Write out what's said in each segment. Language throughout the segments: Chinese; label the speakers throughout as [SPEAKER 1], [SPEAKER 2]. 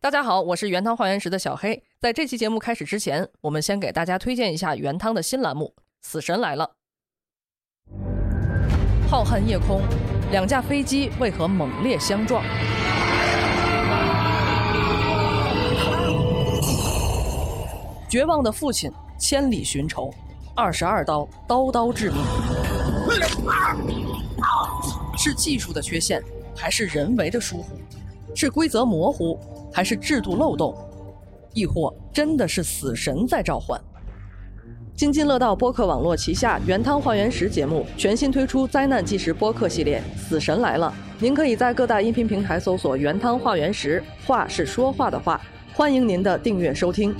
[SPEAKER 1] 大家好，我是原汤化原石的小黑。在这期节目开始之前，我们先给大家推荐一下原汤的新栏目《死神来了》。浩瀚夜空，两架飞机为何猛烈相撞？绝望的父亲千里寻仇，二十二刀，刀刀致命。是技术的缺陷，还是人为的疏忽？是规则模糊，还是制度漏洞？亦或真的是死神在召唤？津津乐道播客网络旗下“原汤化原石”节目全新推出灾难纪实播客系列《死神来了》，您可以在各大音频平台搜索“原汤化原石”，话是说话的话，欢迎您的订阅收听。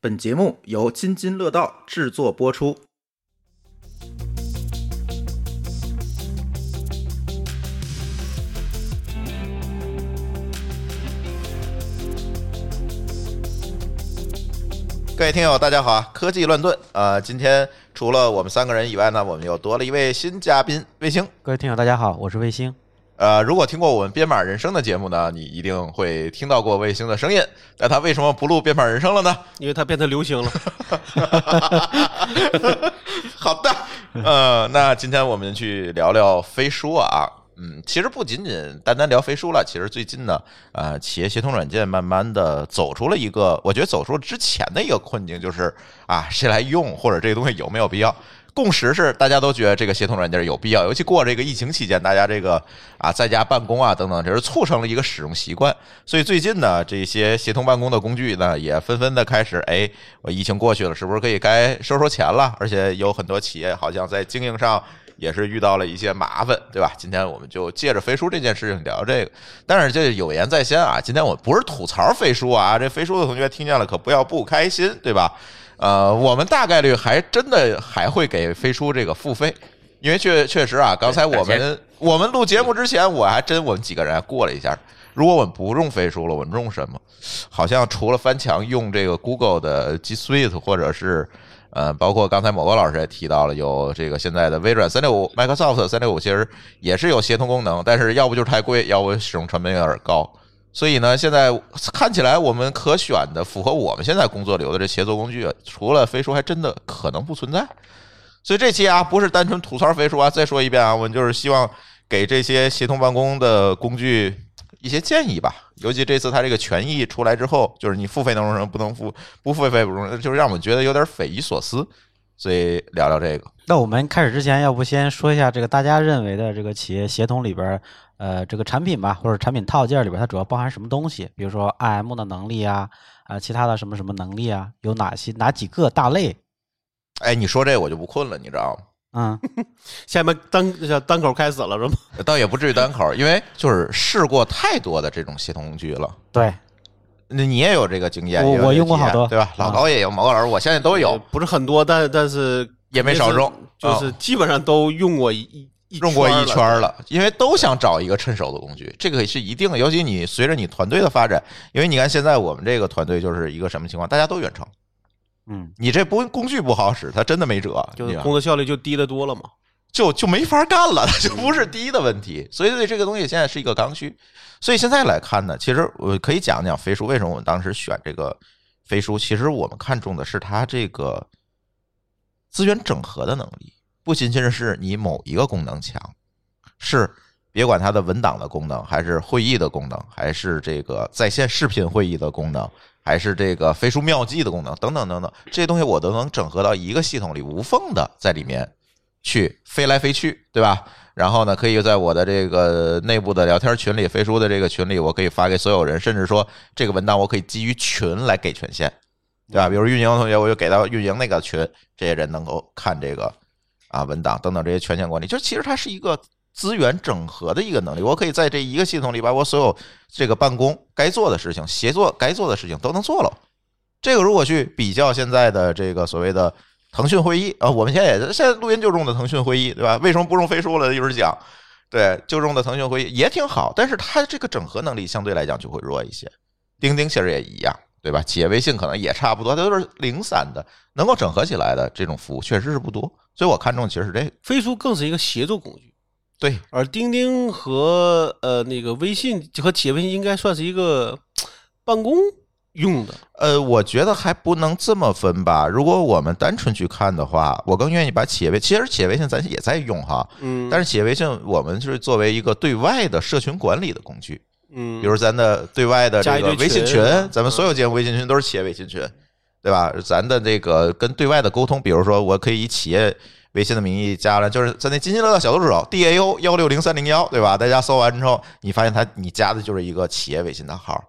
[SPEAKER 2] 本节目由津津乐道制作播出。
[SPEAKER 3] 各位听友，大家好啊！科技乱炖，呃，今天除了我们三个人以外呢，我们又多了一位新嘉宾卫星。
[SPEAKER 4] 各位听友，大家好，我是卫星。
[SPEAKER 3] 呃，如果听过我们《编码人生》的节目呢，你一定会听到过卫星的声音。但他为什么不录《编码人生》了呢？
[SPEAKER 5] 因为它变成流行了。
[SPEAKER 3] 好的，呃，那今天我们去聊聊飞书啊。嗯，其实不仅仅单单聊飞书了，其实最近呢，呃，企业协同软件慢慢的走出了一个，我觉得走出了之前的一个困境，就是啊，谁来用或者这个东西有没有必要？共识是大家都觉得这个协同软件有必要，尤其过这个疫情期间，大家这个啊在家办公啊等等，这是促成了一个使用习惯。所以最近呢，这些协同办公的工具呢，也纷纷的开始，哎，我疫情过去了，是不是可以该收收钱了？而且有很多企业好像在经营上。也是遇到了一些麻烦，对吧？今天我们就借着飞书这件事情聊这个，但是这有言在先啊，今天我不是吐槽飞书啊，这飞书的同学听见了可不要不开心，对吧？呃，我们大概率还真的还会给飞书这个付费，因为确确实啊，刚才我们我们录节目之前，我还真我们几个人还过了一下，如果我们不用飞书了，我们用什么？好像除了翻墙用这个 Google 的 G Suite 或者是。呃，包括刚才某个老师也提到了，有这个现在的微软三六五、Microsoft 三六五，其实也是有协同功能，但是要不就是太贵，要不使用成本有点高。所以呢，现在看起来我们可选的、符合我们现在工作流的这协作工具，除了飞书，还真的可能不存在。所以这期啊，不是单纯吐槽飞书啊，再说一遍啊，我们就是希望给这些协同办公的工具一些建议吧。尤其这次它这个权益出来之后，就是你付费能容忍，不能付不付费不容忍，就是让我们觉得有点匪夷所思。所以聊聊这个，
[SPEAKER 4] 那我们开始之前，要不先说一下这个大家认为的这个企业协同里边儿，呃，这个产品吧，或者产品套件里边儿，它主要包含什么东西？比如说 IM 的能力啊，啊、其他的什么什么能力啊，有哪些哪几个大类？
[SPEAKER 3] 哎，你说这我就不困了，你知道吗？
[SPEAKER 4] 嗯，
[SPEAKER 5] 下面单叫单口开始了是吗？
[SPEAKER 3] 倒呃也不至于单口，因为就是试过太多的这种协同工具了。
[SPEAKER 4] 对，
[SPEAKER 3] 那你也有这个经验，
[SPEAKER 4] 我
[SPEAKER 3] 也有这个
[SPEAKER 4] 我用过
[SPEAKER 3] 体验
[SPEAKER 4] 好多
[SPEAKER 3] 对吧？老
[SPEAKER 4] 啊
[SPEAKER 3] 高也有，毛高老师，我相信都有，
[SPEAKER 5] 不是很多，但但是
[SPEAKER 3] 也没少用，
[SPEAKER 5] 就是
[SPEAKER 3] 嗯
[SPEAKER 5] 基本上都用过一一一
[SPEAKER 3] 用过
[SPEAKER 5] 儿
[SPEAKER 3] 一
[SPEAKER 5] 了
[SPEAKER 3] 圈儿了，因为都想找一个趁手的工具，这个是一定的。尤其你随着你团队的发展，因为你看现在我们这个团队就是一个什么情况，大家都远程，
[SPEAKER 4] 嗯，
[SPEAKER 3] 你这不工具不好使，它真的没辙，
[SPEAKER 5] 就
[SPEAKER 3] 你
[SPEAKER 5] 是
[SPEAKER 3] 知道吗
[SPEAKER 5] 工作效率就低得多了嘛。
[SPEAKER 3] 就就没法干了， 它就不是第一的问题。所以对这个东西现在是一个刚需。所以现在来看呢，其实我可以讲讲飞书为什么我们当时选这个飞书。其实我们看重的是它这个资源整合的能力，不仅仅是你某一个功能强，是别管它的文档的功能，还是会议的功能，还是这个在线视频会议的功能，还是这个飞书妙计的功能，等等等等，这些东西我都能整合到一个系统里，无缝的在里面去飞来飞去，对吧？然后呢，可以在我的这个内部的聊天群里，飞书的这个群里，我可以发给所有人，甚至说这个文档我可以基于群来给权限，对吧？比如运营同学，我就给到运营那个群，这些人能够看这个啊文档等等这些权限管理，就是其实它是一个资源整合的一个能力。我可以在这一个系统里把我所有这个办公该做的事情、协作该做的事情都能做了。这个如果去比较现在的这个所谓的腾讯会议啊，我们现在也是现在录音就用的腾讯会议，对吧？为什么不用飞书了？一会儿讲，对，就用的腾讯会议也挺好，但是它这个整合能力相对来讲就会弱一些。钉钉其实也一样，对吧？企业微信可能也差不多，它都是零散的，能够整合起来的这种服务确实是不多，所以我看重其实是这个。哎
[SPEAKER 5] 飞书更是一个协作工具，
[SPEAKER 3] 对，
[SPEAKER 5] 而钉钉和呃那个微信和企业微信应该算是一个办公用的，
[SPEAKER 3] 呃，我觉得还不能这么分吧。如果我们单纯去看的话，我更愿意把企业微，其实企业微信咱也在用哈，
[SPEAKER 5] 嗯，
[SPEAKER 3] 但
[SPEAKER 5] 是
[SPEAKER 3] 是企业微信我们是作为一个对外的社群管理的工具，
[SPEAKER 5] 嗯，
[SPEAKER 3] 比如咱的对外的
[SPEAKER 5] 加
[SPEAKER 3] 这
[SPEAKER 5] 一
[SPEAKER 3] 个
[SPEAKER 5] 堆
[SPEAKER 3] 微信群
[SPEAKER 5] 群啊，
[SPEAKER 3] 咱们所有节目微信群都是企业微信群，对吧？咱的这个跟对外的沟通，比如说我可以以企业微信的名义加了，就是在那津津乐道小助手 D A O 幺六零三零幺，对吧？大家搜完之后，你发现他你加的就是一个企业微信的号。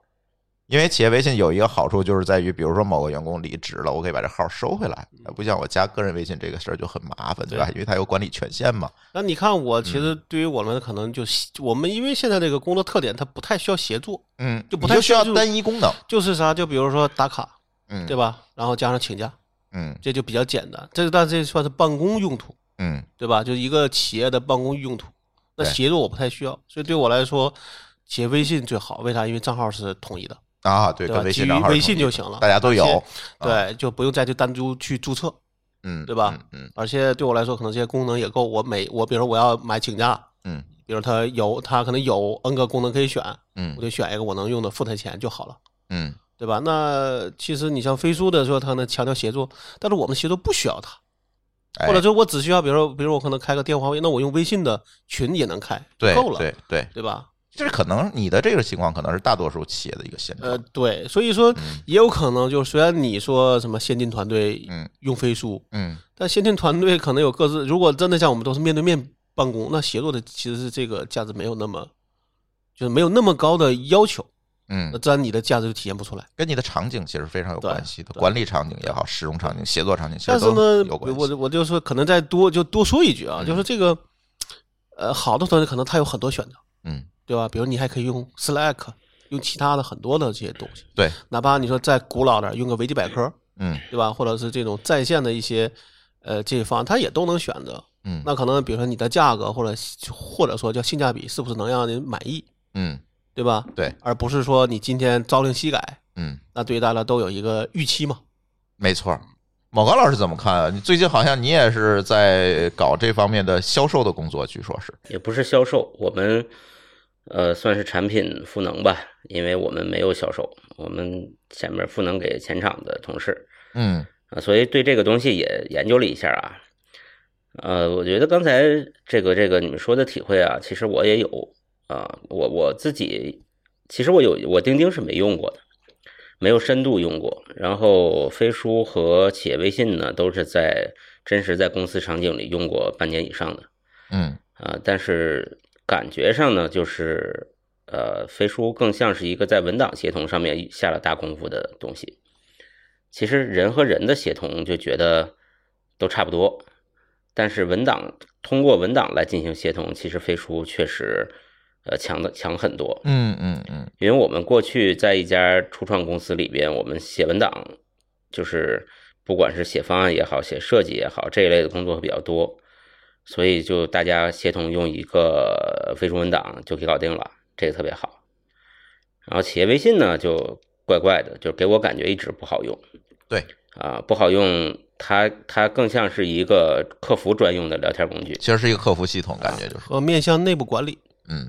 [SPEAKER 3] 因为企业微信有一个好处，就是在于，比如说某个员工离职了，我可以把这号收回来，
[SPEAKER 5] 嗯
[SPEAKER 3] 不像我加个人微信这个事儿就很麻烦，对吧？因为它有管理权限嘛。
[SPEAKER 5] 那你看我其实对于我们可能就我们因为现在这个工作特点，它不太需要协作，
[SPEAKER 3] 嗯，
[SPEAKER 5] 就不
[SPEAKER 3] 你
[SPEAKER 5] 太
[SPEAKER 3] 就需要
[SPEAKER 5] 需要
[SPEAKER 3] 单一功能，
[SPEAKER 5] 就是啥，就比如说打卡，
[SPEAKER 3] 嗯，
[SPEAKER 5] 对吧？然后加上请假，
[SPEAKER 3] 嗯
[SPEAKER 5] 这就比较简单。这但这算是办公用途，
[SPEAKER 3] 嗯，
[SPEAKER 5] 对吧？就是一个企业的办公用途。那
[SPEAKER 3] 对
[SPEAKER 5] 协作我不太需要，所以对我来说，企业微信最好。为啥？因为账号是统一的，
[SPEAKER 3] 啊，对，
[SPEAKER 5] 对
[SPEAKER 3] 跟
[SPEAKER 5] 吧？
[SPEAKER 3] 微
[SPEAKER 5] 基
[SPEAKER 3] 信
[SPEAKER 5] 于
[SPEAKER 3] 账号是
[SPEAKER 5] 微
[SPEAKER 3] 统
[SPEAKER 5] 信
[SPEAKER 3] 一
[SPEAKER 5] 就
[SPEAKER 3] 的
[SPEAKER 5] 行了，
[SPEAKER 3] 大家都有
[SPEAKER 5] 而且，
[SPEAKER 3] 啊，
[SPEAKER 5] 对，就不用再去单独去注册。
[SPEAKER 3] 嗯，
[SPEAKER 5] 对吧
[SPEAKER 3] 嗯
[SPEAKER 5] 而且对我来说，可能这些功能也够。我每我比如说我要买请假，
[SPEAKER 3] 嗯
[SPEAKER 5] 比如它有它可能有 N 个功能可以选，
[SPEAKER 3] 嗯
[SPEAKER 5] 我就选一个我能用的，付它钱就好了。
[SPEAKER 3] 嗯
[SPEAKER 5] 对吧？那其实你像飞书的时候，它能强调协作，但是我们协作不需要它，
[SPEAKER 3] 嗯，
[SPEAKER 5] 或者
[SPEAKER 3] 哎
[SPEAKER 5] 说我只需要，比如说，比如我可能开个电话会，那我用微信的群也能开，
[SPEAKER 3] 对
[SPEAKER 5] 够了，
[SPEAKER 3] 对对，
[SPEAKER 5] 对吧？
[SPEAKER 3] 这是可能你的这个情况可能是大多数企业的一个现状
[SPEAKER 5] 呃，，对，所以说
[SPEAKER 3] 嗯
[SPEAKER 5] 也有可能，就是虽然你说什么先进团队
[SPEAKER 3] 嗯
[SPEAKER 5] 用飞书，
[SPEAKER 3] 嗯
[SPEAKER 5] 但先进团队可能有各自，如果真的像我们都是面对面办公，那协作的其实是这个价值没有那么，就是没有那么高的要求，那
[SPEAKER 3] 嗯，
[SPEAKER 5] 自然你的价值就体现不出来。
[SPEAKER 3] 跟你的场景其实非常有关系的，
[SPEAKER 5] 呃对
[SPEAKER 3] 管理场景也好，使用场景、协作场景，其
[SPEAKER 5] 但
[SPEAKER 3] 实
[SPEAKER 5] 是
[SPEAKER 3] 都
[SPEAKER 5] 呢，
[SPEAKER 3] 有
[SPEAKER 5] 我
[SPEAKER 3] 关
[SPEAKER 5] 我
[SPEAKER 3] 系。
[SPEAKER 5] 我就说，可能再多就多说一句啊，
[SPEAKER 3] 嗯
[SPEAKER 5] 就是这个，呃，好的团队可能它有很多选择，
[SPEAKER 3] 嗯，
[SPEAKER 5] 对吧？比如你还可以用 Slack，用其他的很多的这些东西，
[SPEAKER 3] 对，
[SPEAKER 5] 哪怕你说再古老点儿，用个维基百科，
[SPEAKER 3] 嗯
[SPEAKER 5] 对吧？或者是这种在线的一些，呃，这些方案，它也都能选择。
[SPEAKER 3] 嗯
[SPEAKER 5] 那可能比如说你的价格或者或者说叫性价比，是不是能让人满意，
[SPEAKER 3] 嗯，
[SPEAKER 5] 对吧？
[SPEAKER 3] 对，
[SPEAKER 5] 而不是说你今天朝令夕改，
[SPEAKER 3] 嗯，
[SPEAKER 5] 那对大家都有一个预期嘛。
[SPEAKER 3] 没错儿。某高老师怎么看啊？你最近好像你也是在搞这方面的销售的工作，据说是。
[SPEAKER 6] 也不是销售，我们呃算是产品赋能吧，因为我们没有销售，我们前面赋能给前场的同事
[SPEAKER 3] 嗯
[SPEAKER 6] 啊、所以对这个东西也研究了一下啊。呃，我觉得刚才这个这个你们说的体会啊，其实我也有啊、我我自己其实我有我钉钉是没用过的，没有深度用过，然后飞书和企业微信呢都是在真实在公司场景里用过半年以上的。
[SPEAKER 3] 嗯
[SPEAKER 6] 啊、但是感觉上呢，就是呃，飞书更像是一个在文档协同上面下了大功夫的东西。其实人和人的协同就觉得都差不多，但是文档通过文档来进行协同，其实飞书确实呃强的强很多。
[SPEAKER 3] 嗯嗯嗯
[SPEAKER 6] 因为我们过去在一家初创公司里边，我们写文档，就是不管是写方案也好，写设计也好，这一类的工作比较多，所以就大家协同用一个飞书文档就给搞定了，这个特别好。然后企业微信呢，就怪怪的，就给我感觉一直不好用。
[SPEAKER 3] 对
[SPEAKER 6] 啊，不好用，它它更像是一个客服专用的聊天工具。
[SPEAKER 3] 其实是一个客服系统，感觉就是，
[SPEAKER 5] 和面向内部管理，
[SPEAKER 3] 嗯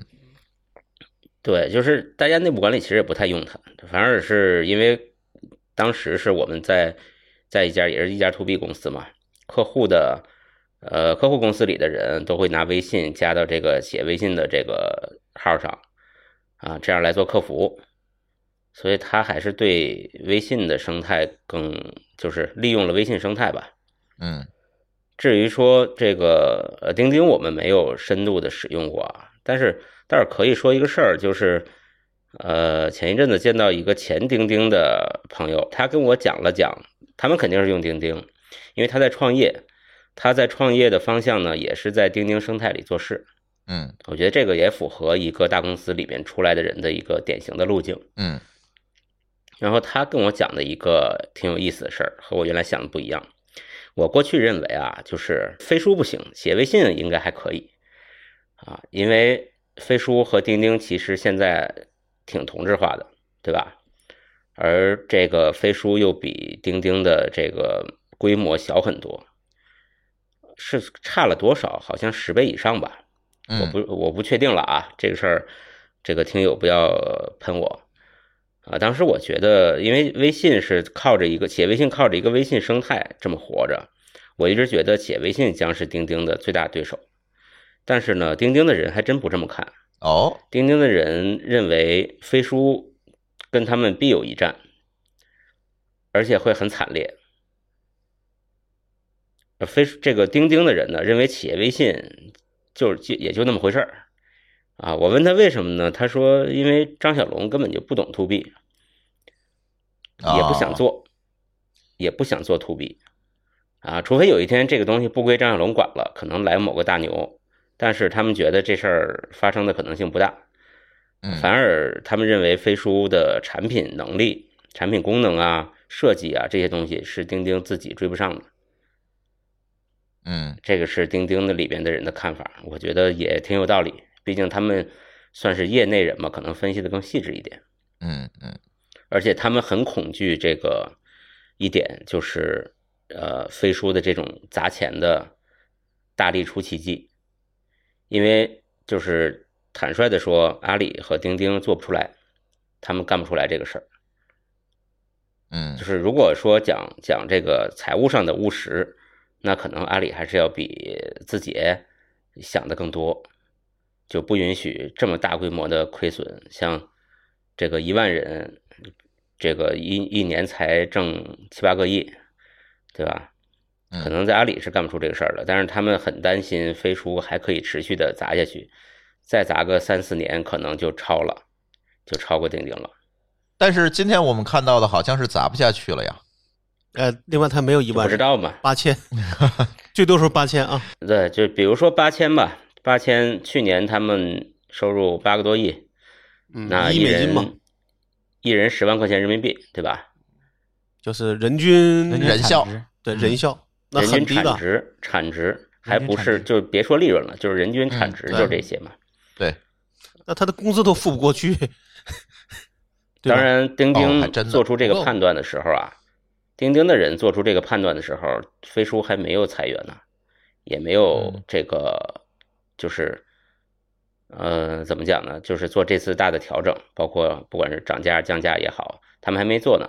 [SPEAKER 6] 对，就是大家内部管理其实也不太用它，反而是因为当时是我们在在一家也是一家 to B 公司嘛，客户的呃客户公司里的人都会拿微信加到这个写微信的这个号上啊，这样来做客服，所以他还是对微信的生态更就是利用了微信生态吧。
[SPEAKER 3] 嗯
[SPEAKER 6] 至于说这个呃钉钉，我们没有深度的使用过啊，但是但是可以说一个事儿，就是呃前一阵子见到一个前钉钉的朋友，他跟我讲了讲，他们肯定是用钉钉，因为他在创业，他在创业的方向呢也是在钉钉生态里做事，
[SPEAKER 3] 嗯
[SPEAKER 6] 我觉得这个也符合一个大公司里面出来的人的一个典型的路径。
[SPEAKER 3] 嗯
[SPEAKER 6] 然后他跟我讲的一个挺有意思的事儿，和我原来想的不一样。我过去认为啊，就是飞书不行，写微信应该还可以啊，因为飞书和钉钉其实现在挺同质化的，对吧？而这个飞书又比钉钉的这个规模小很多，是差了多少？好像十倍以上吧。
[SPEAKER 3] 嗯嗯
[SPEAKER 6] 我不我不确定了啊，这个事儿，这个听友不要呃喷我啊。当时我觉得，因为微信是靠着一个企业微信靠着一个微信生态这么活着，我一直觉得企业微信将是钉钉的最大对手。但是呢，钉钉的人还真不这么看，
[SPEAKER 3] 哦，
[SPEAKER 6] 钉钉的人认为飞书跟他们必有一战，而且会很惨烈。呃飞书这个钉钉的人呢，认为企业微信就是就也就那么回事儿啊。我问他为什么呢？他说因为张小龙根本就不懂 to B，也不想做，也不想做 to B 啊，除非有一天这个东西不归张小龙管了，可能来某个大牛，但是他们觉得这事儿发生的可能性不大，
[SPEAKER 3] 嗯
[SPEAKER 6] 反而他们认为飞书的产品能力、产品功能啊、设计啊这些东西是钉钉自己追不上的，
[SPEAKER 3] 嗯
[SPEAKER 6] 这个是钉钉的里边的人的看法，我觉得也挺有道理，毕竟他们算是业内人嘛，可能分析的更细致一点。
[SPEAKER 3] 嗯嗯
[SPEAKER 6] 而且他们很恐惧这个一点，就是呃飞书的这种砸钱的大力出奇迹，因为就是坦率的说，阿里和钉钉做不出来，他们干不出来这个事儿。
[SPEAKER 3] 嗯
[SPEAKER 6] 就是如果说讲讲这个财务上的务实，那可能阿里还是要比字节想的更多，就不允许这么大规模的亏损，像这个一万人，这个一一年才挣七八个亿，对吧？
[SPEAKER 3] 嗯
[SPEAKER 6] 可能在阿里是干不出这个事儿了，但是他们很担心飞书还可以持续的砸下去，再砸个三四年，可能就超了，就超过钉钉了。
[SPEAKER 3] 但是今天我们看到的好像是砸不下去了呀。
[SPEAKER 5] 呃，另外他没有一
[SPEAKER 6] 就不
[SPEAKER 5] 万
[SPEAKER 6] 知，道嘛，
[SPEAKER 5] 八 千，最多时候八千啊。
[SPEAKER 6] 对，就比如说八千吧，八千去年他们收入八个多亿，
[SPEAKER 5] 嗯
[SPEAKER 6] 那
[SPEAKER 5] 一
[SPEAKER 6] 一
[SPEAKER 5] 美金
[SPEAKER 6] 人
[SPEAKER 5] 嘛，
[SPEAKER 6] 一人十万块钱人民币，对吧？
[SPEAKER 5] 就是人均
[SPEAKER 4] 人均
[SPEAKER 3] 人
[SPEAKER 4] 产
[SPEAKER 3] 效
[SPEAKER 4] 值
[SPEAKER 5] 对人效，那
[SPEAKER 6] 嗯人
[SPEAKER 5] 很低
[SPEAKER 6] 均产
[SPEAKER 5] 的。
[SPEAKER 6] 值，产值还
[SPEAKER 4] 均
[SPEAKER 6] 不
[SPEAKER 4] 产
[SPEAKER 6] 是，
[SPEAKER 4] 值
[SPEAKER 6] 就别说利润了，就是人均产
[SPEAKER 3] 嗯
[SPEAKER 6] 值，
[SPEAKER 3] 对
[SPEAKER 6] 就这些嘛。
[SPEAKER 3] 对，
[SPEAKER 5] 那他的工资都付不过去。对吧
[SPEAKER 6] 当，然，钉
[SPEAKER 3] 哦还
[SPEAKER 6] 钉
[SPEAKER 3] 真的
[SPEAKER 6] 做出这
[SPEAKER 3] 不
[SPEAKER 6] 个
[SPEAKER 3] 够
[SPEAKER 6] 判断的时候啊，钉钉的人做出这个判断的时候，飞书还没有裁员呢，也没有
[SPEAKER 3] 嗯
[SPEAKER 6] 这个，就是，呃，怎么讲呢？就是做这次大的调整，包括不管是涨价、降价也好，他们还没做呢。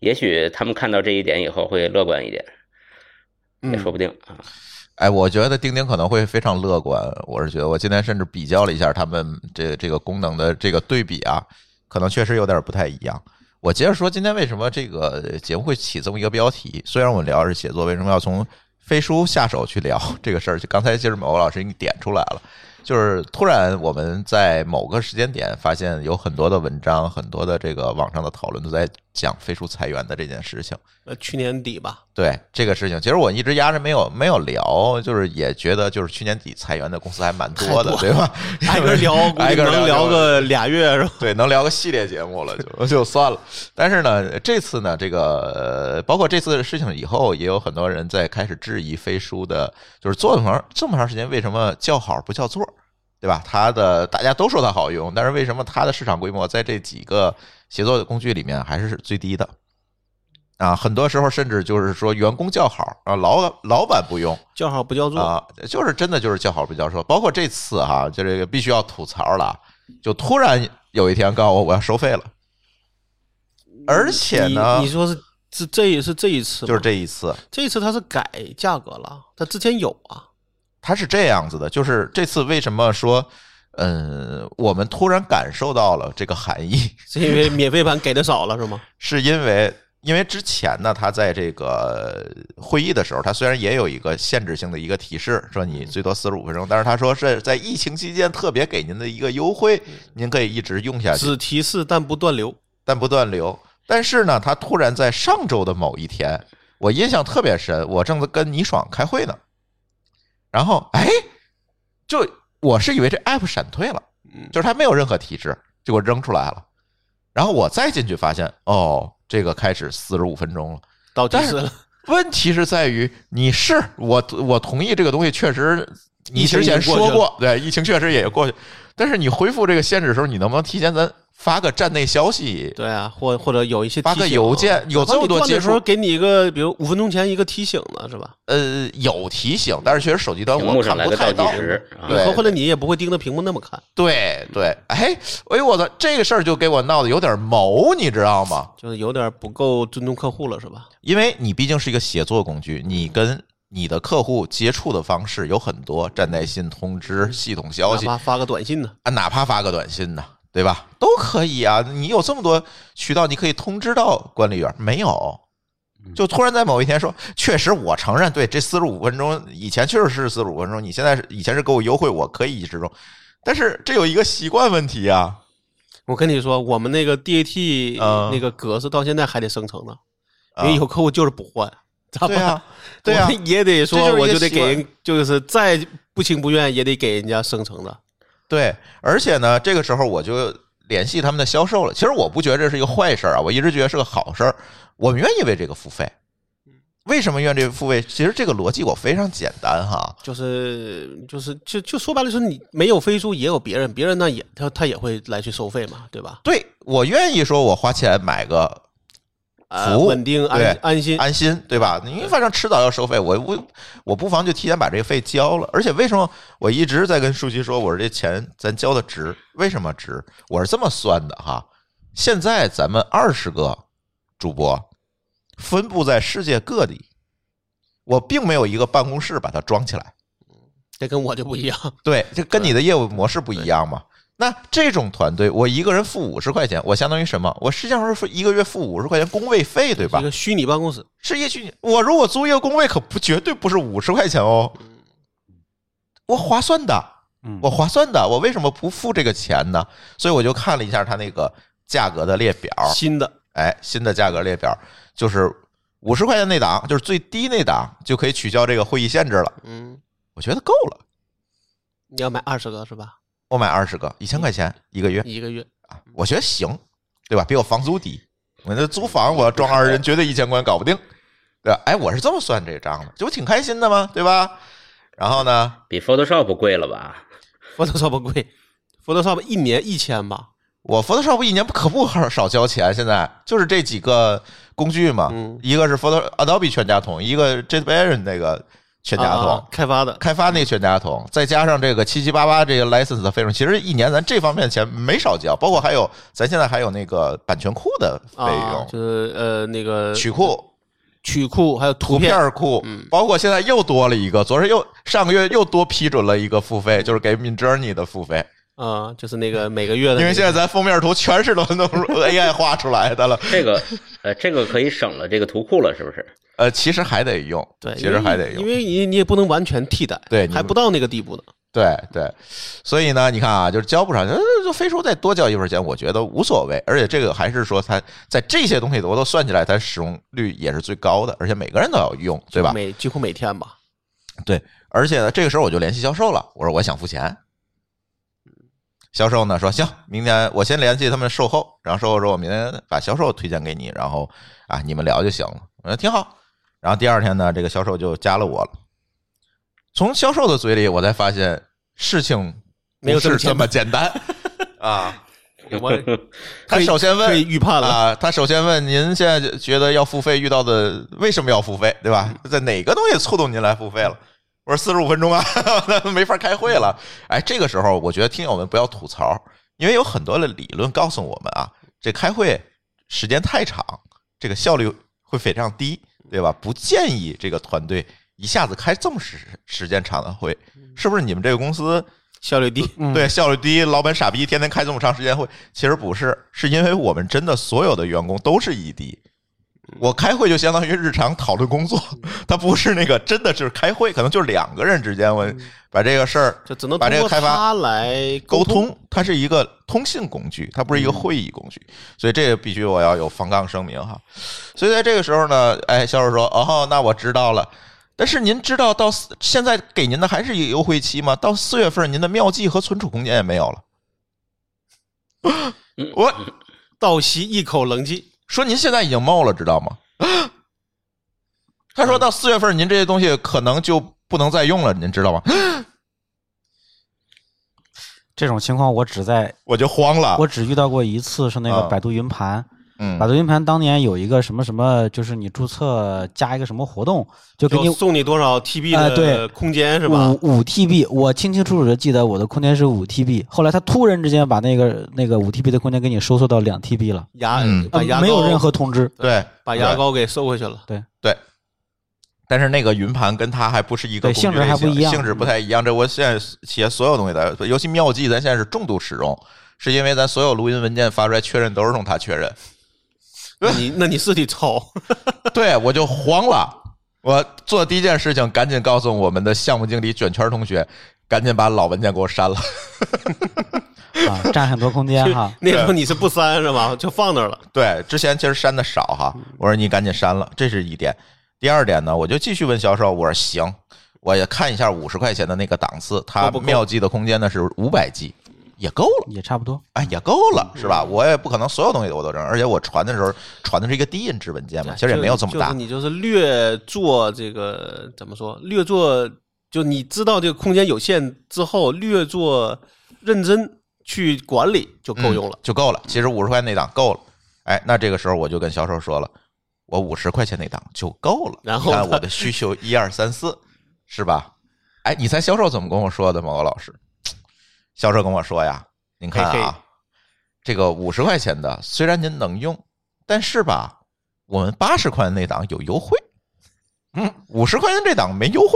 [SPEAKER 6] 也许他们看到这一点以后会乐观一点，
[SPEAKER 3] 嗯
[SPEAKER 6] 也说不定啊。
[SPEAKER 3] 哎，我觉得钉钉可能会非常乐观。我是觉得，我今天甚至比较了一下他们这这个功能的这个对比啊，可能确实有点不太一样。我接着说，今天为什么这个节目会起这么一个标题？虽然我们聊的是写作，为什么要从飞书下手去聊这个事儿？就刚才其实某老师已经点出来了，就是突然我们在某个时间点发现有很多的文章，很多的这个网上的讨论都在讲飞书裁员的这件事情。
[SPEAKER 5] 呃，去年底吧，
[SPEAKER 3] 对这个事情，其实我一直压着没有没有聊，就是也觉得就是去年底裁员的公司还蛮多的，
[SPEAKER 5] 太多
[SPEAKER 3] 对吧？
[SPEAKER 5] 挨个聊，估
[SPEAKER 3] 挨
[SPEAKER 5] 计
[SPEAKER 3] 个
[SPEAKER 5] 能聊
[SPEAKER 3] 聊
[SPEAKER 5] 个俩月是吧？
[SPEAKER 3] 对，能聊个系列节目了，就就算了。但是呢，这次呢，这个呃包括这次的事情以后，也有很多人在开始质疑飞书的，就是做了么这么长时间，为什么叫好不叫座，对吧？它的大家都说它好用，但是为什么它的市场规模在这几个协作工具里面还是最低的？啊，很多时候甚至就是说员工叫好啊，老老板不用，
[SPEAKER 5] 叫好不叫座，
[SPEAKER 3] 啊，就是真的就是叫好不叫座。包括这次哈、就这个必须要吐槽了，就突然有一天告诉我我要收费了，而且呢
[SPEAKER 5] 嗯你你，说是是这是这一次吗，
[SPEAKER 3] 就是这一次，
[SPEAKER 5] 这一次他是改价格了，他之前有啊，
[SPEAKER 3] 它是这样子的，就是这次为什么说，嗯，我们突然感受到了这个含义，
[SPEAKER 5] 是因为免费版给的少了是吗？
[SPEAKER 3] 是因为因为之前呢，他在这个会议的时候，他虽然也有一个限制性的一个提示，说你
[SPEAKER 5] 嗯
[SPEAKER 3] 最多四十五分钟，但是他说是在疫情期间特别给您的一个优惠，
[SPEAKER 5] 嗯
[SPEAKER 3] 您可以一直用下去，
[SPEAKER 5] 只提示但不断流，
[SPEAKER 3] 但不断流。但是呢，他突然在上周的某一天，我印象特别深，我正在跟倪爽开会呢，然后哎，就我是以为这 app 闪退了，
[SPEAKER 5] 嗯
[SPEAKER 3] 就是它没有任何提示，结果扔出来了，然后我再进去发现，哦，这个开始四十五分钟了。
[SPEAKER 5] 到提
[SPEAKER 3] 但
[SPEAKER 5] 示
[SPEAKER 3] 是
[SPEAKER 5] 了，
[SPEAKER 3] 问题是在于，你是我我同意这个东西确实，你
[SPEAKER 5] 疫情
[SPEAKER 3] 之前
[SPEAKER 5] 已经过
[SPEAKER 3] 说
[SPEAKER 5] 去了
[SPEAKER 3] 过，对，疫情确实也过去，但是你恢复这个限制的时候，你能不能提前咱发个站内消息，
[SPEAKER 5] 对啊，或或者 有一些
[SPEAKER 3] 发个
[SPEAKER 5] 提醒
[SPEAKER 3] 邮
[SPEAKER 6] 啊
[SPEAKER 3] 件，有这么多接
[SPEAKER 5] 的时候
[SPEAKER 3] 触，
[SPEAKER 5] 给你一个，比如五分钟前一个提醒呢，是吧？
[SPEAKER 3] 呃，有提醒，但是确实手机端
[SPEAKER 6] 屏
[SPEAKER 3] 我
[SPEAKER 6] 幕
[SPEAKER 3] 看
[SPEAKER 6] 上来
[SPEAKER 3] 不
[SPEAKER 6] 个
[SPEAKER 3] 太
[SPEAKER 6] 倒
[SPEAKER 3] 到
[SPEAKER 6] 计。时啊，
[SPEAKER 3] 对
[SPEAKER 5] 或或者你也不会盯着屏幕那么看，
[SPEAKER 3] 对对，哎，哎呦我操，这个事儿就给我闹得有点毛，你知道吗？
[SPEAKER 5] 就是有点不够尊重客户了，是吧？
[SPEAKER 3] 因为你毕竟是一个写作工具，你跟你的客户接触的方式有很多，站内信、通知、系统消
[SPEAKER 5] 哪
[SPEAKER 3] 息
[SPEAKER 5] 怕发个短信呢，
[SPEAKER 3] 啊，哪怕发个短信呢，对吧？都可以啊。你有这么多渠道，你可以通知到管理员，没有？
[SPEAKER 5] 嗯
[SPEAKER 3] 就突然在某一天说，确实我承认，对这四十五分钟以前确实是四十五分钟，你现在是以前是给我优惠，我可以一直用，但是这有一个习惯问题啊。
[SPEAKER 5] 我跟你说，我们那个 DAT
[SPEAKER 3] 嗯
[SPEAKER 5] 那个格式到现在还得生成呢，
[SPEAKER 3] 啊
[SPEAKER 5] 因为有客户就是不换，咋
[SPEAKER 3] 对呀、
[SPEAKER 5] 办？
[SPEAKER 3] 对啊呀、
[SPEAKER 5] 我们也得说
[SPEAKER 3] 这就是一个
[SPEAKER 5] 我就得
[SPEAKER 3] 习
[SPEAKER 5] 给
[SPEAKER 3] 惯
[SPEAKER 5] 人，就是再不情不愿也得给人家生成的。
[SPEAKER 3] 对，而且呢，这个时候我就联系他们的销售了。其实我不觉得这是一个坏事儿啊，我一直觉得是个好事儿。我们愿意为这个付费，为什么愿意这个付费？其实这个逻辑我非常简单哈。
[SPEAKER 5] 就是就是就就说白了，就是你没有飞书也有别人，别人呢也他他也会来去收费嘛，对吧？
[SPEAKER 3] 对我愿意说，我花钱买个
[SPEAKER 5] 呃
[SPEAKER 3] 服务
[SPEAKER 5] 稳定
[SPEAKER 3] 对
[SPEAKER 5] 安安心，
[SPEAKER 3] 安心，对吧？你反正迟早要收费，我我我不妨就提前把这个费交了。而且为什么我一直在跟舒淇说，我说这钱咱交的值？为什么值？我是这么算的哈。现在咱们二十个主播分布在世界各地，我并没有一个办公室把它装起来。
[SPEAKER 5] 这跟我就不一样。
[SPEAKER 3] 对，这跟你的业务模式不一样嘛。那这种团队，我一个人付五十块钱，我相当于什么？我实际上是一个月付五十块钱工位费，对吧
[SPEAKER 5] 一？个虚拟办公室，
[SPEAKER 3] 是一去，我如果租一个工位，可不绝对不是五十块钱哦，我划算的，
[SPEAKER 4] 嗯，
[SPEAKER 3] 我划算的，我为什么不付这个钱呢？所以我就看了一下它那个价格的列表，
[SPEAKER 5] 新的
[SPEAKER 3] 哎，新的价格列表就是五十块钱那档，就是最低那档就可以取消这个会议限制了，
[SPEAKER 5] 嗯，
[SPEAKER 3] 我觉得够了，
[SPEAKER 5] 你要买二十个是吧？
[SPEAKER 3] 我买二十个，一千块钱一个月，
[SPEAKER 5] 一个月，
[SPEAKER 3] 啊，我觉得行，对吧？比我房租低，我这租房我要装二十人，绝对一千块搞不定，对吧？哎，我是这么算这账的，这不挺开心的吗？对吧？然后呢，
[SPEAKER 6] 比 Photoshop 贵了吧？
[SPEAKER 5] Photoshop 贵，Photoshop 一年一千吧，
[SPEAKER 3] 我 Photoshop 一年不可不少交钱，现在就是这几个工具嘛，
[SPEAKER 5] 嗯
[SPEAKER 3] 一个是 Photo Adobe 全家桶，一个 JetBrains 那个全家桶。
[SPEAKER 5] 啊开发的，
[SPEAKER 3] 开发那全家桶，再加上这个七七八八这个 license 的费用，其实一年咱这方面的钱没少交，包括还有咱现在还有那个版权库的费
[SPEAKER 5] 啊，
[SPEAKER 3] 用，
[SPEAKER 5] 就是呃那个
[SPEAKER 3] 曲库
[SPEAKER 5] 曲库还有
[SPEAKER 3] 图
[SPEAKER 5] 图嗯
[SPEAKER 3] 片儿库，包括现在又多了一个，昨儿又上个月又多批准了一个付费，就是给 Min Journey 的付费，
[SPEAKER 5] 啊，就是那个每个月的那个，
[SPEAKER 3] 因为现在咱封面图全是都弄 AI 画出来的了，
[SPEAKER 6] 这个呃，这个可以省了这个图库了，是不是？
[SPEAKER 3] 呃，其实还得用，
[SPEAKER 5] 对，
[SPEAKER 3] 其
[SPEAKER 5] 因
[SPEAKER 3] 实
[SPEAKER 5] 为
[SPEAKER 3] 还得用
[SPEAKER 5] 因，为你你也不能完全替代，
[SPEAKER 3] 对你
[SPEAKER 5] 还不到那个地步呢。
[SPEAKER 3] 对对，所以呢，你看啊，就是交不上，呃就非说再多交一份钱，我觉得无所谓，而且这个还是说它在这些东西我都算起来，它使用率也是最高的，而且每个人都要用，对吧？
[SPEAKER 5] 每几乎每天 吧，
[SPEAKER 3] 对，而且呢，这个时候我就联系销售了，我说我想付钱。销售呢说行，明天我先联系他们售后，然后售后说我明天把销售推荐给你，然后啊你们聊就行了。我说挺好。然后第二天呢，这个销售就加了我了。从销售的嘴里，我才发现事情
[SPEAKER 5] 没有
[SPEAKER 3] 不
[SPEAKER 5] 这么
[SPEAKER 3] 是这么简单 啊。
[SPEAKER 5] 我
[SPEAKER 3] 他
[SPEAKER 5] 可以
[SPEAKER 3] 首先问
[SPEAKER 5] 可以预判了。
[SPEAKER 3] 啊，他首先问您现在觉得要付费遇到的为什么要付费，对吧？
[SPEAKER 5] 嗯
[SPEAKER 3] 在哪个东西触动您来付费了？我说四十五分钟啊， 那没法开会了。哎，这个时候我觉得听友们不要吐槽，因为有很多的理论告诉我们啊，这开会时间太长，这个效率会非常低，对吧？不建议这个团队一下子开这么时时间长的会，
[SPEAKER 5] 嗯
[SPEAKER 3] 是不是？你们这个公司
[SPEAKER 5] 效率低，
[SPEAKER 3] 对，效率低，老板傻逼，天天开这么长时间会。其实不是，是因为我们真的所有的员工都是异地。
[SPEAKER 5] 嗯
[SPEAKER 3] 我开会就相当于日常讨论工作， 他不是那个真的就是开会，可能就是两个人之间我把这个事儿
[SPEAKER 5] 嗯就只能
[SPEAKER 3] 把
[SPEAKER 5] 通
[SPEAKER 3] 这个
[SPEAKER 5] 过
[SPEAKER 3] 开发
[SPEAKER 5] 它来
[SPEAKER 3] 沟
[SPEAKER 5] 通。
[SPEAKER 3] 通，它是一个通信工具，它不是一个会议工具，所以这个必须我要有防杠声明哈。所以在这个时候呢，哎，销售说：“哦，那我知道了。”但是您知道到四现在给您的还是一个优惠期吗？到四月份，您的妙计和存储空间也没有了。我
[SPEAKER 5] 倒吸一口冷气，
[SPEAKER 3] 说您现在已经冒了，知道吗？他说到四月份，您这些东西可能就不能再用了，您知道吗？
[SPEAKER 4] 这种情况我只在
[SPEAKER 3] 我就慌
[SPEAKER 5] 啊
[SPEAKER 3] 了。
[SPEAKER 4] 我只遇到过一次，是那个
[SPEAKER 3] 嗯
[SPEAKER 4] 百度云盘。
[SPEAKER 3] 嗯
[SPEAKER 4] 百度云盘当年有一个什么什么，就是你注册加一个什么活动，就给你
[SPEAKER 5] 就送你多少 TB
[SPEAKER 4] 啊
[SPEAKER 5] 的
[SPEAKER 4] 对
[SPEAKER 5] 空间是吧？
[SPEAKER 4] 五五 TB，我清清楚楚的记得我的空间是五 TB，后来他突然之间把那个那个五 TB 的空间给你收缩到两 TB 了，
[SPEAKER 5] 牙
[SPEAKER 3] 嗯
[SPEAKER 5] 把牙
[SPEAKER 4] 呃没有
[SPEAKER 5] 膏
[SPEAKER 4] 任何通知。
[SPEAKER 3] 对，
[SPEAKER 5] 把牙
[SPEAKER 3] 对。
[SPEAKER 5] 膏给收回去 了。
[SPEAKER 3] 但是那个云盘跟它还不是一个
[SPEAKER 4] 对
[SPEAKER 3] 工具
[SPEAKER 4] 性质还
[SPEAKER 3] 类型
[SPEAKER 4] 不一样
[SPEAKER 3] 性质不太一样。这我现在企业所有东西的，尤其妙计，咱现在是重度使用，是因为咱所有录音文件发出来确认都是用它确认。
[SPEAKER 5] 那你那你是得抄，
[SPEAKER 3] 对，我就慌了。我做第一件事情，赶紧告诉我们的项目经理卷圈同学，赶紧把老文件给我删了。
[SPEAKER 4] 啊，占很多空
[SPEAKER 5] 。
[SPEAKER 4] 间哈
[SPEAKER 5] 那时候你是不删是吧？就放那 儿了。
[SPEAKER 3] 对，之前其实删的少哈，
[SPEAKER 4] 嗯
[SPEAKER 3] 我说你赶紧删了，这是一点。第二点呢，我就继续问销售，我说行，我也看一下五十块钱的那个档次，它
[SPEAKER 5] 够不够
[SPEAKER 3] 妙计的空间呢是五百 G，也够了。
[SPEAKER 4] 也差不多，
[SPEAKER 3] 哎，也够了，
[SPEAKER 5] 嗯
[SPEAKER 3] 是吧？我也不可能所有东西我都扔，而且我传的时候传的是一个低音质文件嘛，其实也没有这么
[SPEAKER 5] 就
[SPEAKER 3] 大
[SPEAKER 5] 是。你就是略做这个怎么说？略做就你知道这个空间有限之后，略做认真去管理就够用了
[SPEAKER 3] 嗯。就够了。其实五十块那档够了。哎，那这个时候我就跟销售说了，我五十块钱那档就够了。
[SPEAKER 5] 然后
[SPEAKER 3] 你看
[SPEAKER 5] 呢
[SPEAKER 3] 我的需求一二三四，是吧？哎，你猜销售怎么跟我说的吗？欧老师，销售跟我说呀，您看啊，
[SPEAKER 5] 嘿嘿
[SPEAKER 3] 这个五十块钱的虽然您能用，但是吧，我们八十块钱那档有优惠，嗯，五十块钱这档没优惠，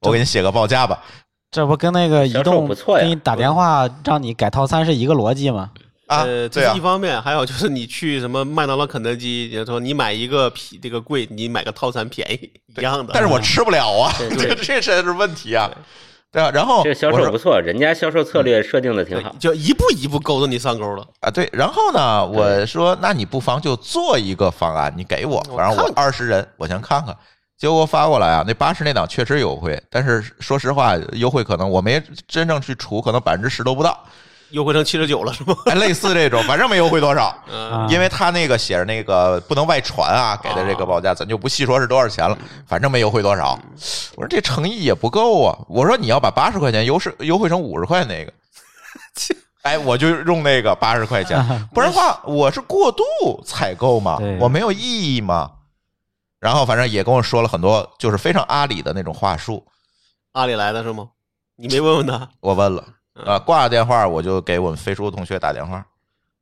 [SPEAKER 3] 我给你写个报价吧。
[SPEAKER 4] 这不跟那个移
[SPEAKER 6] 销售
[SPEAKER 4] 动
[SPEAKER 6] 不错呀
[SPEAKER 4] 给你打电话让你改套餐是一个逻辑吗？
[SPEAKER 3] 啊，
[SPEAKER 5] 呃，这
[SPEAKER 3] 对啊
[SPEAKER 5] 是一，方面，还有就是你去什么麦当劳、肯德基，也说你买一个比这个贵，你买个套餐便宜一样的。
[SPEAKER 3] 但是我吃不了啊，
[SPEAKER 6] 嗯对
[SPEAKER 3] 这
[SPEAKER 6] 对
[SPEAKER 3] 这才是问题啊，对啊。然后
[SPEAKER 6] 这个销
[SPEAKER 3] 我嗯
[SPEAKER 6] 售
[SPEAKER 3] 说
[SPEAKER 6] 不错，人家销售策略设定的挺好
[SPEAKER 5] 对。就一步一步勾着你上钩了。
[SPEAKER 3] 啊，对，然后呢，我说那你不妨就做一个方案，你给我，然后我二十人，我先看看。结果发过来啊，那八十那档确实有优惠，但是说实话，优惠可能我没真正去除，可能百分之十都不到，
[SPEAKER 5] 优惠成七十九了是吗？
[SPEAKER 3] 哎类似这种，反正没优惠多少。
[SPEAKER 5] 嗯，
[SPEAKER 4] 啊，
[SPEAKER 3] 因为他那个写着那个不能外传啊，给的这个报价，咱就不细说是多少钱了，
[SPEAKER 4] 嗯
[SPEAKER 3] 反正没优惠多少。我说这诚意也不够啊，我说你要把八十块钱优势优惠成五十块那 个，哎，我就用那个八十块钱，不然的话我是过度采购嘛
[SPEAKER 4] 啊对，
[SPEAKER 3] 我没有意义嘛。然后反正也跟我说了很多，就是非常阿里的那种话术，
[SPEAKER 5] 阿里来的是吗？你没问问他？
[SPEAKER 3] 我问了啊，挂了电话我就给我们飞书同学打电话，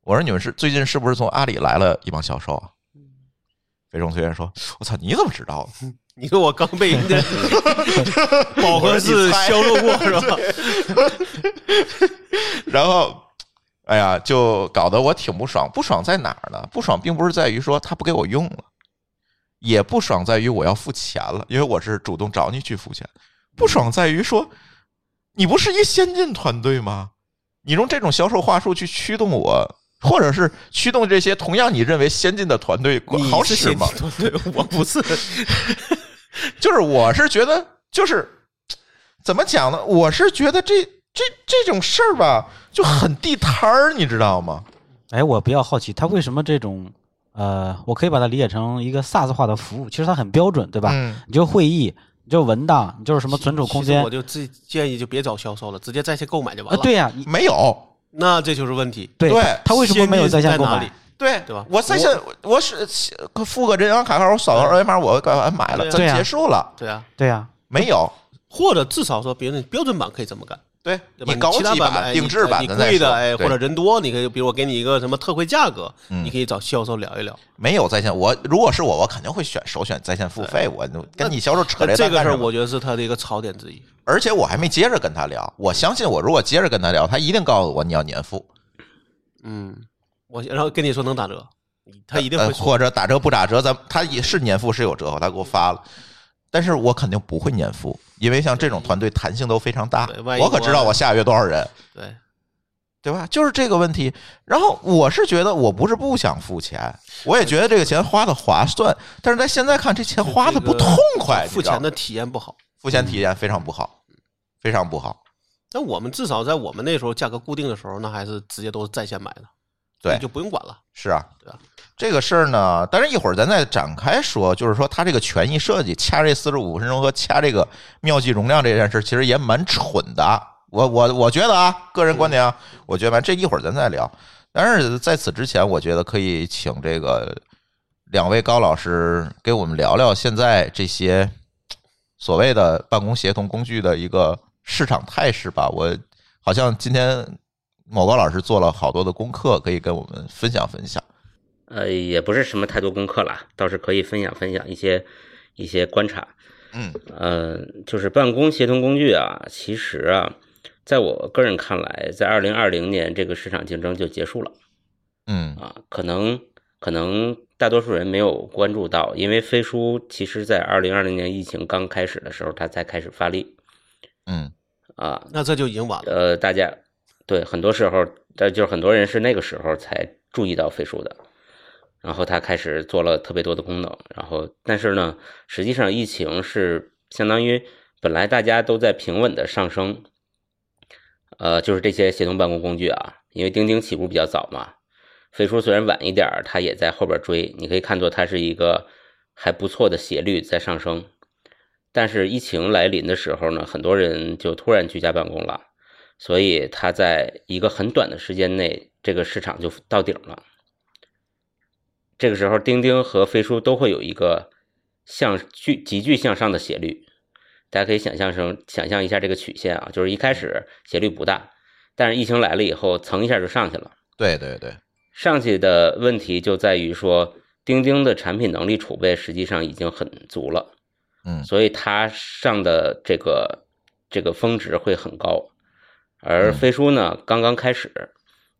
[SPEAKER 3] 我说你们是最近是不是从阿里来了一帮销售啊？飞书同学说：“我操，你怎么知道啊的？
[SPEAKER 5] 你说我刚被人 家饱和式销售过是吧？
[SPEAKER 3] 然后，哎呀，就搞得我挺不爽。不爽在哪儿呢？不爽并不是在于说他不给我用了，也不爽在于我要付钱了，因为我是主动找你去付钱。不爽在于说，你不是一先进团队吗？你用这种销售话术去驱动我，或者是驱动这些同样你认为先进的团队
[SPEAKER 5] 你
[SPEAKER 3] 好
[SPEAKER 5] 是
[SPEAKER 3] 使
[SPEAKER 5] 先
[SPEAKER 3] 吗？
[SPEAKER 5] 进团队，我 不是。
[SPEAKER 3] 就是我是觉得，就是怎么讲呢？我是觉得这这这种事儿吧，就很地摊儿，你知道吗？
[SPEAKER 4] 哎，我比较好奇，它为什么这种呃，我可以把它理解成一个 SaaS 化的服务，其实它很标准，对吧？
[SPEAKER 3] 嗯
[SPEAKER 4] 你就会议，你就文档，你就是什么存储空
[SPEAKER 5] 其实
[SPEAKER 4] 间
[SPEAKER 5] 我，就自己建议就别找销售了，直接在线购买就完
[SPEAKER 4] 呃，
[SPEAKER 5] 了。
[SPEAKER 4] 对，呀、你
[SPEAKER 3] 没有，
[SPEAKER 5] 那这就是问题，
[SPEAKER 4] 对
[SPEAKER 3] 对
[SPEAKER 4] 它它为什么没有在线购
[SPEAKER 5] 先进在哪
[SPEAKER 4] 买
[SPEAKER 5] 里？
[SPEAKER 3] 对
[SPEAKER 5] 对吧
[SPEAKER 3] 我在线，我我是付个银行卡号，我扫个二维码，我干完买了，
[SPEAKER 5] 对啊
[SPEAKER 3] 咱结束了，
[SPEAKER 5] 对啊，
[SPEAKER 4] 对呀、
[SPEAKER 3] 没有。
[SPEAKER 5] 或者至少说别人标准版可以这么干，
[SPEAKER 3] 对
[SPEAKER 5] 对吧？
[SPEAKER 3] 你高
[SPEAKER 5] 其他
[SPEAKER 3] 级
[SPEAKER 5] 版哎
[SPEAKER 3] 版、定制版
[SPEAKER 5] 你
[SPEAKER 3] 的
[SPEAKER 5] 哎
[SPEAKER 3] 再
[SPEAKER 5] 你贵
[SPEAKER 3] 说
[SPEAKER 5] 的哎，或
[SPEAKER 3] 对
[SPEAKER 5] 者人多，你可以比如我给你一个什么特惠价格，
[SPEAKER 3] 嗯
[SPEAKER 5] 你可以找销售聊一聊。
[SPEAKER 3] 没有在线，我如果是我，我肯定会选首选在线付费，我就跟你销售扯
[SPEAKER 5] 那这
[SPEAKER 3] 这
[SPEAKER 5] 个
[SPEAKER 3] 干
[SPEAKER 5] 事
[SPEAKER 3] 什
[SPEAKER 5] 儿，
[SPEAKER 3] 么
[SPEAKER 5] 我觉得是他的一个槽点之一。
[SPEAKER 3] 而且我还没接着跟他聊，我相信我如果接着跟他聊，他一定告诉我你要年付，
[SPEAKER 5] 嗯，我然后跟你说能打折，他一定
[SPEAKER 3] 呃
[SPEAKER 5] 会说。
[SPEAKER 3] 或者打折不打折，咱他也是年付是有折扣，他给我发了，但是我肯定不会年付，因为像这种团队弹性都非常大
[SPEAKER 5] 对，万一
[SPEAKER 3] 我可知道
[SPEAKER 5] 我
[SPEAKER 3] 我下月多少人，
[SPEAKER 5] 对，
[SPEAKER 3] 对吧？就是这个问题。然后我是觉得我不是不想付钱，我也觉得这个钱花的划算，但是在现在看这钱花的不痛快，
[SPEAKER 5] 付
[SPEAKER 3] 你知道
[SPEAKER 5] 钱
[SPEAKER 3] 吗
[SPEAKER 5] 的嗯体验不好。
[SPEAKER 3] 付钱体验非常不好，非常不好。
[SPEAKER 5] 但我们至少在我们那时候价格固定的时候，那还是直接都是在线买的，
[SPEAKER 3] 对
[SPEAKER 5] 你就，不用管了。
[SPEAKER 3] 是啊
[SPEAKER 5] 对啊，
[SPEAKER 3] 这个事儿呢，但是一会儿咱再展开说，就是说他这个权益设计掐这四十五分钟和掐这个妙计容量这件事，其实也蛮蠢的。我我我觉得啊，个人观点啊，我觉得吧这一会儿咱再聊。但是在此之前，我觉得可以请这个两位高老师给我们聊聊现在这些所谓的办公协同工具的一个市场态势吧。我好像今天某高老师做了好多的功课，可以跟我们分享分享。
[SPEAKER 6] 呃，也不是什么太多功课啦，倒是可以分享分享一些一些观察。
[SPEAKER 3] 嗯
[SPEAKER 6] 呃，就是办公协同工具啊，其实啊，在我个人看来，在二零二零年这个市场竞争就结束了
[SPEAKER 3] 嗯
[SPEAKER 6] 啊。可能可能大多数人没有关注到，因为飞书其实在二零二零年疫情刚开始的时候，它才开始发力
[SPEAKER 3] 嗯
[SPEAKER 6] 啊。
[SPEAKER 5] 那这就已经晚了。
[SPEAKER 6] 呃，大家对很多时候，但就是很多人是那个时候才注意到飞书的，然后它开始做了特别多的功能，然后但是呢，实际上疫情是相当于本来大家都在平稳的上升，呃，就是这些协同办公工具啊，因为钉钉起步比较早嘛，飞书虽然晚一点儿，它也在后边追，你可以看作它是一个还不错的斜率在上升。但是疫情来临的时候呢，很多人就突然居家办公了，所以它在一个很短的时间内，这个市场就到顶了。这个时候，钉钉和飞书都会有一个向巨急剧向上的斜率，大家可以想象成想象一下这个曲线啊，就是一开始斜率不大，但是疫情来了以后，蹭一下就上去了。
[SPEAKER 3] 对对对，
[SPEAKER 6] 上去的问题就在于说，钉钉的产品能力储备实际上已经很足了，
[SPEAKER 3] 嗯
[SPEAKER 6] 所以它上的这个这个峰值会很高。而
[SPEAKER 3] 嗯
[SPEAKER 6] 飞书呢，刚刚开始，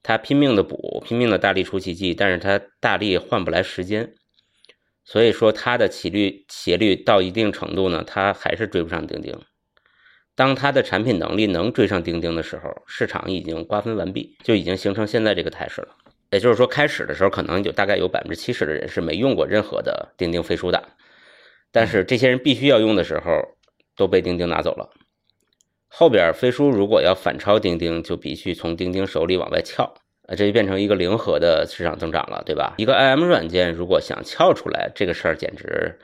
[SPEAKER 6] 它拼命的补，拼命的大力出奇迹，但是它大力换不来时间，所以说它的起率斜率到一定程度呢，它还是追不上钉钉。当它的产品能力能追上钉钉的时候，市场已经瓜分完毕，就已经形成现在这个态势了。也就是说，开始的时候可能有大概有百分之七十的人是没用过任何的钉钉飞书的，但
[SPEAKER 3] 嗯
[SPEAKER 6] 是这些人必须要用的时候都被钉钉拿走了。后边飞书如果要反超钉钉，就必须从钉钉手里往外撬，呃，这就变成一个零和的市场增长了，对吧？一个 IM 软件如果想撬出来，这个事儿简直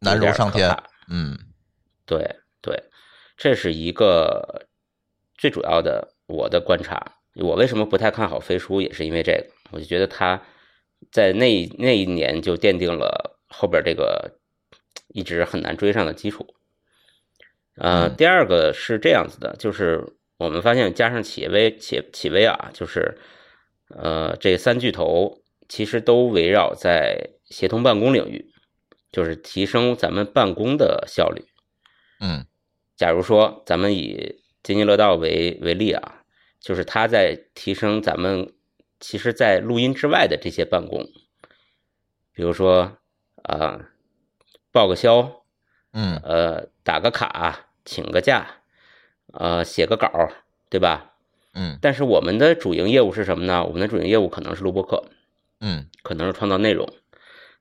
[SPEAKER 3] 难
[SPEAKER 6] 有点
[SPEAKER 3] 如上天
[SPEAKER 6] 可怕
[SPEAKER 3] 嗯
[SPEAKER 6] 对对，这是一个最主要的我的观察。我为什么不太看好飞书，也是因为这个，我就觉得它在那一那一年就奠定了后边这个一直很难追上的基础。呃，
[SPEAKER 3] 嗯
[SPEAKER 6] 第二个是这样子的，就是我们发现加上企业微企企微啊，就是呃这三巨头其实都围绕在协同办公领域，就是提升咱们办公的效率。
[SPEAKER 3] 嗯
[SPEAKER 6] 假如说咱们以津津乐道为为例啊，就是它在提升咱们其实，在录音之外的这些办公，比如说啊、呃报个销，
[SPEAKER 3] 嗯
[SPEAKER 6] 呃，打个卡，请个假，呃，写个稿，对吧？
[SPEAKER 3] 嗯
[SPEAKER 6] 但是我们的主营业务是什么呢？我们的主营业务可能是录播课，
[SPEAKER 3] 嗯
[SPEAKER 6] 可能是创造内容，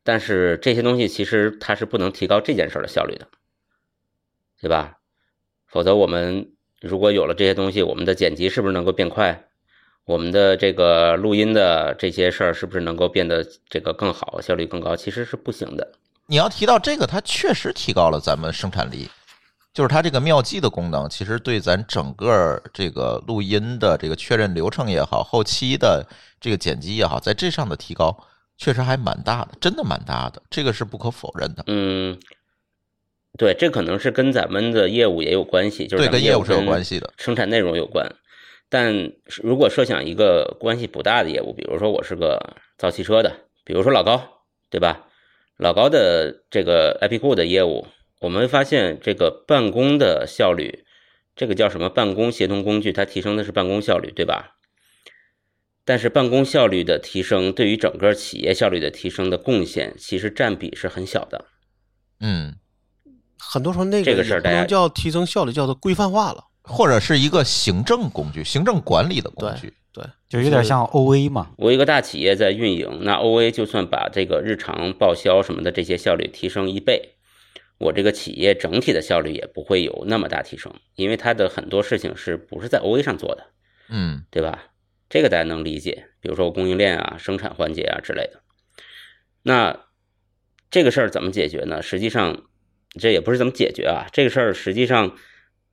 [SPEAKER 6] 但是这些东西其实它是不能提高这件事儿的效率的，对吧？否则我们如果有了这些东西，我们的剪辑是不是能够变快？我们的这个录音的这些事儿是不是能够变得这个更好，效率更高？其实是不行的。
[SPEAKER 3] 你要提到这个，它确实提高了咱们生产力，就是它这个妙计的功能，其实对咱整个这个录音的这个确认流程也好，后期的这个剪辑也好，在这上的提高确实还蛮大的，真的蛮大的，这个是不可否认的。
[SPEAKER 6] 嗯，对，这可能是跟咱们的业务也有关系，就是
[SPEAKER 3] 对，
[SPEAKER 6] 咱们
[SPEAKER 3] 跟业务是有
[SPEAKER 6] 跟
[SPEAKER 3] 关系的。
[SPEAKER 6] 生产内容有关。但是如果设想一个关系不大的业务，比如说我是个造汽车的，比如说老高，对吧？老高的这个 IP 库的业务，我们会发现这个办公的效率，这个叫什么办公协同工具，它提升的是办公效率，对吧？但是办公效率的提升对于整个企业效率的提升的贡献，其实占比是很小的。
[SPEAKER 3] 嗯，
[SPEAKER 5] 很多时候那
[SPEAKER 6] 这个
[SPEAKER 5] 个
[SPEAKER 6] 事儿
[SPEAKER 5] 也不
[SPEAKER 6] 大家
[SPEAKER 5] 能叫提升效率，叫做规范化了。
[SPEAKER 3] 或者是一个行政工具、行政管理的工具
[SPEAKER 5] 对。对，
[SPEAKER 4] 就有点像 O A 嘛，
[SPEAKER 6] 啊我一个大企业在运营，那 OA 就算把这个日常报销什么的这些效率提升一倍，我这个企业整体的效率也不会有那么大提升，因为它的很多事情是不是在 OA 上做的，
[SPEAKER 3] 嗯
[SPEAKER 6] 对吧？这个大家能理解，比如说供应链啊、生产环节啊之类的。那这个事儿怎么解决呢？实际呃上，这也不是怎么解决啊，这个事儿实际上，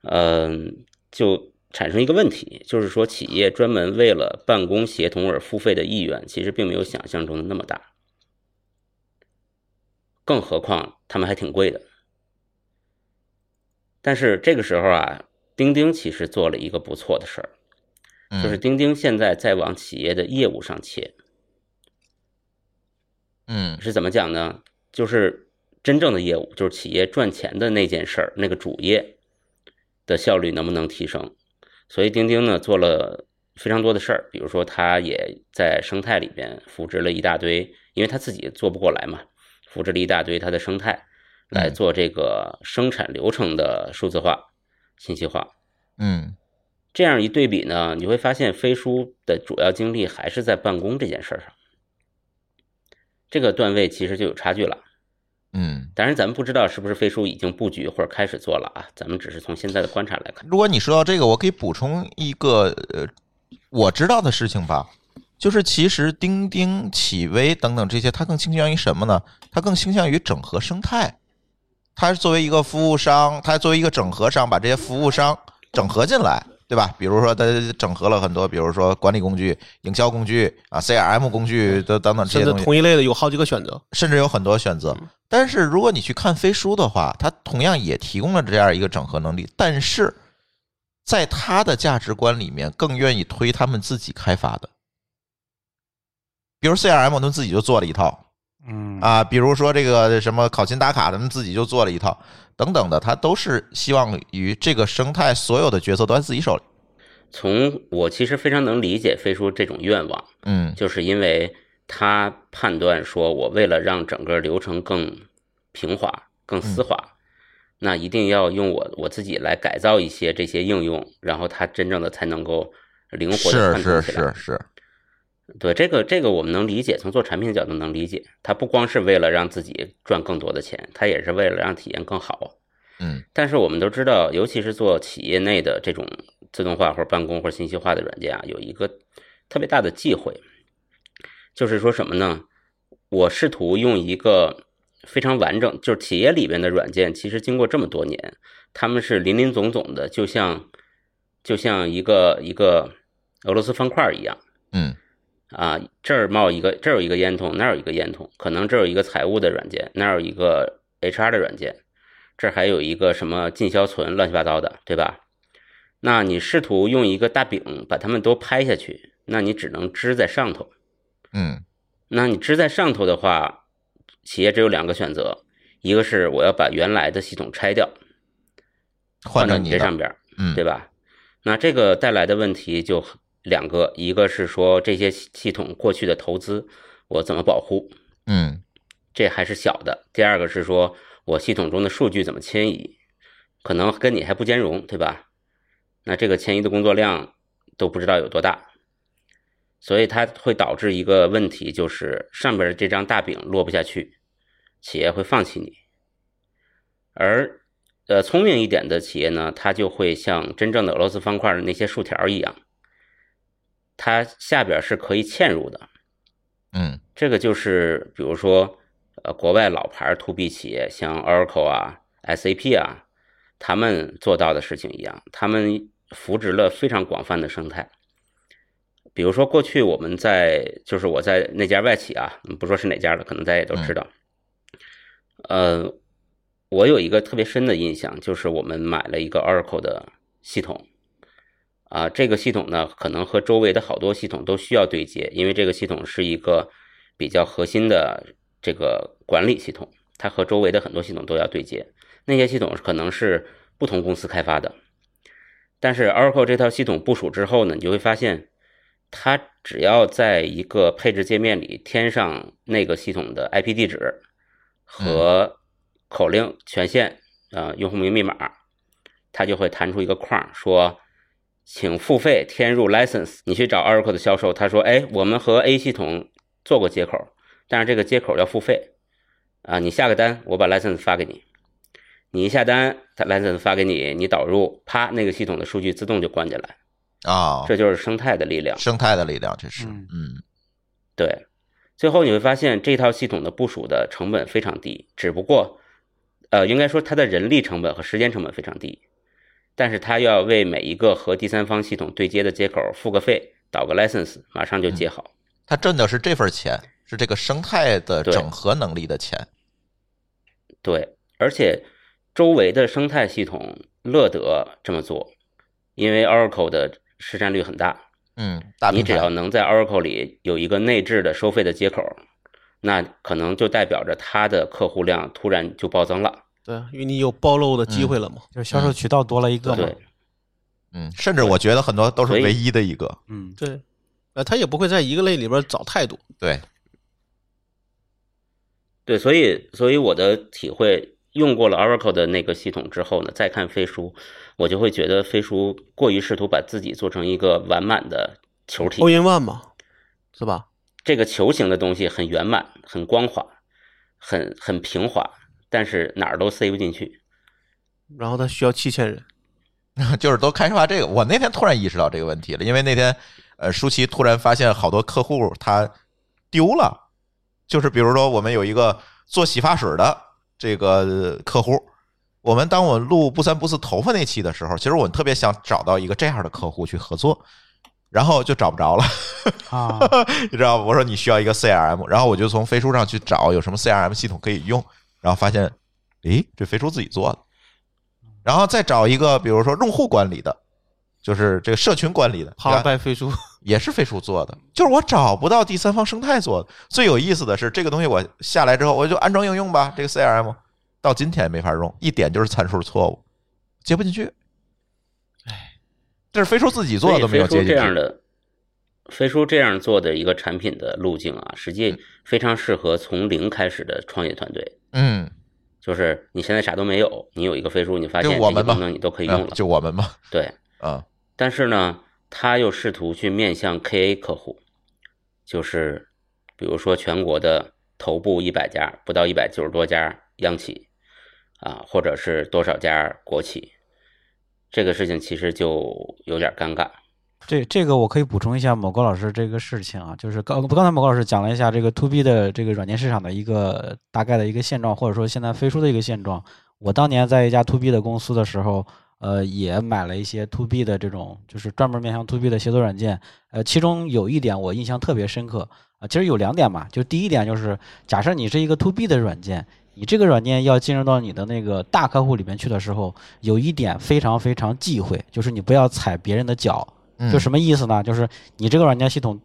[SPEAKER 6] 嗯、就产生一个问题，就是说企业专门为了办公协同而付费的意愿，其实并没有想象中的那么大。更何况他们还挺贵的。但是这个时候啊，钉钉其实做了一个不错的事儿，就是钉钉现在在往企业的业务上切，
[SPEAKER 3] 嗯
[SPEAKER 6] 是怎么讲呢？就是真正的业务，就是企业赚钱的那件事儿，那个主业的效率能不能提升？所以钉钉呢做了非常多的事儿，比如说它也在生态里边扶植了一大堆，因为它自己做不过来嘛，扶植了一大堆它的生态来做这个生产流程的数字化、信息化。
[SPEAKER 3] 嗯
[SPEAKER 6] 这样一对比呢，你会发现飞书的主要精力还是在办公这件事儿上，这个段位其实就有差距了。
[SPEAKER 3] 嗯。
[SPEAKER 6] 当然，咱们不知道是不是飞书已经布局或者开始做了啊，咱们只是从现在的观察来看。
[SPEAKER 3] 如果你说到这个，我可以补充一个呃，我知道的事情吧，就是其实钉钉、企微等等这些，它更倾向于什么呢？它更倾向于整合生态。它是作为一个服务商，它作为一个整合商，把这些服务商整合进来，对吧？比如说，它整合了很多，比如说管理工具、营销工具啊、CRM 工具等等等这
[SPEAKER 5] 甚
[SPEAKER 3] 些
[SPEAKER 5] 至
[SPEAKER 3] 东西，
[SPEAKER 5] 同一类的有好几个选择。
[SPEAKER 3] 甚至有很多选
[SPEAKER 6] 嗯
[SPEAKER 3] 择。但是如果你去看飞书的话，它同样也提供了这样一个整合能力，但是在它的价值观里面，更愿意推他们自己开发的，比如 CRM，他们自己就做了一套，
[SPEAKER 4] 嗯
[SPEAKER 3] 啊，比如说这个什么考勤打卡，他们自己就做了一套，等等的，它都是希望于这个生态所有的决策都在自己手里。
[SPEAKER 6] 从我其实非常能理解飞书这种愿望，
[SPEAKER 3] 嗯
[SPEAKER 6] 就是因为他判断说，我为了让整个流程更平滑、更丝
[SPEAKER 3] 嗯
[SPEAKER 6] 滑，那一定要用我我自己来改造一些这些应用，然后它真正的才能够灵活的
[SPEAKER 3] 是
[SPEAKER 6] 串
[SPEAKER 3] 是
[SPEAKER 6] 通起来。
[SPEAKER 3] 是是，
[SPEAKER 6] 对这个这个我们能理解，从做产品的角度能理解，它不光是为了让自己赚更多的钱，它也是为了让体验更好。
[SPEAKER 3] 嗯
[SPEAKER 6] 但是我们都知道，尤其是做企业内的这种自动化或者办公或者信息化的软件啊，有一个特别大的忌讳，就是说什么呢？我试图用一个非常完整，就是企业里边的软件，其实经过这么多年，他们是林林总总的，就像就像一个一个俄罗斯方块一样。
[SPEAKER 3] 嗯
[SPEAKER 6] 啊，这儿冒一个，这儿有一个烟筒，那儿有一个烟筒，可能这儿有一个财务的软件，那儿有一个 HR 的软件，这儿还有一个什么进销存，乱七八糟的，对吧？那你试图用一个大饼把它们都拍下去，那你只能支在上头。
[SPEAKER 3] 嗯
[SPEAKER 6] 那你支在上头的话，企业只有两个选择，一个是我要把原来的系统拆掉，
[SPEAKER 3] 换
[SPEAKER 6] 到
[SPEAKER 3] 成你
[SPEAKER 6] 这
[SPEAKER 3] 的
[SPEAKER 6] 上边儿，
[SPEAKER 3] 嗯
[SPEAKER 6] 对吧？那这个带来的问题就两个，一个是说这些系系统过去的投资我怎么保护，
[SPEAKER 3] 嗯
[SPEAKER 6] 这还是小的；第二个是说我系统中的数据怎么迁移，可能跟你还不兼容，对吧？那这个迁移的工作量都不知道有多大，所以它会导致一个问题，就是上边的这张大饼落不下去，企业会放弃你。而呃，聪明一点的企业呢，它就会像真正的俄罗斯方块的那些竖条一样，它下边是可以嵌入的。
[SPEAKER 3] 嗯
[SPEAKER 6] 这个就是比如说，呃，国外老牌 to B 企业，像 Oracle 啊、SAP 啊，他们做到的事情一样，他们扶植了非常广泛的生态。比如说，过去我们在就是我在那家外企啊，不说是哪家了，可能大家也都知道。呃，我有一个特别深的印象，就是我们买了一个 Oracle 的系统，啊，这个系统呢，可能和周围的好多系统都需要对接，因为这个系统是一个比较核心的这个管理系统，它和周围的很多系统都要对接。那些系统可能是不同公司开发的，但是 Oracle 这套系统部署之后呢，你就会发现，它只要在一个配置界面里添上那个系统的 IP 地址和口令权限，呃，用户名密码，它就会弹出一个框儿说。请付费添入 license。你去找 Oracle 的销售，他说：“哎，我们和 A 系统做过接口，但是这个接口要付费啊，你下个单，我把 license 发给你。你一下单，他 license 发给你，你导入，啪，那个系统的数据自动就关进来。
[SPEAKER 3] 啊，
[SPEAKER 6] 这就是生态的力量。
[SPEAKER 3] 生态的力量，这是
[SPEAKER 4] 嗯
[SPEAKER 3] 嗯
[SPEAKER 6] 对，最后你会发现这套系统的部署的成本非常低，只不过，呃，应该说它的人力成本和时间成本非常低，但是它要为每一个和第三方系统对接的接口付个费，导个 license，马上就接好。
[SPEAKER 3] 他挣的是这份钱，是这个生态的
[SPEAKER 6] 对
[SPEAKER 3] 整合能力的钱。
[SPEAKER 6] 对，而且周围的生态系统乐得这么做，因为 Oracle 的市占率很大，
[SPEAKER 3] 嗯，大
[SPEAKER 6] 你
[SPEAKER 3] 平
[SPEAKER 6] 只
[SPEAKER 3] 台
[SPEAKER 6] 要能在 Oracle 里有一个内置的收费的接口，那可能就代表着它的客户量突然就暴增了。
[SPEAKER 5] 对，因为你有暴露的机会了嘛。
[SPEAKER 4] 就是销售渠道多了一个嘛。
[SPEAKER 6] 对，
[SPEAKER 3] 嗯，甚至我觉得很多都是
[SPEAKER 6] 所以
[SPEAKER 3] 唯一的一个。
[SPEAKER 4] 嗯，
[SPEAKER 5] 对，呃，他也不会在一个类里边找太多。
[SPEAKER 3] 对，
[SPEAKER 6] 对，所以所以我的体会，用过了 Oracle 的那个系统之后呢，再看飞书，我就会觉得飞书过于试图把自己做成一个完满的球体
[SPEAKER 3] 哦
[SPEAKER 5] all，in one 嘛，是吧？
[SPEAKER 6] 这个球形的东西很圆满、很光滑、很很平滑，但是哪儿都塞不进去。
[SPEAKER 5] 然后他需要七千人，
[SPEAKER 3] 就是都开发这个。我那天突然意识到这个问题了，因为那天呃，舒淇突然发现好多客户他丢了，就是比如说我们有一个做洗发水的这个客户，我们当我录不三不四头发那期的时候，其实我特别想找到一个这样的客户去合作，然后就找不着了。
[SPEAKER 4] 啊，
[SPEAKER 3] 你知道吗？我说你需要一个 CRM，然后我就从飞书上去找有什么 CRM 系统可以用，然后发现，诶，这飞书自己做的，然后再找一个，比如说用户管理的，就是这个社群管理的，
[SPEAKER 5] Power by 飞书，
[SPEAKER 3] 也是飞书做的，就是我找不到第三方生态做的。最有意思的是，这个东西我下来之后，我就安装应用吧，这个 CRM 到今天也没法用，一点就是参数错误，接不进去。哎，这是飞书自己做的
[SPEAKER 6] 所以
[SPEAKER 3] 都没有
[SPEAKER 6] 飞
[SPEAKER 3] 接
[SPEAKER 6] 书
[SPEAKER 3] 进
[SPEAKER 6] 这样
[SPEAKER 3] 去。
[SPEAKER 6] 的，飞书这样做的一个产品的路径啊，实际非常适合从零开始的创业团队。
[SPEAKER 3] 嗯，
[SPEAKER 6] 就是你现在啥都没有，你有一个飞书，你发
[SPEAKER 3] 就
[SPEAKER 6] 现这
[SPEAKER 3] 我们
[SPEAKER 6] 些
[SPEAKER 3] 吧
[SPEAKER 6] 功能你都可以用
[SPEAKER 3] 嗯
[SPEAKER 6] 了。
[SPEAKER 3] 就我们嘛，
[SPEAKER 6] 对，
[SPEAKER 3] 啊，
[SPEAKER 6] 但是呢，他又试图去面向 KA 客户，就是比如说全国的头部一百家，不到一百九十多家央企啊，或者是多少家国企，这个事情其实就有点尴尬。
[SPEAKER 4] 这这个我可以补充一下某高老师这个事情啊，就是刚刚才某高老师讲了一下这个 to B 的这个软件市场的一个大概的一个现状，或者说现在飞书的一个现状。我当年在一家 to B 的公司的时候，呃，也买了一些 to B 的这种，就是专门面向 to B 的协作软件。呃，其中有一点我印象特别深刻啊、其实有两点嘛，就第一点就是，假设你是一个 to B 的软件，你这个软件要进入到你的那个大客户里面去的时候，有一点非常非常忌讳，就是你不要踩别人的脚。
[SPEAKER 3] 嗯
[SPEAKER 4] 就什么意思呢？就是你这个软件系统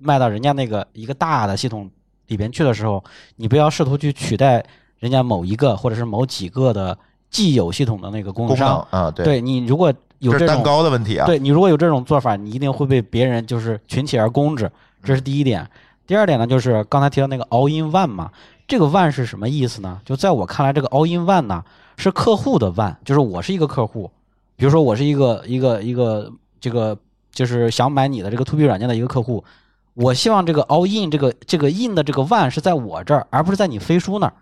[SPEAKER 4] 卖到人家那个一个大的系统里边去的时候，你不要试图去取代人家某一个或者是某几个的既有系统的那个供
[SPEAKER 3] 功
[SPEAKER 4] 应
[SPEAKER 3] 能
[SPEAKER 4] 商。
[SPEAKER 3] 啊，对，
[SPEAKER 4] 对你如果有
[SPEAKER 3] 这
[SPEAKER 4] 这
[SPEAKER 3] 是蛋
[SPEAKER 4] 种，
[SPEAKER 3] 糕的问题啊。
[SPEAKER 4] 对你如果有这种做法，你一定会被别人就是群起而
[SPEAKER 3] 嗯
[SPEAKER 4] 攻之，这是第一点。第二点呢，就是刚才提到那个 all in one 嘛，这个 one 是什么意思呢？就在我看来，这个 all in one 呢是客户的 one，就是我是一个客户，比如说我是一个一个一个这个就是想买你的这个 to B 软件的一个客户，我希望这个 all in 这个这个 in 的这个 one 是在我这儿，而不是在你飞书那儿。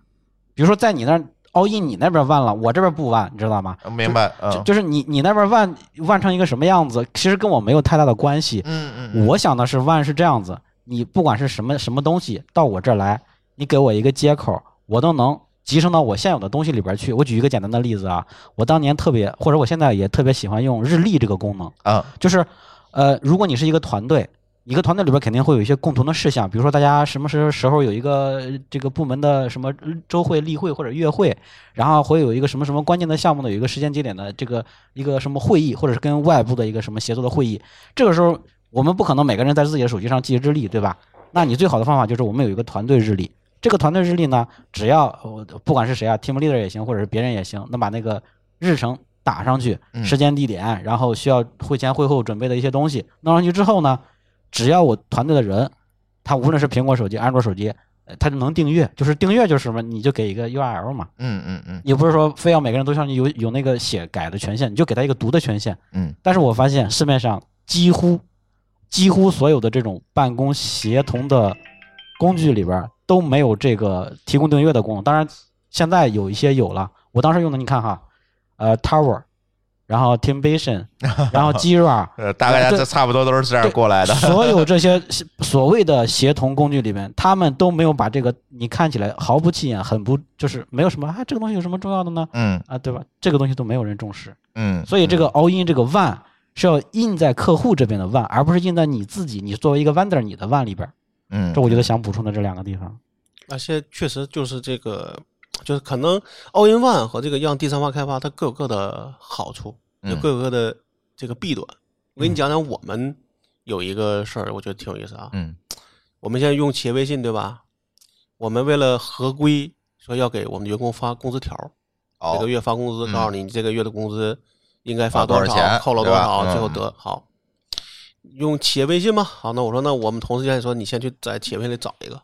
[SPEAKER 4] 比如说在你那儿 all in 你那边 one 了，我这边不 one，你知道吗？
[SPEAKER 3] 嗯明白，
[SPEAKER 4] 就
[SPEAKER 3] 嗯
[SPEAKER 4] 就是你你那边万万成一个什么样子，其实跟我没有太大的关系。
[SPEAKER 3] 嗯嗯嗯，
[SPEAKER 4] 我想的是万是这样子，你不管是什么什么东西到我这儿来，你给我一个接口，我都能集成到我现有的东西里边去。我举一个简单的例子啊，我当年特别或者我现在也特别喜欢用日历这个功能，
[SPEAKER 3] 啊，
[SPEAKER 4] 就是呃，如果你是一个团队。一个团队里边肯定会有一些共同的事项，比如说大家什么时候时候有一个呃这个部门的什么呃周会、例会或者月会，然后会有一个什么什么关键的项目的有一个时间节点的这个一个什么会议，或者是跟外部的一个什么协作的会议。这个时候我们不可能每个人在自己的手机上记日历，对吧？那你最好的方法就是我们有一个团队日历。这个团队日历呢，只要呃不管是谁啊，team leader 也行，或者是别人也行，那把那个日程打上去，
[SPEAKER 3] 嗯
[SPEAKER 4] 时间地点，然后需要会前会后准备的一些东西弄上去之后呢，只要我团队的人，他无论是苹果手机、安卓手机，呃他就能订阅，就是订阅就是什么，你就给一个 URL 嘛，
[SPEAKER 3] 嗯嗯嗯
[SPEAKER 4] 也不是说非要每个人都像你有有那个写改的权限，你就给他一个读的权限。
[SPEAKER 3] 嗯，
[SPEAKER 4] 但是我发现市面上几乎几乎所有的这种办公协同的工具里边儿都没有这个提供订阅的功能。当然，现在有一些有了。我当时用的，你看哈，呃，Tower，然后 Teamvision，然后 Jira，
[SPEAKER 3] 呃，大概
[SPEAKER 4] 对
[SPEAKER 3] 这差不多都是这样过来的。
[SPEAKER 4] 所有这些是所谓的协同工具里面，他们都没有把这个你看起来毫不起眼、很不就是没有什么啊，这个东西有什么重要的呢？
[SPEAKER 3] 嗯，
[SPEAKER 4] 啊，对吧？这个东西都没有人重视。
[SPEAKER 3] 嗯，
[SPEAKER 4] 所以这个 all in 这个 one 是要印在客户这边的 one，而不是印在你自己，你作为一个 vendor 你的 one 里边儿。
[SPEAKER 3] 嗯，
[SPEAKER 4] 这我觉得想补充的这两个地方。
[SPEAKER 5] 而且确实就是这个，就是可能 All in One 和这个让第三方开发，它各有各的好处，也
[SPEAKER 3] 嗯
[SPEAKER 5] 各有各的这个弊端。我给你讲讲我们有一个事儿，我觉得挺有意思啊。
[SPEAKER 3] 嗯
[SPEAKER 5] 我们现在用企业微信对吧？我们为了合规，说要给我们的员工发工资条儿，
[SPEAKER 3] 哦，
[SPEAKER 5] 每个月发工资，
[SPEAKER 3] 嗯
[SPEAKER 5] 告诉你你这个月的工资应该
[SPEAKER 3] 发
[SPEAKER 5] 发
[SPEAKER 3] 多少
[SPEAKER 5] 少，
[SPEAKER 3] 钱
[SPEAKER 5] 扣了
[SPEAKER 3] 对
[SPEAKER 5] 多
[SPEAKER 3] 吧
[SPEAKER 5] 少，
[SPEAKER 3] 嗯
[SPEAKER 5] 最后得好。用企业微信吗？好，那我说那我们同事现在说你先去在企业微信里找一个，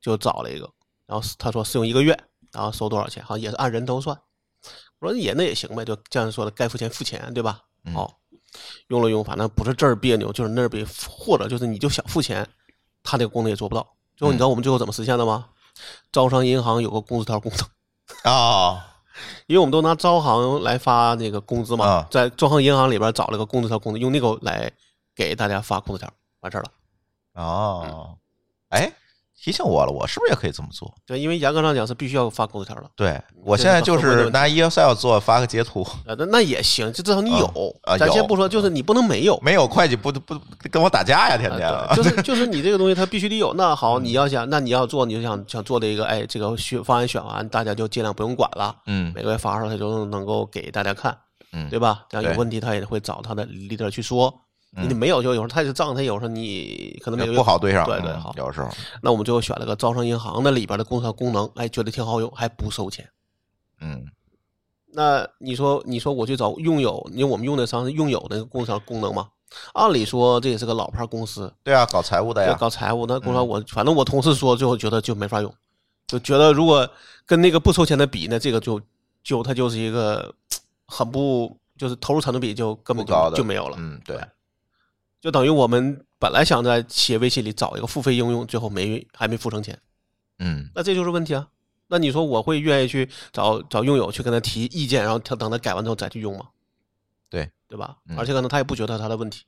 [SPEAKER 5] 就找了一个，然后他说试用一个月，然后收多少钱？好像也是按人头算。我说也那也行呗，就这样说的，该付钱付钱，对吧？
[SPEAKER 3] 嗯
[SPEAKER 5] 好，用了用，反正不是这儿别扭就是那儿别，或者就是你就想付钱，他这个功能也做不到。最后你知
[SPEAKER 3] 嗯
[SPEAKER 5] 道我们最后怎么实现的吗？招商银行有个工资条功能。
[SPEAKER 3] 哦，
[SPEAKER 5] 因为我们都拿招行来发那个工资嘛，
[SPEAKER 3] 啊
[SPEAKER 5] 在招行银行里边找了个工资条工资，用那个来给大家发工资条，完事儿了。
[SPEAKER 3] 哦，哎，提醒我了，我是不是也可以这么做？
[SPEAKER 5] 对，因为严格上讲是必须要发工资条的，
[SPEAKER 3] 对我
[SPEAKER 5] 这
[SPEAKER 3] 现在
[SPEAKER 5] 个
[SPEAKER 3] 就
[SPEAKER 5] 会不会
[SPEAKER 3] 是
[SPEAKER 5] 就
[SPEAKER 3] 拿 Excel 做，发个截图，
[SPEAKER 5] 啊，那那也行，就至少你有。
[SPEAKER 3] 啊啊
[SPEAKER 5] 咱先
[SPEAKER 3] 有
[SPEAKER 5] 不说，就是你不能没有。
[SPEAKER 3] 没有会计不不跟我打架呀，天天。
[SPEAKER 5] 啊对就是就是你这个东西，它必须得有。那
[SPEAKER 3] 嗯
[SPEAKER 5] 好，你要想，那你要做，你就想想做的一个，哎，这个选方案选完，大家就尽量不用管了，
[SPEAKER 3] 嗯
[SPEAKER 5] 每个月发出来，它就能够给大家看。
[SPEAKER 3] 嗯，
[SPEAKER 5] 对
[SPEAKER 3] 吧？
[SPEAKER 5] 吧？这样
[SPEAKER 3] 对嗯
[SPEAKER 5] 有问题他也会找他的 leader 去说。你没有就有时候他就仗他有时候你可能没有
[SPEAKER 3] 不好对上，
[SPEAKER 5] 对对
[SPEAKER 3] 嗯
[SPEAKER 5] 好。
[SPEAKER 3] 有时候，
[SPEAKER 5] 那我们最后选了个招商银行的里边的工商功能，哎，觉得挺好用，还不收钱。
[SPEAKER 3] 嗯
[SPEAKER 5] 那你说你说我去找用友，因为我们用的商是用友那个工商功能嘛？按理说这也是个老牌公司，，
[SPEAKER 3] 对啊，嗯搞财务的
[SPEAKER 5] 要
[SPEAKER 3] 呀，
[SPEAKER 5] 搞财务那工商我反正我同事说最后觉得就没法用，就觉得如果跟那个不收钱的比呢，这个就就它就是一个很不就是投入产出比就根
[SPEAKER 3] 不
[SPEAKER 5] 本
[SPEAKER 3] 高
[SPEAKER 5] 就
[SPEAKER 3] 的
[SPEAKER 5] 就没有了。
[SPEAKER 3] 嗯，对，
[SPEAKER 5] 就等于我们本来想在企业微信里找一个付费应用，最后没还没付成钱，
[SPEAKER 3] 嗯
[SPEAKER 5] 那这就是问题啊。那你说我会愿意去找找用友去跟他提意见，然后他等他改完之后再去用吗？
[SPEAKER 3] 对，
[SPEAKER 5] 对吧？
[SPEAKER 3] 嗯
[SPEAKER 5] 而且可能他也不觉得他的问题。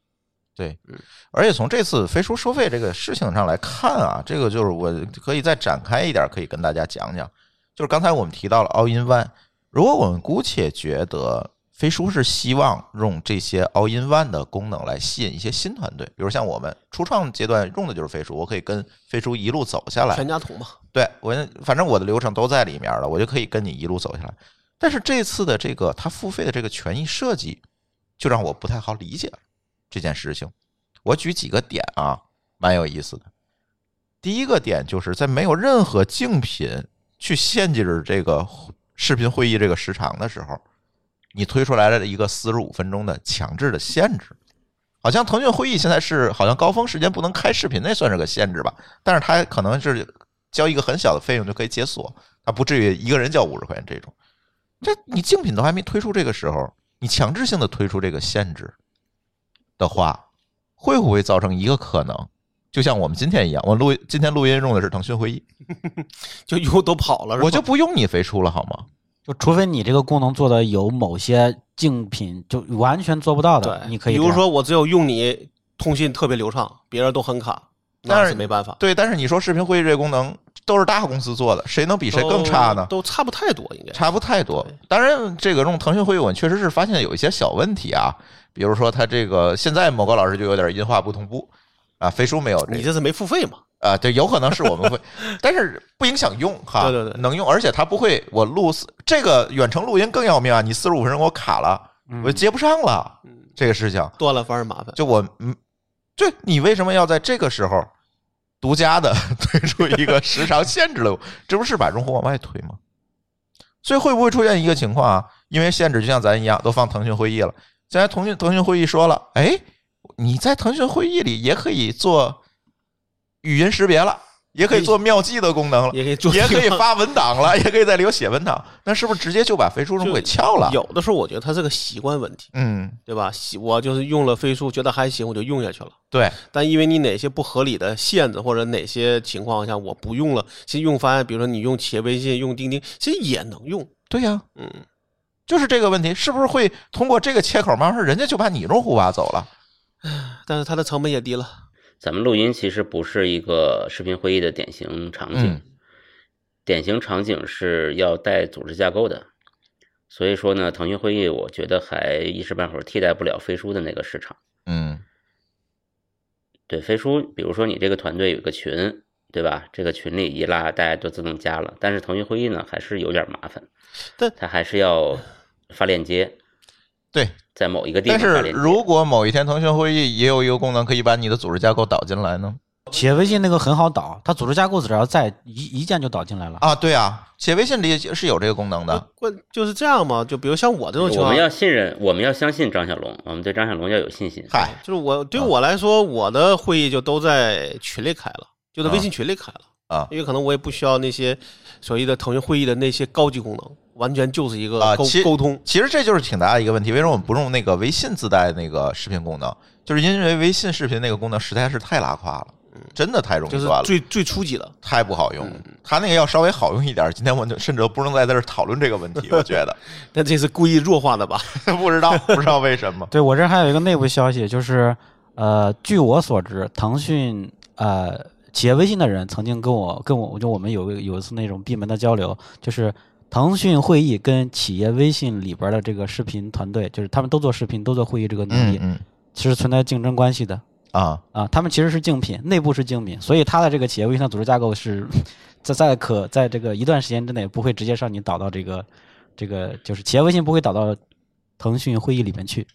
[SPEAKER 3] 对
[SPEAKER 5] 嗯。
[SPEAKER 3] 而且从这次飞书收费这个事情上来看啊，这个就是我可以再展开一点，可以跟大家讲讲。就是刚才我们提到了 All in One，如果我们姑且觉得飞书是希望用这些 All in One 的功能来吸引一些新团队，比如像我们初创阶段用的就是飞书，我可以跟飞书一路走下来，
[SPEAKER 5] 全家桶嘛，
[SPEAKER 3] 对我那，反正我的流程都在里面了，我就可以跟你一路走下来。但是这次的这个他付费的这个权益设计，就让我不太好理解了这件事情。我举几个点啊，蛮有意思的。第一个点就是在没有任何竞品去限制这个视频会议这个时长的时候，你推出来了一个四十五分钟的强制的限制。好像腾讯会议现在是好像高峰时间不能开视频，那算是个限制吧？但是它可能是交一个很小的费用就可以解锁，它不至于一个人交五十块钱这种。这你竞品都还没推出这个时候，你强制性的推出这个限制的话，会不会造成一个可能？就像我们今天一样，我录今天录音用的是腾讯会议，
[SPEAKER 5] 就又都跑了，是吧
[SPEAKER 3] 我就不用你飞书了好吗？
[SPEAKER 4] 就除非你这个功能做的有某些竞品就完全做不到的，
[SPEAKER 5] 对，
[SPEAKER 4] 你可以
[SPEAKER 5] 比
[SPEAKER 4] 这
[SPEAKER 5] 如
[SPEAKER 4] 样
[SPEAKER 5] 说我只有用你通信特别流畅，别人都很卡，
[SPEAKER 3] 但
[SPEAKER 5] 那
[SPEAKER 3] 是
[SPEAKER 5] 是没办法，
[SPEAKER 3] 对，但是你说视频会议这个功能都是大公司做的，谁能比谁更差呢？
[SPEAKER 5] 都都差不太多，应该
[SPEAKER 3] 差不太多。当然，这个用腾讯会议，我确实是发现有一些小问题啊，比如说它这个现在某个老师就有点音画不同步啊，飞书没有这
[SPEAKER 5] 你
[SPEAKER 3] 个
[SPEAKER 5] 这是没付费嘛？
[SPEAKER 3] 啊，对，有可能是我 们会，但是不影响用哈，
[SPEAKER 5] 对对对
[SPEAKER 3] 能用，而且它不会我录四这个远程录音更要命啊，你四十五分钟给我卡了，
[SPEAKER 5] 嗯
[SPEAKER 3] 我就接不上了，这个事情
[SPEAKER 5] 断了反而麻烦。
[SPEAKER 3] 就我嗯，对你为什么要在这个时候独家的 推出一个时长限制了？这不是把用户往外推吗？所以会不会出现一个情况啊？因为限制就像咱一样，都放腾讯会议了。现在腾讯腾讯会议说了，哎，你在腾讯会议里也可以做语音识别了，也可以做妙计的功能了，
[SPEAKER 5] 也可以做
[SPEAKER 3] 也可以
[SPEAKER 5] 地方
[SPEAKER 3] 发文档了，也可以在里头写文档。那是不是直接就把飞书用户给撬了？
[SPEAKER 5] 有的时候我觉得它是个习惯问题，
[SPEAKER 3] 嗯，
[SPEAKER 5] 对吧？习我就是用了飞书，觉得还行，我就用下去了。
[SPEAKER 3] 对，
[SPEAKER 5] 但因为你哪些不合理的限制，或者哪些情况下我不用了，其实用方案，比如说你用企业微信、用钉钉，其实也能用。
[SPEAKER 3] 对呀、
[SPEAKER 5] 嗯，
[SPEAKER 3] 就是这个问题，是不是会通过这个切口，慢慢人家就把你用户挖走了？
[SPEAKER 5] 但是它的成本也低了。
[SPEAKER 6] 咱们录音其实不是一个视频会议的典型场景，
[SPEAKER 3] 嗯
[SPEAKER 6] 典型场景是要带组织架构的，所以说呢，腾讯会议我觉得还一时半会儿替代不了飞书的那个市场。
[SPEAKER 3] 嗯
[SPEAKER 6] 对，飞书，比如说你这个团队有一个群，对吧？这个群里一拉，大家都自动加了。但是腾讯会议呢，还是有点麻烦，
[SPEAKER 5] 但
[SPEAKER 6] 它还是要发链接，
[SPEAKER 3] 对，
[SPEAKER 6] 在某一个地
[SPEAKER 3] 但
[SPEAKER 6] 方
[SPEAKER 3] 是
[SPEAKER 6] 发链接。
[SPEAKER 3] 如果某一天腾讯会议也有一个功能，可以把你的组织架构导进来呢？
[SPEAKER 4] 企业微信那个很好导，它组织架构只要在一一键就导进来了。
[SPEAKER 3] 啊，对啊，且微信里是有这个功能的。
[SPEAKER 5] 关就是这样嘛，就比如像我这种情
[SPEAKER 6] 我
[SPEAKER 5] 况
[SPEAKER 6] 们，要信任，我们要相信张小龙，我们对张小龙要有信心。
[SPEAKER 3] 嗨，
[SPEAKER 5] 就是我对我来说，我的会议就都在群里开了，就在微信群里开了
[SPEAKER 3] 啊
[SPEAKER 5] 因为可能我也不需要那些所谓的腾讯会议的那些高级功能，完全就是一个
[SPEAKER 3] 啊
[SPEAKER 5] 呃沟
[SPEAKER 3] 其
[SPEAKER 5] 沟通。
[SPEAKER 3] 其实这就是挺大的一个问题，为什么我们不用那个微信自带那个视频功能？就是因为微信视频那个功能实在是太拉胯了，真的太容易
[SPEAKER 5] 嗯就是
[SPEAKER 3] 断了，
[SPEAKER 5] 最嗯最初级的，
[SPEAKER 3] 太不好用。它那个要稍微好用一点，今天我就甚至都不能再在这儿讨论这个问题。我觉 得
[SPEAKER 5] 但这是故意弱化的吧？
[SPEAKER 3] 不知道不知道为什么，
[SPEAKER 4] 对我这儿还有一个内部消息，就是呃，据我所知，腾讯呃企业微信的人曾经跟我跟我就我们有有一次那种闭门的交流，就是腾讯会议跟企业微信里边的这个视频团队，就是他们都做视频，都做会议这个能
[SPEAKER 3] 嗯
[SPEAKER 4] 力，
[SPEAKER 3] 嗯
[SPEAKER 4] 其实存在竞争关系的
[SPEAKER 3] 啊，
[SPEAKER 4] 啊、他们其实是竞品，内部是竞品，所以他的这个企业微信的组织架构是在在可在这个一段时间之内不会直接让你导到这个这个就是企业微信不会导到腾讯会议里面去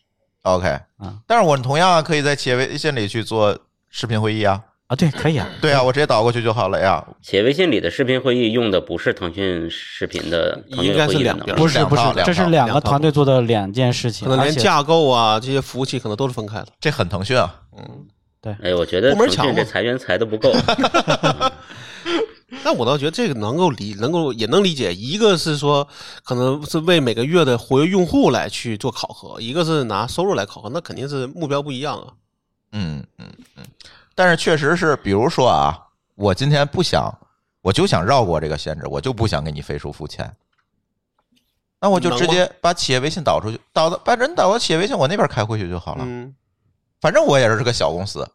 [SPEAKER 3] OK，
[SPEAKER 5] 啊
[SPEAKER 4] 嗯
[SPEAKER 3] 但是我同样可以在企业微信里去做视频会议啊。
[SPEAKER 4] 啊，对，可以啊。
[SPEAKER 3] 对啊，
[SPEAKER 5] 嗯
[SPEAKER 3] 我直接导过去就好了呀。
[SPEAKER 6] 企业微信里的视频会议用的不是腾讯视频的腾讯
[SPEAKER 5] 应该
[SPEAKER 6] 会
[SPEAKER 5] 是
[SPEAKER 6] 议的
[SPEAKER 5] 两
[SPEAKER 6] 能
[SPEAKER 5] 边
[SPEAKER 6] 力，
[SPEAKER 4] 不
[SPEAKER 3] 是
[SPEAKER 4] 是
[SPEAKER 3] 两
[SPEAKER 4] 不是
[SPEAKER 3] 套，两
[SPEAKER 4] 这是
[SPEAKER 3] 套
[SPEAKER 4] 两
[SPEAKER 5] 两
[SPEAKER 4] 个
[SPEAKER 5] 套
[SPEAKER 4] 团队做的两件事情，
[SPEAKER 5] 可能
[SPEAKER 4] 而
[SPEAKER 5] 连
[SPEAKER 4] 且
[SPEAKER 5] 架构啊这些服务器可能都是分开的。
[SPEAKER 3] 这很腾讯啊。
[SPEAKER 6] 哎，我觉得
[SPEAKER 5] 部门
[SPEAKER 6] 腾
[SPEAKER 5] 强
[SPEAKER 6] 讯这
[SPEAKER 5] 嘛
[SPEAKER 6] 裁员裁的不够，
[SPEAKER 5] 但我倒觉得这个能够理，能够也能理解。一个是说，可能是为每个月的活跃用户来去做考核，一个是拿收入来考核，那肯定是目标不一样啊。
[SPEAKER 3] 嗯嗯嗯，但是确实是，比如说啊，我今天不想，我就想绕过这个限制，我就不想给你飞书付钱，那我就
[SPEAKER 5] 能
[SPEAKER 3] 直
[SPEAKER 5] 吗
[SPEAKER 3] 接把企业微信导出去，导到把人导到企业微信，我那边开会去就好了。
[SPEAKER 5] 嗯，
[SPEAKER 3] 反正我也是个小公司，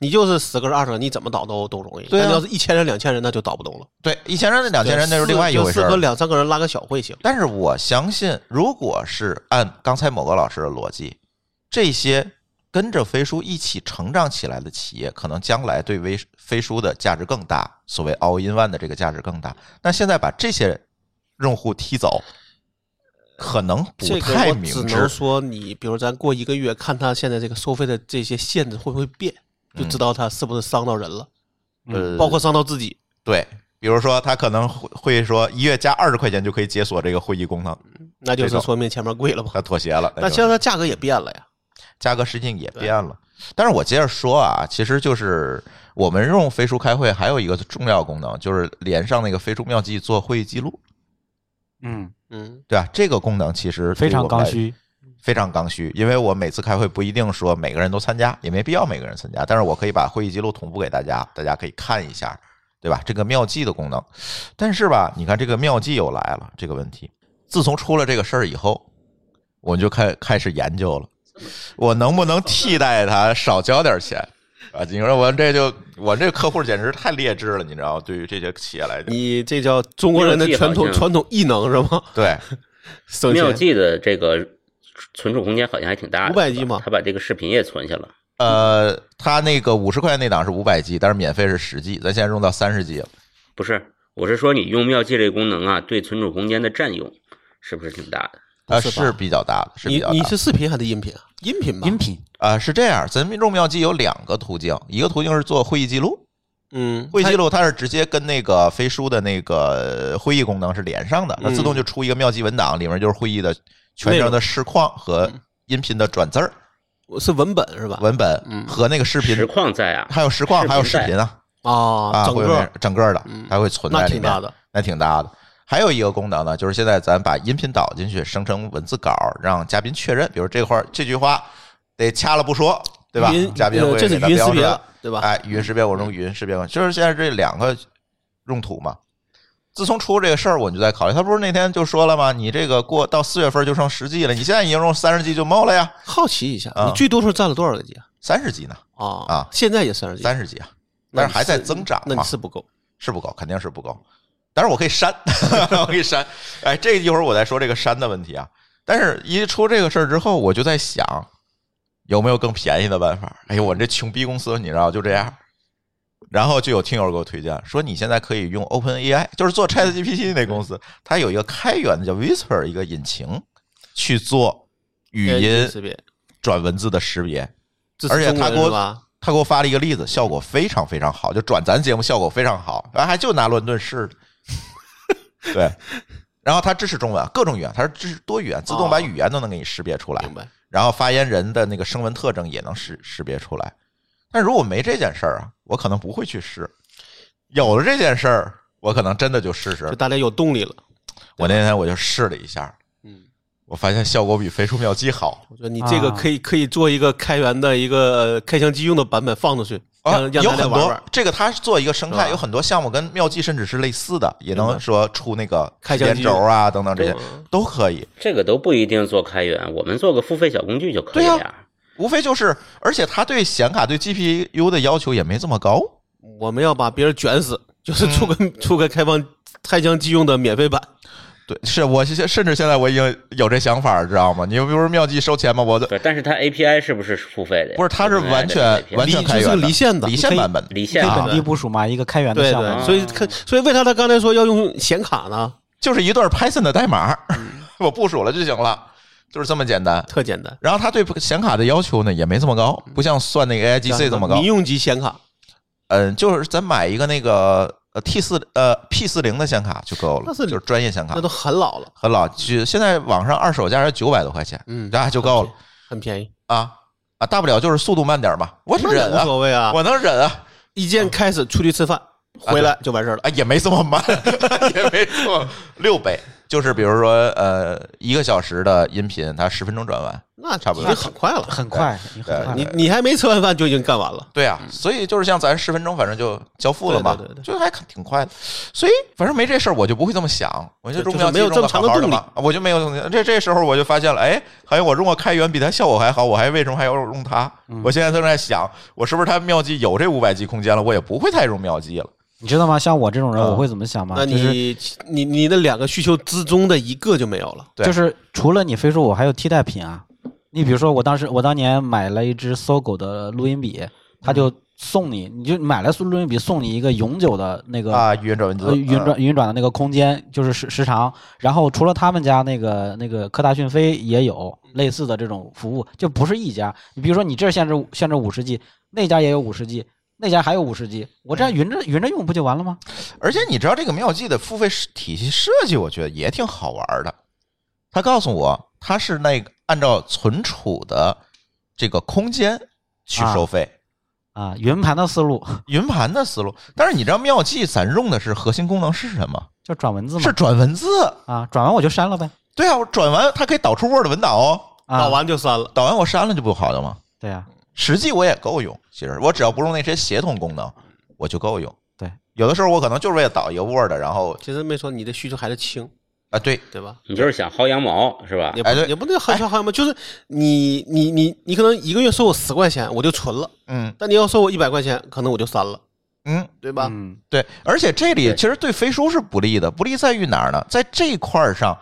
[SPEAKER 5] 你就是十个人、二十个人，你怎么倒都都容易。
[SPEAKER 3] 对啊
[SPEAKER 5] 但你要是一千人、两千人，那就倒不动了。
[SPEAKER 3] 对，一千人、两千人那是另外一回事
[SPEAKER 5] 就
[SPEAKER 3] 儿
[SPEAKER 5] 四个
[SPEAKER 3] 了。
[SPEAKER 5] 两三个人拉个小会行。
[SPEAKER 3] 但是我相信，如果是按刚才某个老师的逻辑，这些跟着飞书一起成长起来的企业，可能将来对微飞书的价值更大，所谓 all in one 的这个价值更大。那现在把这些用户踢走，可能不
[SPEAKER 5] 这个
[SPEAKER 3] 太
[SPEAKER 5] 我
[SPEAKER 3] 明
[SPEAKER 5] 只
[SPEAKER 3] 智
[SPEAKER 5] 能。说你，比如咱过一个月看他现在这个收费的这些限制会不会变，就
[SPEAKER 3] 嗯
[SPEAKER 5] 知道他是不是伤到人了，
[SPEAKER 3] 呃，
[SPEAKER 5] 包括伤到自己。
[SPEAKER 3] 对，比如说他可能会会说一月加二十块钱就可以解锁这个会议功能，
[SPEAKER 5] 那就
[SPEAKER 3] 这
[SPEAKER 5] 是
[SPEAKER 3] 种
[SPEAKER 5] 说明前面贵了嘛。
[SPEAKER 3] 他妥协了。那
[SPEAKER 5] 那
[SPEAKER 3] 就
[SPEAKER 5] 现在价格也变了呀。
[SPEAKER 3] 价格实际也变了。但是我接着说啊，其实就是我们用飞书开会还有一个重要功能，就是连上那个飞书妙记做会议记录，
[SPEAKER 4] 嗯
[SPEAKER 5] 嗯，
[SPEAKER 3] 对吧、这个功能其实
[SPEAKER 4] 非
[SPEAKER 3] 对
[SPEAKER 4] 常
[SPEAKER 3] 我们
[SPEAKER 4] 刚
[SPEAKER 3] 来，
[SPEAKER 4] 需，
[SPEAKER 3] 非常刚需。因为我每次开会不一定说每个人都参加，也没必要每个人参加，但是我可以把会议记录同步给大家，大家可以看一下，对吧？这个妙记的功能，但是吧，你看这个妙计又来了这个问题。自从出了这个事儿以后，我们就开开始研究了，我能不能替代它少交点钱啊？你说我这就我这客户简直太劣质了，你知道吗？对于这些企业来讲，
[SPEAKER 5] 你这叫中国人的传统
[SPEAKER 6] 妙计好像
[SPEAKER 5] 传统异能是吗？
[SPEAKER 3] 对
[SPEAKER 5] 省
[SPEAKER 6] 妙
[SPEAKER 5] 钱。
[SPEAKER 6] 计的这个存储空间好像还挺大的，
[SPEAKER 5] 500
[SPEAKER 6] 是
[SPEAKER 5] G
[SPEAKER 6] 吧
[SPEAKER 5] 嘛
[SPEAKER 6] 他把这个视频也存下了。
[SPEAKER 3] 呃，他那个五十块钱那档是五百 G，但是免费是十 G，咱现在用到三十 G 了。
[SPEAKER 6] 不是，我是说你用妙计这个功能啊，对存储空间的占用是不是挺大的？
[SPEAKER 3] 啊，
[SPEAKER 5] 不是吧
[SPEAKER 3] 是比较大的，是比
[SPEAKER 5] 你
[SPEAKER 3] 较大
[SPEAKER 5] 你
[SPEAKER 3] 的
[SPEAKER 5] 是视频还是音频啊？音频吧。
[SPEAKER 4] 音。频
[SPEAKER 3] 啊、是这样，咱们用妙计有两个途径，一个途径是做会议记录，
[SPEAKER 5] 嗯，
[SPEAKER 3] 会议记
[SPEAKER 5] 录。
[SPEAKER 3] 录它是直接跟那个飞书的那个会议功能是连上的，它
[SPEAKER 5] 嗯
[SPEAKER 3] 自动就出一个妙计文档，里面就是会议的全程的实况和
[SPEAKER 5] 嗯
[SPEAKER 3] 音频的转字儿、
[SPEAKER 5] 是文本是吧？
[SPEAKER 3] 文本
[SPEAKER 5] 嗯
[SPEAKER 3] 和那个视频
[SPEAKER 6] 实，况在啊，
[SPEAKER 3] 还有实况，还有视频啊
[SPEAKER 5] 啊，
[SPEAKER 3] 啊，
[SPEAKER 5] 整
[SPEAKER 3] 会有那
[SPEAKER 5] 个
[SPEAKER 3] 整个的
[SPEAKER 5] 嗯，
[SPEAKER 3] 还会存在
[SPEAKER 5] 那
[SPEAKER 3] 里
[SPEAKER 5] 挺
[SPEAKER 3] 面，
[SPEAKER 5] 大的。
[SPEAKER 3] 那挺大的。还有一个功能呢，就是现在咱把音频导进去，生成文字稿，让嘉宾确认，比如这块儿这句话得掐了不说，对吧
[SPEAKER 5] 语音？
[SPEAKER 3] 嘉宾
[SPEAKER 5] 呃
[SPEAKER 3] 会
[SPEAKER 5] 这是
[SPEAKER 3] 给他
[SPEAKER 5] 语音
[SPEAKER 3] 标
[SPEAKER 5] 识别
[SPEAKER 3] 出来
[SPEAKER 5] 了，对吧？
[SPEAKER 3] 哎，语音识别，我用语音识别嘛，就是现在这两个用途嘛。自从出这个事儿，我就在考虑，他不是那天就说了吗？你这个过到四月份就剩十 G 了，你现在已经用三十 G 就冒了呀，
[SPEAKER 5] 好奇一下，
[SPEAKER 3] 啊
[SPEAKER 5] 你最多时候占了多少个 G 啊？
[SPEAKER 3] 三十 G 呢？
[SPEAKER 5] 啊
[SPEAKER 3] 啊
[SPEAKER 5] 现在也三十 G，
[SPEAKER 3] 三十 G 啊，
[SPEAKER 5] 那
[SPEAKER 3] 但
[SPEAKER 5] 你
[SPEAKER 3] 是还在增长
[SPEAKER 5] 那
[SPEAKER 3] 嘛
[SPEAKER 5] 你，是不够。
[SPEAKER 3] 是不够，肯定是不够。当然我可以删， 我可以删。哎，这一会儿我再说这个删的问题啊。但是，一出这个事儿之后，我就在想，有没有更便宜的办法？哎呦，我这穷逼公司，你知道就这样。然后就有听友给我推荐说，你现在可以用 Open AI，就是做 Chat GPT 那公司，它有一个开源的叫 Whisper 一个引擎，去做语音
[SPEAKER 5] 哎识别，
[SPEAKER 3] 转文字的识别。
[SPEAKER 5] 这
[SPEAKER 3] 而
[SPEAKER 5] 是
[SPEAKER 3] 且
[SPEAKER 5] 中
[SPEAKER 3] 他
[SPEAKER 5] 文
[SPEAKER 3] 给
[SPEAKER 5] 是
[SPEAKER 3] 我
[SPEAKER 5] 吧？
[SPEAKER 3] 他给我发了一个例子，效果非常非常好，就转咱节目效果非常好，哎然后还就拿乱炖 试的，对。然后它支持中文，各种语言，它是支持多语言，自动把
[SPEAKER 5] 哦
[SPEAKER 3] 语言都能给你识别出来。
[SPEAKER 5] 明白。
[SPEAKER 3] 然后发言人的那个声纹特征也能识识别出来。但如果没这件事儿啊，我可能不会去试。有了这件事儿，我可能真的就试试
[SPEAKER 5] 就。大家有动力了。
[SPEAKER 3] 我那天我就试了一下，
[SPEAKER 5] 嗯，
[SPEAKER 3] 我发现效果比飞书妙计好。
[SPEAKER 5] 我觉得你这个
[SPEAKER 4] 啊
[SPEAKER 5] 可以可以做一个开源的一个呃开箱机用的版本放出去，
[SPEAKER 3] 啊
[SPEAKER 5] 让，让
[SPEAKER 3] 有
[SPEAKER 5] 大家
[SPEAKER 3] 很
[SPEAKER 5] 玩
[SPEAKER 3] 多
[SPEAKER 5] 玩。
[SPEAKER 3] 这个它是做一个生
[SPEAKER 5] 是
[SPEAKER 3] 态，
[SPEAKER 5] 吧
[SPEAKER 3] 有很多项目跟妙计甚至是类似的，也
[SPEAKER 5] 明
[SPEAKER 3] 能
[SPEAKER 5] 白
[SPEAKER 3] 说出那个
[SPEAKER 5] 开箱
[SPEAKER 3] 连
[SPEAKER 5] 机
[SPEAKER 3] 轴啊等等这些
[SPEAKER 5] 对
[SPEAKER 3] 都可以。
[SPEAKER 6] 这个都不一定做开源，我们做个付费小工具就可以啊
[SPEAKER 3] 对呀
[SPEAKER 6] 了。
[SPEAKER 3] 无非就是，而且它对显卡、对 GPU 的要求也没这么高。
[SPEAKER 5] 我们要把别人卷死，就是出个、出个开放开箱机用的免费版。
[SPEAKER 3] 对，是我现甚至现在我已经有这想法，知道吗？你又不是妙计收钱吗？我的
[SPEAKER 6] 对，但是它 API 是不是付费的呀？
[SPEAKER 3] 不是，它是
[SPEAKER 6] OpenAI
[SPEAKER 3] 完
[SPEAKER 6] 的
[SPEAKER 3] 全
[SPEAKER 6] API
[SPEAKER 3] 完全
[SPEAKER 5] 离
[SPEAKER 3] 开
[SPEAKER 5] 这
[SPEAKER 3] 源
[SPEAKER 5] 是离线的
[SPEAKER 3] 离线
[SPEAKER 4] 你可以
[SPEAKER 3] 版本。
[SPEAKER 6] 离线啊
[SPEAKER 4] 可以
[SPEAKER 6] 的
[SPEAKER 4] 本地部署嘛，一个开源的
[SPEAKER 5] 对
[SPEAKER 4] 项目。
[SPEAKER 5] 对，所以看，所以为啥他刚才说要用显卡呢？
[SPEAKER 3] 就是一段 Python 的代码，
[SPEAKER 5] 嗯
[SPEAKER 3] 我部署了就行了，就是这么简单。
[SPEAKER 5] 特简单，
[SPEAKER 3] 然后它对显卡的要求呢也没这么高，不像算那个 AIGC 这么高
[SPEAKER 5] 民。用级显卡
[SPEAKER 3] 嗯，就是咱买一个那个呃 T 四呃 P 四零的显卡就够了，
[SPEAKER 5] 那是
[SPEAKER 3] 就是专业显卡
[SPEAKER 5] 那，都很老了，
[SPEAKER 3] 很老。就现在网上二手价是九百多块钱，
[SPEAKER 5] 嗯
[SPEAKER 3] 啊就够了
[SPEAKER 5] 很便宜，
[SPEAKER 3] 啊啊，大不了就是速度慢点嘛，我
[SPEAKER 5] 那
[SPEAKER 3] 忍
[SPEAKER 5] 也无
[SPEAKER 3] 啊，
[SPEAKER 5] 所谓啊。
[SPEAKER 3] 我啊能忍啊。
[SPEAKER 5] 一键开始出去吃饭，回来就完事儿了。
[SPEAKER 3] 啊，也没这么慢， 也没这么六倍，就是比如说呃，一个小时的音频，它十分钟转完，
[SPEAKER 5] 那
[SPEAKER 3] 差不多
[SPEAKER 5] 已经很快 了。
[SPEAKER 4] 很快，你很
[SPEAKER 3] 哎
[SPEAKER 4] 快
[SPEAKER 5] 你你还没吃完饭就已经干完了，
[SPEAKER 3] 对啊，所以就是像咱十分钟，反正就交付了嘛，
[SPEAKER 5] 嗯对对对
[SPEAKER 3] 就还挺快的。所以反正没这事儿，我就不会这么想，我就
[SPEAKER 5] 对
[SPEAKER 3] 中
[SPEAKER 5] 就是
[SPEAKER 3] 标
[SPEAKER 5] 没有这么长的
[SPEAKER 3] 好好
[SPEAKER 5] 动力
[SPEAKER 3] 嘛，啊我就没有这么这这时候我就发现了，哎，好像我如果开源比它效果还好，我还为什么还要用它？
[SPEAKER 5] 嗯
[SPEAKER 3] 我现在正在想，我是不是它妙计有这五百 G 空间了，我也不会太用妙计了。
[SPEAKER 4] 你知道吗？像我这种人，
[SPEAKER 3] 嗯
[SPEAKER 4] 我会怎么想吗？
[SPEAKER 5] 那
[SPEAKER 4] 就是
[SPEAKER 5] 你你你的两个需求之中的一个就没有了。
[SPEAKER 3] 对
[SPEAKER 4] 就是除了你飞书，我还有替代品啊。你比如说，我当时我当年买了一支搜狗的录音笔，它就送你，你就买了录音笔送你一个永久的那个
[SPEAKER 3] 啊，语音转文
[SPEAKER 4] 呃
[SPEAKER 3] 字，
[SPEAKER 4] 云转云转的那个空间就是时时长，然后除了他们家那个那个科大讯飞也有类似的这种服务，就不是一家。你比如说你这儿限制限制五十 G，那家也有五十 G，那家还有五十 G，我这样云着云着用不就完了吗？
[SPEAKER 3] 而且你知道这个妙计的付费体系设计，我觉得也挺好玩的。他告诉我，他是那个按照存储的这个空间去收费，
[SPEAKER 4] 啊，云盘的思路
[SPEAKER 3] 云盘的思路。但是你知道妙计咱用的是核心功能是什么？
[SPEAKER 4] 就转文字嘛，
[SPEAKER 3] 是转文字。
[SPEAKER 4] 啊，转完我就删了呗。
[SPEAKER 3] 对啊，我转完它可以导出 Word 文档哦，
[SPEAKER 4] 啊，
[SPEAKER 5] 搞完就删了，
[SPEAKER 3] 导完我删了就不好了吗？
[SPEAKER 4] 对啊，
[SPEAKER 3] 实际我也够用，其实我只要不用那些协同功能，我就够用。
[SPEAKER 4] 对，
[SPEAKER 3] 有的时候我可能就是为了导一个 Word，然后
[SPEAKER 5] 其实没说你的需求还是轻，
[SPEAKER 3] 啊，对，
[SPEAKER 5] 对吧？
[SPEAKER 6] 你就是想薅羊毛是吧
[SPEAKER 5] 也？不
[SPEAKER 3] 哎对
[SPEAKER 5] 也不能很少很嘛，就是你你你你可能一个月收我十块钱，我就存了；
[SPEAKER 3] 嗯
[SPEAKER 5] 但你要收我一百块钱，可能我就删了，
[SPEAKER 3] 嗯，
[SPEAKER 5] 对吧？
[SPEAKER 4] 嗯，
[SPEAKER 3] 对，而且这里
[SPEAKER 6] 对
[SPEAKER 3] 其实对飞书是不利的，不利在于哪儿呢？在这一块儿上，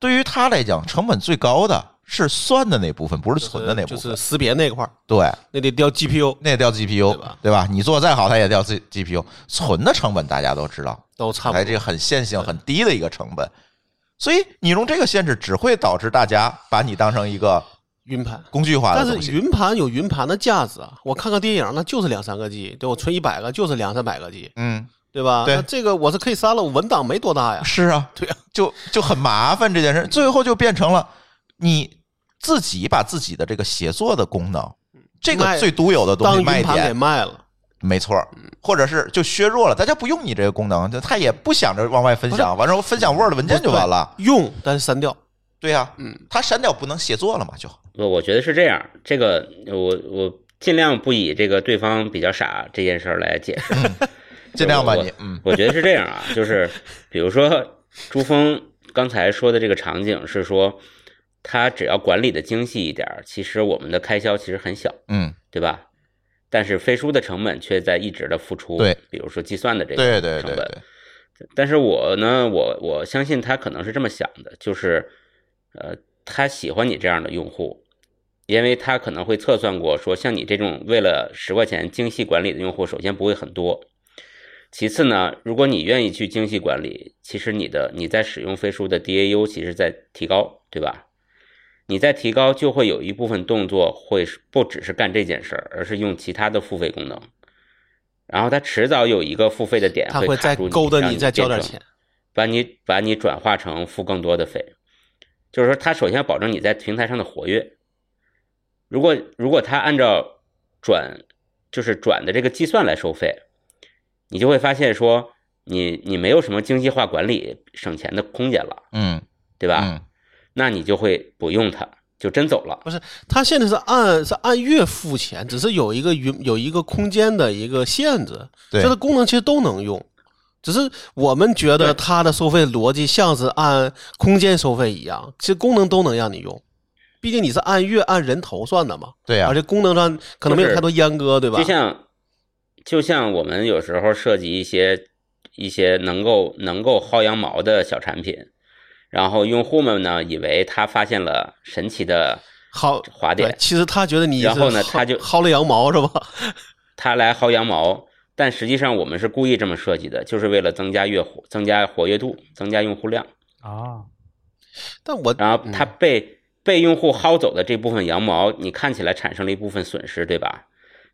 [SPEAKER 3] 对于他来讲，成本最高的是算的那部分，不是存的那部
[SPEAKER 5] 就
[SPEAKER 3] 分。
[SPEAKER 5] 是识别那块儿，
[SPEAKER 3] 对，
[SPEAKER 5] 那得调 GPU
[SPEAKER 3] 那掉 GPU，
[SPEAKER 5] 对吧
[SPEAKER 3] 你做的再好，它也掉 G GPU。存的成本大家都知道，
[SPEAKER 5] 都差不
[SPEAKER 3] 哎，
[SPEAKER 5] 多。
[SPEAKER 3] 这个很线性、很低的一个成本。所以你用这个限制，只会导致大家把你当成一个
[SPEAKER 5] 云盘，
[SPEAKER 3] 工具化的
[SPEAKER 5] 但
[SPEAKER 3] 东
[SPEAKER 5] 是
[SPEAKER 3] 西。
[SPEAKER 5] 云盘有云盘的价值啊！我看个电影，那就是两三个 G，对我存一百个就是两三百个 G，
[SPEAKER 3] 嗯，
[SPEAKER 5] 对吧？
[SPEAKER 3] 对
[SPEAKER 5] 那这个我是可以删了，我文档没多大呀。
[SPEAKER 3] 是啊，
[SPEAKER 5] 对啊，
[SPEAKER 3] 就就很麻烦这件事，最后就变成了你自己把自己的这个协作的功能，这个
[SPEAKER 5] 嗯卖
[SPEAKER 3] 最独有的东
[SPEAKER 5] 当
[SPEAKER 3] 西
[SPEAKER 5] 云
[SPEAKER 3] 卖
[SPEAKER 5] 盘给嗯
[SPEAKER 3] 点，
[SPEAKER 5] 卖了，
[SPEAKER 3] 没错儿，或者是就削弱了，大家不用你这个功能，就他也不想着往外分享，完之后分享 Word 文件就完
[SPEAKER 6] 啊
[SPEAKER 3] 了。
[SPEAKER 5] 用但是删掉，
[SPEAKER 3] 对呀，
[SPEAKER 6] 嗯
[SPEAKER 3] 他删掉不能协作了嘛，就
[SPEAKER 6] 我我觉得是这样，这个我我尽量不以这个对方比较傻这件事儿来解 释。
[SPEAKER 3] 尽量吧
[SPEAKER 6] 我
[SPEAKER 3] 你，嗯
[SPEAKER 6] 我觉得是这样啊，就是比如说朱峰刚才说的这个场景是说，他只要管理的精细一点儿，其实我们的开销其实很小，
[SPEAKER 3] 嗯，
[SPEAKER 6] 对吧？但是飞书的成本却在一直的付出，
[SPEAKER 3] 对，
[SPEAKER 6] 比如说计算的这
[SPEAKER 3] 对
[SPEAKER 6] 个
[SPEAKER 3] 对
[SPEAKER 6] 成
[SPEAKER 3] 对
[SPEAKER 6] 本，
[SPEAKER 3] 对，
[SPEAKER 6] 但是我呢，我我相信他可能是这么想的，就是，呃，他喜欢你这样的用户，因为他可能会测算过，说像你这种为了十块钱精细管理的用户，首先不会很多，其次呢，如果你愿意去精细管理，其实你的你在使用飞书的 DAU 其实在提高，对吧？你在提高，就会有一部分动作会是不只是干这件事儿，而是用其他的付费功能。然后它迟早有一个付费的点
[SPEAKER 5] 他会
[SPEAKER 6] 卡
[SPEAKER 5] 再
[SPEAKER 6] 住你，
[SPEAKER 5] 勾搭
[SPEAKER 6] 让
[SPEAKER 5] 你
[SPEAKER 6] 你
[SPEAKER 5] 再交
[SPEAKER 6] 变
[SPEAKER 5] 点
[SPEAKER 6] 成
[SPEAKER 5] 钱。
[SPEAKER 6] 把你把你转化成付更多的费，就是说他首先要保证你在平台上的活跃。如果如果他按照转就是转的这个计算来收费，你就会发现说你你没有什么精细化管理省钱的空间了，
[SPEAKER 3] 嗯
[SPEAKER 6] 对吧？
[SPEAKER 3] 嗯，
[SPEAKER 6] 那你就会不用它，就真走了。
[SPEAKER 5] 他现在是按是按月付钱，只是有一个云有一个空间的一个限制，
[SPEAKER 3] 对
[SPEAKER 5] 它的功能其实都能用，只是我们觉得它的收费逻辑像是按空间收费一样，其实功能都能让你用，毕竟你是按月按人头算的嘛，
[SPEAKER 3] 对啊呀
[SPEAKER 5] 而，且功能上可能没有太多阉割，对吧
[SPEAKER 6] 啊就？像就像我们有时候涉及一些一些能够能够薅羊毛的小产品，然后用户们呢以为他发现了神奇的
[SPEAKER 5] 好，
[SPEAKER 6] 滑
[SPEAKER 5] 对
[SPEAKER 6] 点，，
[SPEAKER 5] 其实他觉得你
[SPEAKER 6] 然后呢
[SPEAKER 5] 是薅
[SPEAKER 6] 他就
[SPEAKER 5] 薅了羊毛是吧？
[SPEAKER 6] 他来薅羊毛。但实际上，我们是故意这么设计的，就是为了增加月活、增加活跃度、增加用户量。
[SPEAKER 4] 啊，
[SPEAKER 5] 但我
[SPEAKER 6] 然后它
[SPEAKER 5] 嗯
[SPEAKER 6] 被、被用户薅走的这部分羊毛，你看起来产生了一部分损失，对吧？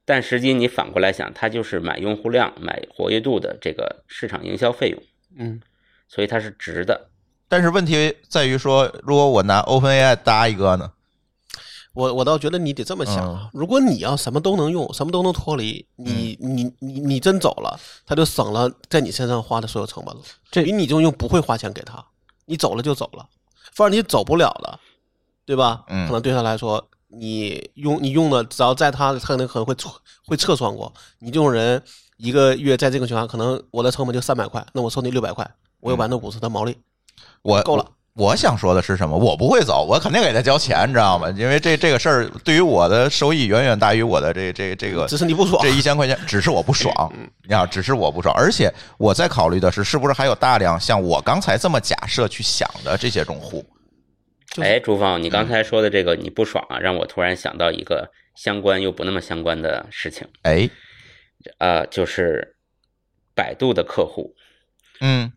[SPEAKER 6] 但实际你反过来想，它就是买用户量、买活跃度的这个市场营销费用，
[SPEAKER 5] 嗯，
[SPEAKER 6] 所以它是值的。
[SPEAKER 3] 但是问题在于说，如果我拿 OpenAI 搭一个呢？
[SPEAKER 5] 我我倒觉得你得这么
[SPEAKER 3] 嗯
[SPEAKER 5] 想啊，如果你要什么都能用，什么都能脱离，你、
[SPEAKER 6] 嗯
[SPEAKER 5] 你你你真走了，他就省了在你身上花的所有成本了。
[SPEAKER 4] 这
[SPEAKER 5] 因为你就用不会花钱给他，你走了就走了，反正你走不了了，对吧？
[SPEAKER 3] 嗯
[SPEAKER 5] 可能对他来说，你用你用的，只要在他他可能可能会测会测算过，你这种人一个月在这个情况下，可能我的成本就三百块，那我收你六百块，我
[SPEAKER 6] 嗯
[SPEAKER 5] 有百分之五十的毛利。
[SPEAKER 3] 我
[SPEAKER 5] 够了。
[SPEAKER 3] 我想说的是什么？我不会走，我肯定给他交钱，你知道吗？因为这这个事儿对于我的收益远远大于我的这这这个
[SPEAKER 5] 只是你不爽嗯
[SPEAKER 3] 这一千块钱只是我不爽，你啊，只是我不爽。而且我在考虑的是，是不是还有大量像我刚才这么假设去想的这些用户？
[SPEAKER 5] 就是嗯
[SPEAKER 6] 哎，朱芳，你刚才说的这个你不爽啊，让我突然想到一个相关又不那么相关的事情，
[SPEAKER 3] 哎，
[SPEAKER 6] 呃，就是百度的客户，
[SPEAKER 3] 嗯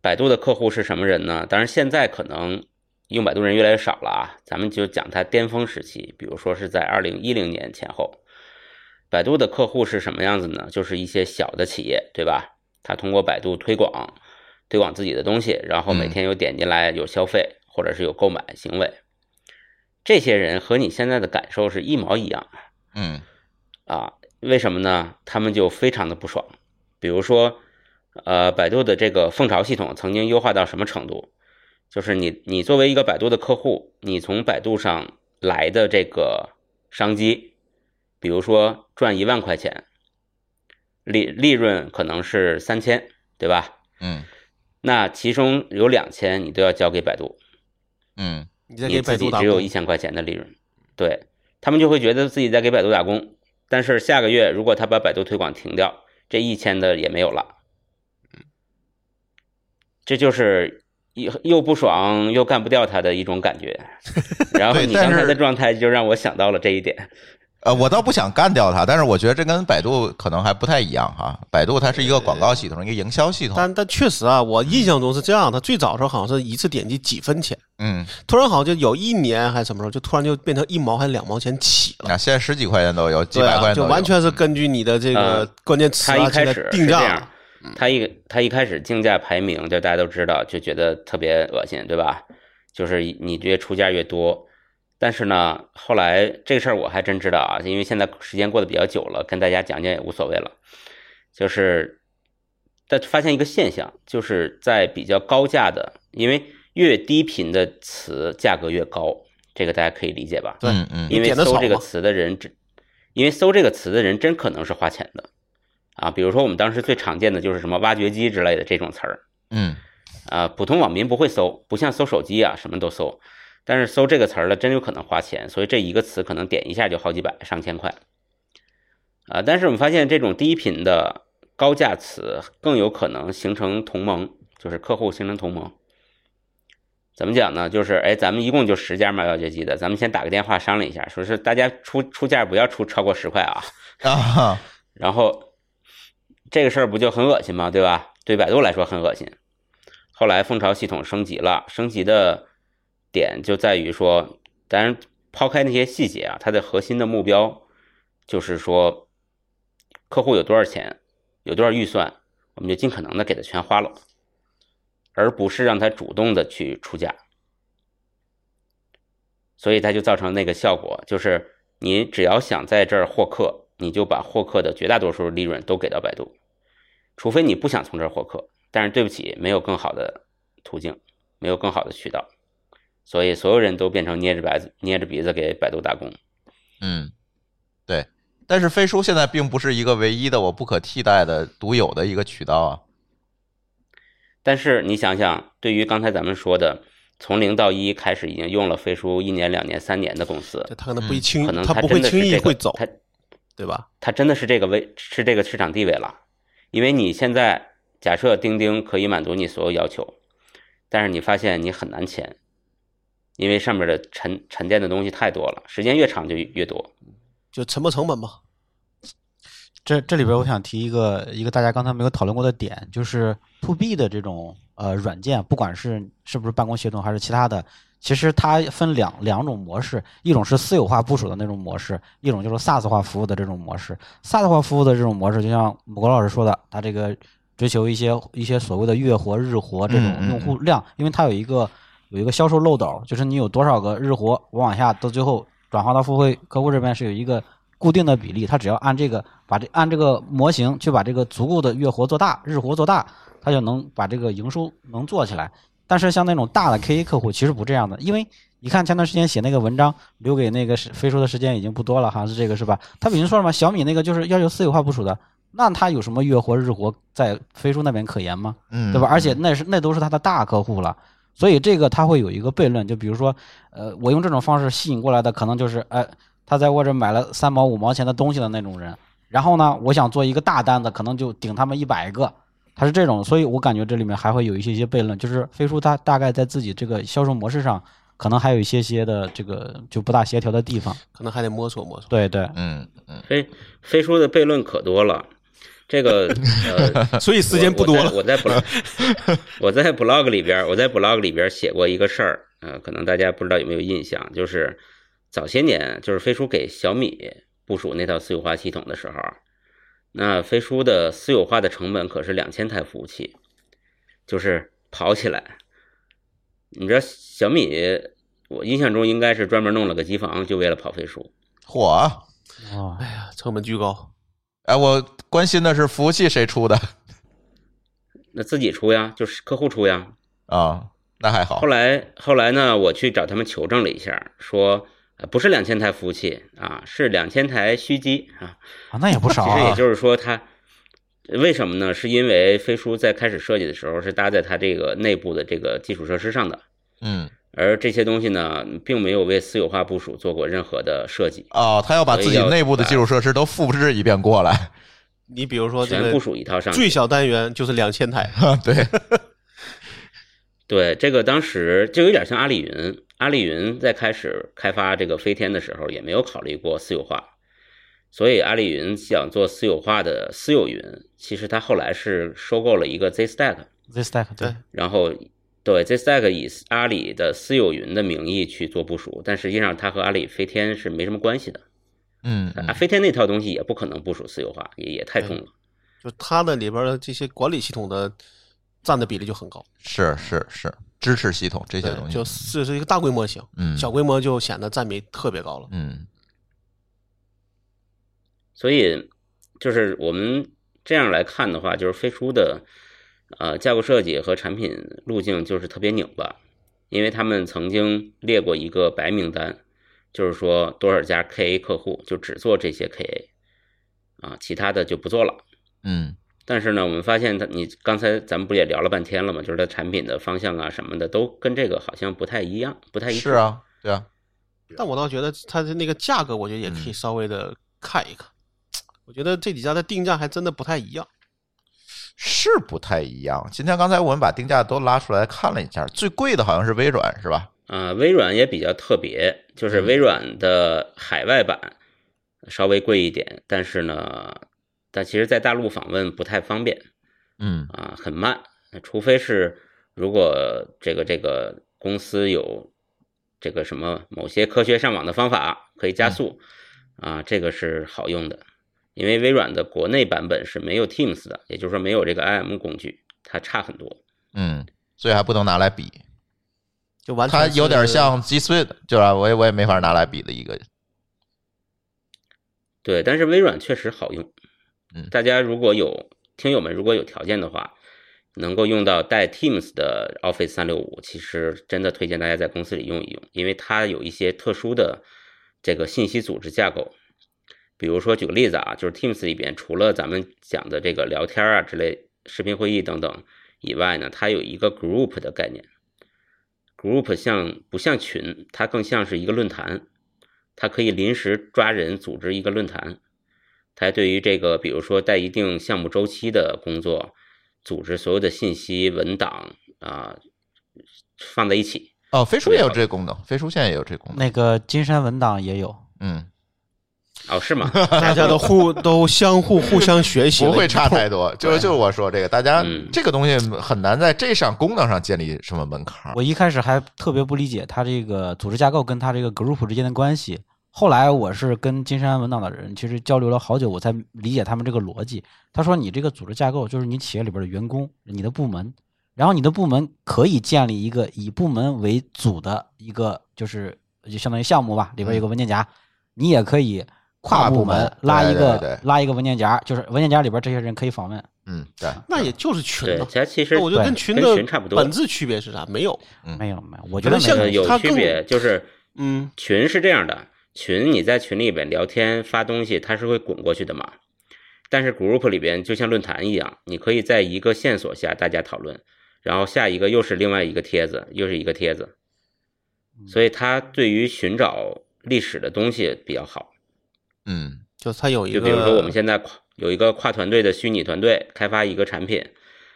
[SPEAKER 6] 百度的客户是什么人呢？当然，现在可能用百度人越来越少了啊。咱们就讲它巅峰时期，比如说是在二零一零年前后，百度的客户是什么样子呢？就是一些小的企业，对吧？他通过百度推广，推广自己的东西，然后每天有点进来，有消费，或者是有购买行为。这些人和你现在的感受是一毛一样。
[SPEAKER 3] 嗯
[SPEAKER 6] 啊，为什么呢？他们就非常的不爽。比如说，呃，百度的这个蜂巢系统曾经优化到什么程度？就是你你作为一个百度的客户，你从百度上来的这个商机，比如说赚一万块钱，利利润可能是三千，对吧？
[SPEAKER 3] 嗯
[SPEAKER 6] 那其中有两千你都要交给百度，
[SPEAKER 3] 嗯
[SPEAKER 5] 你在
[SPEAKER 6] 你
[SPEAKER 5] 给
[SPEAKER 6] 自
[SPEAKER 5] 百
[SPEAKER 6] 己
[SPEAKER 5] 度打
[SPEAKER 6] 只有
[SPEAKER 5] 工
[SPEAKER 6] 一，千块钱的利润，对他们就会觉得自己在给百度打工。但是下个月如果他把百度推广停掉，这一千的也没有了。这就是又又不爽又干不掉他的一种感 觉。然后
[SPEAKER 3] 对
[SPEAKER 6] 你
[SPEAKER 3] 但
[SPEAKER 6] 刚才
[SPEAKER 3] 是
[SPEAKER 6] 的状态就让我想到了这一点。
[SPEAKER 3] 呃，我倒不想干掉它，但是我觉得这跟百度可能还不太一样哈。百度它是一个广告系统，一个营销系统。
[SPEAKER 5] 但但确实啊，我印象中是这样的，最早的时候好像是一次点击几分钱，
[SPEAKER 3] 嗯，
[SPEAKER 5] 突然好像就有一年还是什么时候，就突然就变成一毛还是两毛钱起了。
[SPEAKER 3] 那现在十几块钱都有，几
[SPEAKER 5] 对
[SPEAKER 3] 百块钱
[SPEAKER 5] 啊，
[SPEAKER 3] 都
[SPEAKER 5] 就
[SPEAKER 3] 有
[SPEAKER 5] 完全是根据你的这个
[SPEAKER 6] 呃
[SPEAKER 5] 关键词
[SPEAKER 6] 他一
[SPEAKER 5] 啊去
[SPEAKER 6] 开
[SPEAKER 5] 来
[SPEAKER 6] 始是
[SPEAKER 5] 定嗯
[SPEAKER 6] 这
[SPEAKER 5] 价的
[SPEAKER 6] 样。，他一他一开始竞价排名，就大家都知道，就觉得特别恶心，对吧？就是你越出价越多，但是呢，后来这个事儿我还真知道啊，因为现在时间过得比较久了，跟大家讲讲也无所谓了。就是，但发现一个现象，就是在比较高价的，因为越低频的词价格越高，这个大家可以理解吧？
[SPEAKER 3] 嗯嗯
[SPEAKER 6] 因为
[SPEAKER 5] 点的
[SPEAKER 6] 搜
[SPEAKER 5] 少
[SPEAKER 6] 这个
[SPEAKER 5] 嘛
[SPEAKER 6] 词的人只，因为搜这个词的人真可能是花钱的啊。比如说我们当时最常见的就是什么挖掘机之类的这种词儿
[SPEAKER 3] 嗯
[SPEAKER 6] 啊，普通网民不会搜，不像搜手机啊什么都搜，但是搜这个词儿了真有可能花钱，所以这一个词可能点一下就好几百上千块啊。但是我们发现这种低频的。高价词更有可能形成同盟，就是客户形成同盟。怎么讲呢？就是哎，咱们一共就十家卖药绝迹的，咱们先打个电话商量一下，说是大家出出价不要出超过十块啊。
[SPEAKER 3] 啊，
[SPEAKER 6] 然后这个事儿不就很恶心吗？对吧？对百度来说很恶心。后来蜂巢系统升级了，升级的点就在于说，当然抛开那些细节啊，它的核心的目标就是说，客户有多少钱，有多少预算，我们就尽可能的给他全花了，而不是让他主动的去出价。所以它就造成那个效果，就是你只要想在这儿获客，你就把获客的绝大多数利润都给到百度，除非你不想从这儿获客，但是对不起，没有更好的途径，没有更好的渠道，所以所有人都变成捏着白捏着鼻子给百度打工。
[SPEAKER 3] 嗯，对。但是飞书现在并不是一个唯一的、我不可替代的、独有的一个渠道啊。
[SPEAKER 6] 但是你想想，对于刚才咱们说的从零到一开始已经用了飞书一年、两年、三年的公司，
[SPEAKER 5] 他可能不一轻，
[SPEAKER 6] 嗯可能
[SPEAKER 5] 他不会
[SPEAKER 6] 真的是
[SPEAKER 5] 轻易
[SPEAKER 6] 这个
[SPEAKER 5] 会走，
[SPEAKER 6] 他
[SPEAKER 5] 对吧？
[SPEAKER 6] 它真的是这个位是这个市场地位了，因为你现在假设钉钉可以满足你所有要求，但是你发现你很难签，因为上面的沉沉淀的东西太多了，时间越长就越多。
[SPEAKER 5] 就沉没成本嘛。
[SPEAKER 4] 这这里边我想提一个一个大家刚才没有讨论过的点，就是 to B 的这种呃软件，不管是是不是办公系统还是其他的，其实它分两两种模式，一种是私有化部署的那种模式，一种就是 SaaS 化服务的这种模式。SaaS 化服务的这种模式，就像某国老师说的，它这个追求一些一些所谓的月活、日活这
[SPEAKER 3] 嗯嗯
[SPEAKER 4] 种用户量，因为它有一个有一个销售漏斗，就是你有多少个日活，我往下到最后转化到付费客户这边是有一个固定的比例，它只要按这个把这按这个模型去把这个足够的月活做大，日活做大，它就能把这个营收能做起来。但是像那种大的 KA 客户其实不这样的，因为你看前段时间写那个文章，留给那个是飞书的时间已经不多了，好像是这个是吧？他们已经说了嘛，小米那个就是要求私有化部署的，那他有什么月活日活在飞书那边可言吗？
[SPEAKER 3] 嗯，
[SPEAKER 4] 对吧？而且那是那都是他的大客户了，所以这个他会有一个悖论，就比如说，呃，我用这种方式吸引过来的可能就是，呃，他在我这买了三毛五毛钱的东西的那种人，然后呢，我想做一个大单子，可能就顶他们一百个，他是这种，所以我感觉这里面还会有一些些悖论，就是飞书它大概在自己这个销售模式上，可能还有一些些的这个就不大协调的地方。
[SPEAKER 5] 可能还得摸索摸索。
[SPEAKER 4] 对对，
[SPEAKER 3] 嗯嗯，
[SPEAKER 6] 飞飞书的悖论可多了，这个呃
[SPEAKER 5] 所以时间不多了，
[SPEAKER 6] 我我在我在 blog 我在 blog 里边儿，我在 blog 里边儿写过一个事儿，呃，可能大家不知道有没有印象，就是早些年就是飞书给小米部署那套私有化系统的时候，那飞书的私有化的成本可是两千台服务器，就是跑起来。你知道小米，我印象中应该是专门弄了个机房，就为了跑飞书。
[SPEAKER 3] 火啊！
[SPEAKER 4] 哦，
[SPEAKER 5] 哎呀，成本巨高，
[SPEAKER 3] 哎，我关心的是服务器谁出的
[SPEAKER 6] 那自己出呀，就是客户出呀，
[SPEAKER 3] 啊？那还好
[SPEAKER 6] 后，来后来呢，我去找他们求证了一下，说呃不是两千台服务器啊，是两千台虚机啊。
[SPEAKER 4] 啊那也不少
[SPEAKER 6] 其实也
[SPEAKER 4] 啊。
[SPEAKER 6] 就是说它，为什么呢？是因为飞书在开始设计的时候是搭在它这个内部的这个基础设施上的，
[SPEAKER 3] 嗯，
[SPEAKER 6] 而这些东西呢，并没有为私有化部署做过任何的设计，
[SPEAKER 3] 哦，他要把自己内部的基础设施都复制一遍过来，
[SPEAKER 5] 你比如说这
[SPEAKER 6] 全部
[SPEAKER 5] 个
[SPEAKER 6] 署一套上去。
[SPEAKER 5] 最小单元就是两千台，
[SPEAKER 3] 对，
[SPEAKER 6] 对，这个当时就有点像阿里云，阿里云在开始开发这个飞天的时候，也没有考虑过私有化，所以阿里云想做私有化的私有云，其实它后来是收购了一个 ZStack，
[SPEAKER 4] This stack 对
[SPEAKER 5] 对，
[SPEAKER 6] 然后对 ZStack 以阿里的私有云的名义去做部署，但实际上它和阿里飞天是没什么关系的，
[SPEAKER 3] 嗯，
[SPEAKER 6] 啊，飞天那套东西也不可能部署私有化，也也太重了。
[SPEAKER 5] 就它的里边的这些管理系统的占的比例就很高，
[SPEAKER 3] 是是是，支持系统这些
[SPEAKER 5] 对
[SPEAKER 3] 东，
[SPEAKER 5] 就
[SPEAKER 3] 西，
[SPEAKER 5] 是这是一个大规模型，
[SPEAKER 3] 嗯
[SPEAKER 5] 小规模就显得占比特别高了。
[SPEAKER 3] 嗯
[SPEAKER 6] 所以就是我们这样来看的话，就是飞书的呃架构设计和产品路径就是特别拧巴，因为他们曾经列过一个白名单，就是说多少家 KA 客户就只做这些 KA 啊，其他的就不做了。
[SPEAKER 3] 嗯
[SPEAKER 6] 但是呢，我们发现它，你刚才咱们不也聊了半天了吗？就是它产品的方向啊什么的，都跟这个好像不太一样，不太
[SPEAKER 3] 嗯，
[SPEAKER 6] 一致。
[SPEAKER 3] 是，啊，对啊，
[SPEAKER 5] 但我倒觉得它的那个价格，我
[SPEAKER 6] 嗯
[SPEAKER 5] 觉得也可以稍微的看一看。我觉得这几家的定价还真的不太一样，
[SPEAKER 3] 是不太一样。今天刚才我们把定价都拉出来看了一下，最贵的好像是微软，是吧？
[SPEAKER 6] 啊，微软也比较特别，就是微软的海外版稍微贵一点，但是呢，但其实在大陆访问不太方便
[SPEAKER 3] 嗯
[SPEAKER 6] 啊，很慢，除非是如果这个这个公司有这个什么某些科学上网的方法可以加速啊，这个是好用的，因为微软的国内版本是没有 Teams 的，也就是说没有这个 IM 工具，它差很多。
[SPEAKER 3] 嗯，所以还不能拿来比，
[SPEAKER 5] 就完全
[SPEAKER 3] 它有点
[SPEAKER 5] 是
[SPEAKER 3] 像 G Suite，就是啊我也我也没法拿来比的一个。
[SPEAKER 6] 对，但是微软确实好用。
[SPEAKER 3] 嗯
[SPEAKER 6] 大家如果有听友们如果有条件的话，能够用到带 Teams 的 Office 三六五，其实真的推荐大家在公司里用一用，因为它有一些特殊的这个信息组织架构。比如说，举个例子啊，就是 Teams 里边除了咱们讲的这个聊天啊之类、视频会议等等以外呢，它有一个 group 的概念。group 像不像群，它更像是一个论坛，它可以临时抓人组织一个论坛。它对于这个，比如说带一定项目周期的工作，组织所有的信息文档啊、放在一起。
[SPEAKER 3] 哦，飞书也有这个功能，飞书现在也有这个功能。
[SPEAKER 4] 那个金山文档也有，
[SPEAKER 3] 嗯，
[SPEAKER 6] 哦，是 吗？
[SPEAKER 5] 大家都互都相互互相学 习了，
[SPEAKER 3] 不会差太多。就是就是我说这个，大家
[SPEAKER 6] 嗯
[SPEAKER 3] 这个东西很难在这上功能上建立什么门槛儿。
[SPEAKER 4] 我一开始还特别不理解它这个组织架构跟它这个 group 之间的关系。后来我是跟金山文档的人其实交流了好久，我才理解他们这个逻辑。他说，你这个组织架构就是你企业里边的员工，你的部门，然后你的部门可以建立一个以部门为组的一个，就是就相当于项目吧，里边有个文件夹，你也可以跨
[SPEAKER 3] 嗯跨部
[SPEAKER 4] 部门
[SPEAKER 3] 门
[SPEAKER 4] 拉一
[SPEAKER 3] 对对
[SPEAKER 4] 个
[SPEAKER 3] 对
[SPEAKER 4] 拉一个文件夹，就是文件夹里边这些人可以访问。
[SPEAKER 3] 嗯，对，
[SPEAKER 5] 那也就是群
[SPEAKER 6] 对
[SPEAKER 5] 了，。
[SPEAKER 6] 它其实
[SPEAKER 5] 那我觉得跟
[SPEAKER 6] 对
[SPEAKER 5] 群
[SPEAKER 6] 跟
[SPEAKER 5] 的
[SPEAKER 6] 群差不多
[SPEAKER 5] 本质区别是啥？没有，
[SPEAKER 4] 没有没有，我觉
[SPEAKER 5] 可
[SPEAKER 4] 得没
[SPEAKER 5] 能像
[SPEAKER 4] 关
[SPEAKER 6] 呃
[SPEAKER 4] 系
[SPEAKER 6] 有
[SPEAKER 5] 它
[SPEAKER 6] 区
[SPEAKER 5] 更
[SPEAKER 6] 别，就是
[SPEAKER 5] 嗯，
[SPEAKER 6] 群是这样的，群你在群里边聊天发东西，它是会滚过去的嘛。但是 group 里边就像论坛一样，你可以在一个线索下大家讨论，然后下一个又是另外一个帖子，又是一个帖子，所以它对于寻找历史的东西比较好。
[SPEAKER 3] 嗯。
[SPEAKER 5] 就是它有一个，
[SPEAKER 6] 就比如说我们现在跨有一个跨团队的虚拟团队开发一个产品，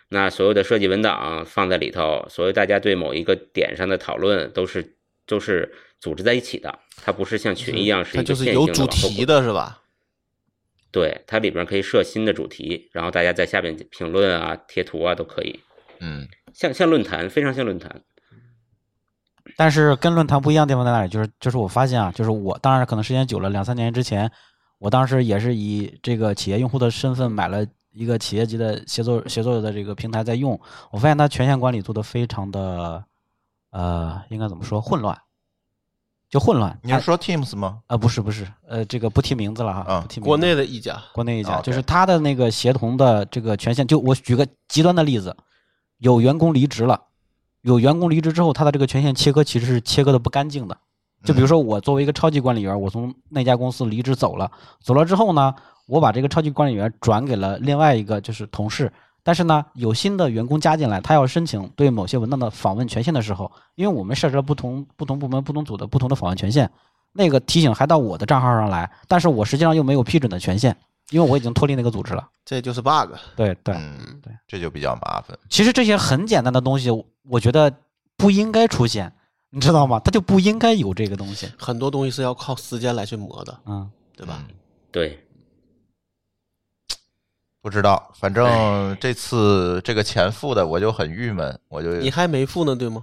[SPEAKER 6] 那所有的设计文档放在里头，所有大家对某一个点上的讨论都是都是组织在一起的，它不是像群一样是一
[SPEAKER 5] 它
[SPEAKER 6] 个
[SPEAKER 5] 就
[SPEAKER 6] 线
[SPEAKER 5] 是
[SPEAKER 6] 性
[SPEAKER 5] 有
[SPEAKER 6] 的
[SPEAKER 5] 主
[SPEAKER 6] 往后
[SPEAKER 5] 题
[SPEAKER 6] 滚
[SPEAKER 5] 的是吧？
[SPEAKER 6] 对，它里边可以设新的主题，然后大家在下边评论啊、贴图啊都可以，
[SPEAKER 3] 嗯，
[SPEAKER 6] 像像论坛，非常像论坛。
[SPEAKER 4] 但是跟论坛不一样的地方在哪里？就是就是我发现啊，就是我当然可能时间久了，两三年之前，我当时也是以这个企业用户的身份买了一个企业级的协作协作的这个平台在用，我发现它权限管理做的非常的，呃，应该怎么说混乱，就混乱。
[SPEAKER 3] 你
[SPEAKER 4] 它
[SPEAKER 3] 是说 Teams 吗？
[SPEAKER 4] 呃不是不是呃这个不提名字了哈，
[SPEAKER 3] 啊
[SPEAKER 4] 不提名字
[SPEAKER 5] 国内的一家，
[SPEAKER 4] 国内一家，
[SPEAKER 3] OK
[SPEAKER 4] 就是他的那个协同的这个权限，就我举个极端的例子，有员工离职了，有员工离职之后，他的这个权限切割其实是切割的不干净的。就比如说我作为一个超级管理员，我从那家公司离职走了，走了之后呢，我把这个超级管理员转给了另外一个就是同事，但是呢，有新的员工加进来，他要申请对某些文档的访问权限的时候，因为我们设置了不同不同部门、不同组的不同的访问权限，那个提醒还到我的账号上来，但是我实际上又没有批准的权限，因为我已经脱离那个组织了。
[SPEAKER 5] 这就是 bug。
[SPEAKER 4] 对对，
[SPEAKER 3] 嗯，
[SPEAKER 4] 对，
[SPEAKER 3] 这就比较麻烦。
[SPEAKER 4] 其实这些很简单的东西，我我觉得不应该出现，你知道吗？它就不应该有这个东西。
[SPEAKER 5] 很多东西是要靠时间来去磨的，
[SPEAKER 4] 嗯，
[SPEAKER 5] 对吧？
[SPEAKER 6] 对，
[SPEAKER 3] 不知道，反正这次这个钱付的我就很郁闷，我就
[SPEAKER 5] 你还没付呢，对吗？